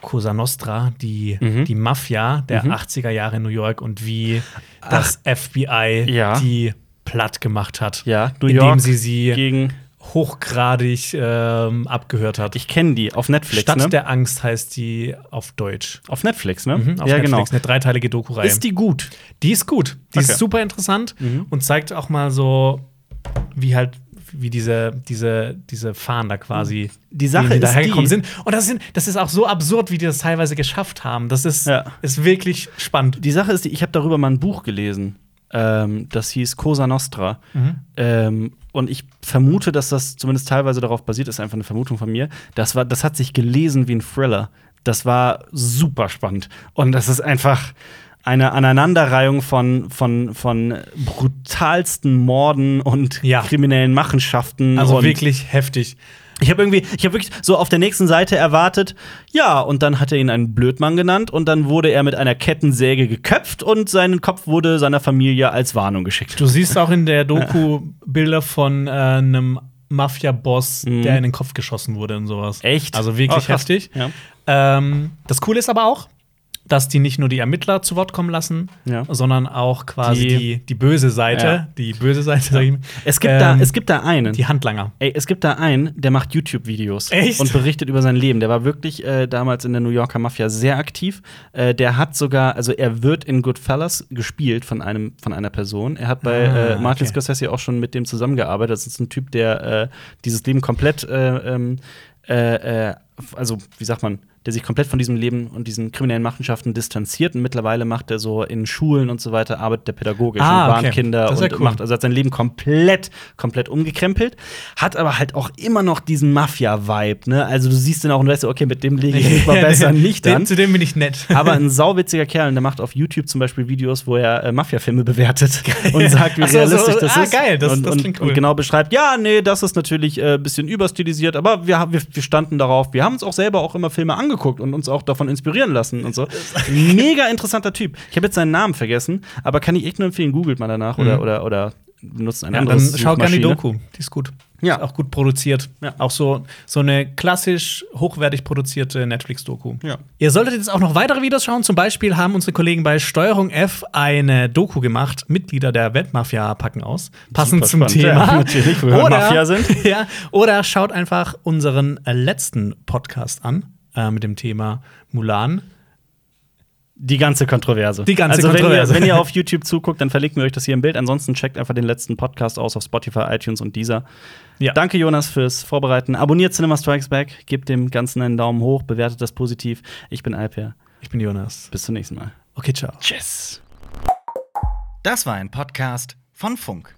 Cosa Nostra, die, Mhm. die Mafia der 80er Jahre in New York und wie das FBI Ja. die platt gemacht hat, Ja, New indem York sie sie Gegen, hochgradig ähm, abgehört hat. ich kenne die, auf Netflix, Stadt ne? der Angst heißt die auf Deutsch. auf Netflix, ne? Mhm, Auf ja, Netflix, genau. eine dreiteilige Doku-Reihe. Ist die gut? Die ist gut. Die Okay. Mhm. ist super interessant und zeigt auch mal so, wie halt, wie diese, diese, diese Fahnder quasi Die Sache die ist dahergekommen die- sind. Und das, sind, das ist auch so absurd, wie die das teilweise geschafft haben. Das ist, Ja. ist wirklich spannend. Die Sache ist, die- ich habe darüber mal ein Buch gelesen. Ähm, das hieß Cosa Nostra. Mhm. Ähm, und ich vermute, dass das zumindest teilweise darauf basiert ist, einfach eine Vermutung von mir. Das, war, das hat sich gelesen wie ein Thriller. Das war super spannend. Und das ist einfach eine Aneinanderreihung von, von, von brutalsten Morden und Ja. kriminellen Machenschaften. Also und wirklich heftig. ich habe irgendwie, ich habe wirklich so auf der nächsten Seite erwartet, ja, und dann hat er ihn einen Blödmann genannt und dann wurde er mit einer Kettensäge geköpft und sein Kopf wurde seiner Familie als Warnung geschickt. Du siehst auch in der Doku Bilder von äh, einem Mafia-Boss, der in den Kopf geschossen wurde und sowas. Mhm. Echt? Also wirklich Oh, krass. heftig. Ja. Ähm, das Coole ist aber auch, dass die nicht nur die Ermittler zu Wort kommen lassen, Ja. sondern auch quasi Die- die, die, böse Seite, Ja. die böse Seite, sag ich mal. Es gibt Ähm, da, es gibt da einen. die Handlanger. Ey, es gibt da einen, der macht YouTube-Videos Echt? und berichtet über sein Leben. Der war wirklich äh, damals in der New Yorker Mafia sehr aktiv. Äh, der hat sogar, also er wird in Goodfellas gespielt von einem von einer Person. Er hat bei Ah, äh, Martin okay. Scorsese auch schon mit dem zusammengearbeitet. Das ist ein Typ, der äh, dieses Leben komplett, äh, ähm, äh, äh, also wie sagt man, der sich komplett von diesem Leben und diesen kriminellen Machenschaften distanziert. Und mittlerweile macht er so in Schulen und so weiter Arbeit der pädagogisch Ah, und okay. warnt Kinder Das ist und ja cool. macht also hat sein Leben komplett, komplett umgekrempelt, hat aber halt auch immer noch diesen Mafia-Vibe, ne? Also du siehst den auch und weißt, okay, mit dem lege ich mich mal besser nicht Den, an. zu dem bin ich nett. Aber ein sauwitziger Kerl, und der macht auf YouTube zum Beispiel Videos, wo er äh, Mafia-Filme bewertet und sagt, wie Ach so, so, realistisch das ah, ist. geil, das- und, das und, klingt und cool. genau beschreibt, ja, nee, das ist natürlich äh, ein bisschen überstilisiert, aber wir, haben- wir, wir standen darauf, wir haben uns auch selber auch immer Filme angeguckt und uns auch davon inspirieren lassen und so. Mega interessanter Typ. Ich habe jetzt seinen Namen vergessen, aber kann ich echt nur empfehlen, googelt mal danach oder, oder, oder benutzt ein Mhm. Ja, anderes dann schau gerne die Suchmaschine. Doku. Die ist gut. Ja. Ist auch gut produziert. Ja. Auch so, so eine klassisch hochwertig produzierte Netflix-Doku. Ja. Ihr solltet jetzt auch noch weitere Videos schauen. Zum Beispiel haben unsere Kollegen bei Steuerung F eine Doku gemacht. Mitglieder der Weltmafia packen aus. Passend zum Super spannend, Thema. ja, natürlich, wo wir Mafia sind. Ja, oder schaut einfach unseren äh, letzten Podcast an äh, mit dem Thema Mulan. Die ganze Kontroverse. Die ganze also, Kontroverse. Wenn ihr, wenn ihr auf YouTube zuguckt, dann verlinken wir euch das hier im Bild. Ansonsten checkt einfach den letzten Podcast aus auf Spotify, iTunes und dieser. Ja. Danke, Jonas, fürs Vorbereiten. Abonniert Cinema Strikes Back, gebt dem Ganzen einen Daumen hoch, bewertet das positiv. Ich bin Alper. Ich bin Jonas. Bis zum nächsten Mal. Okay, ciao. Tschüss. Das war ein Podcast von Funk.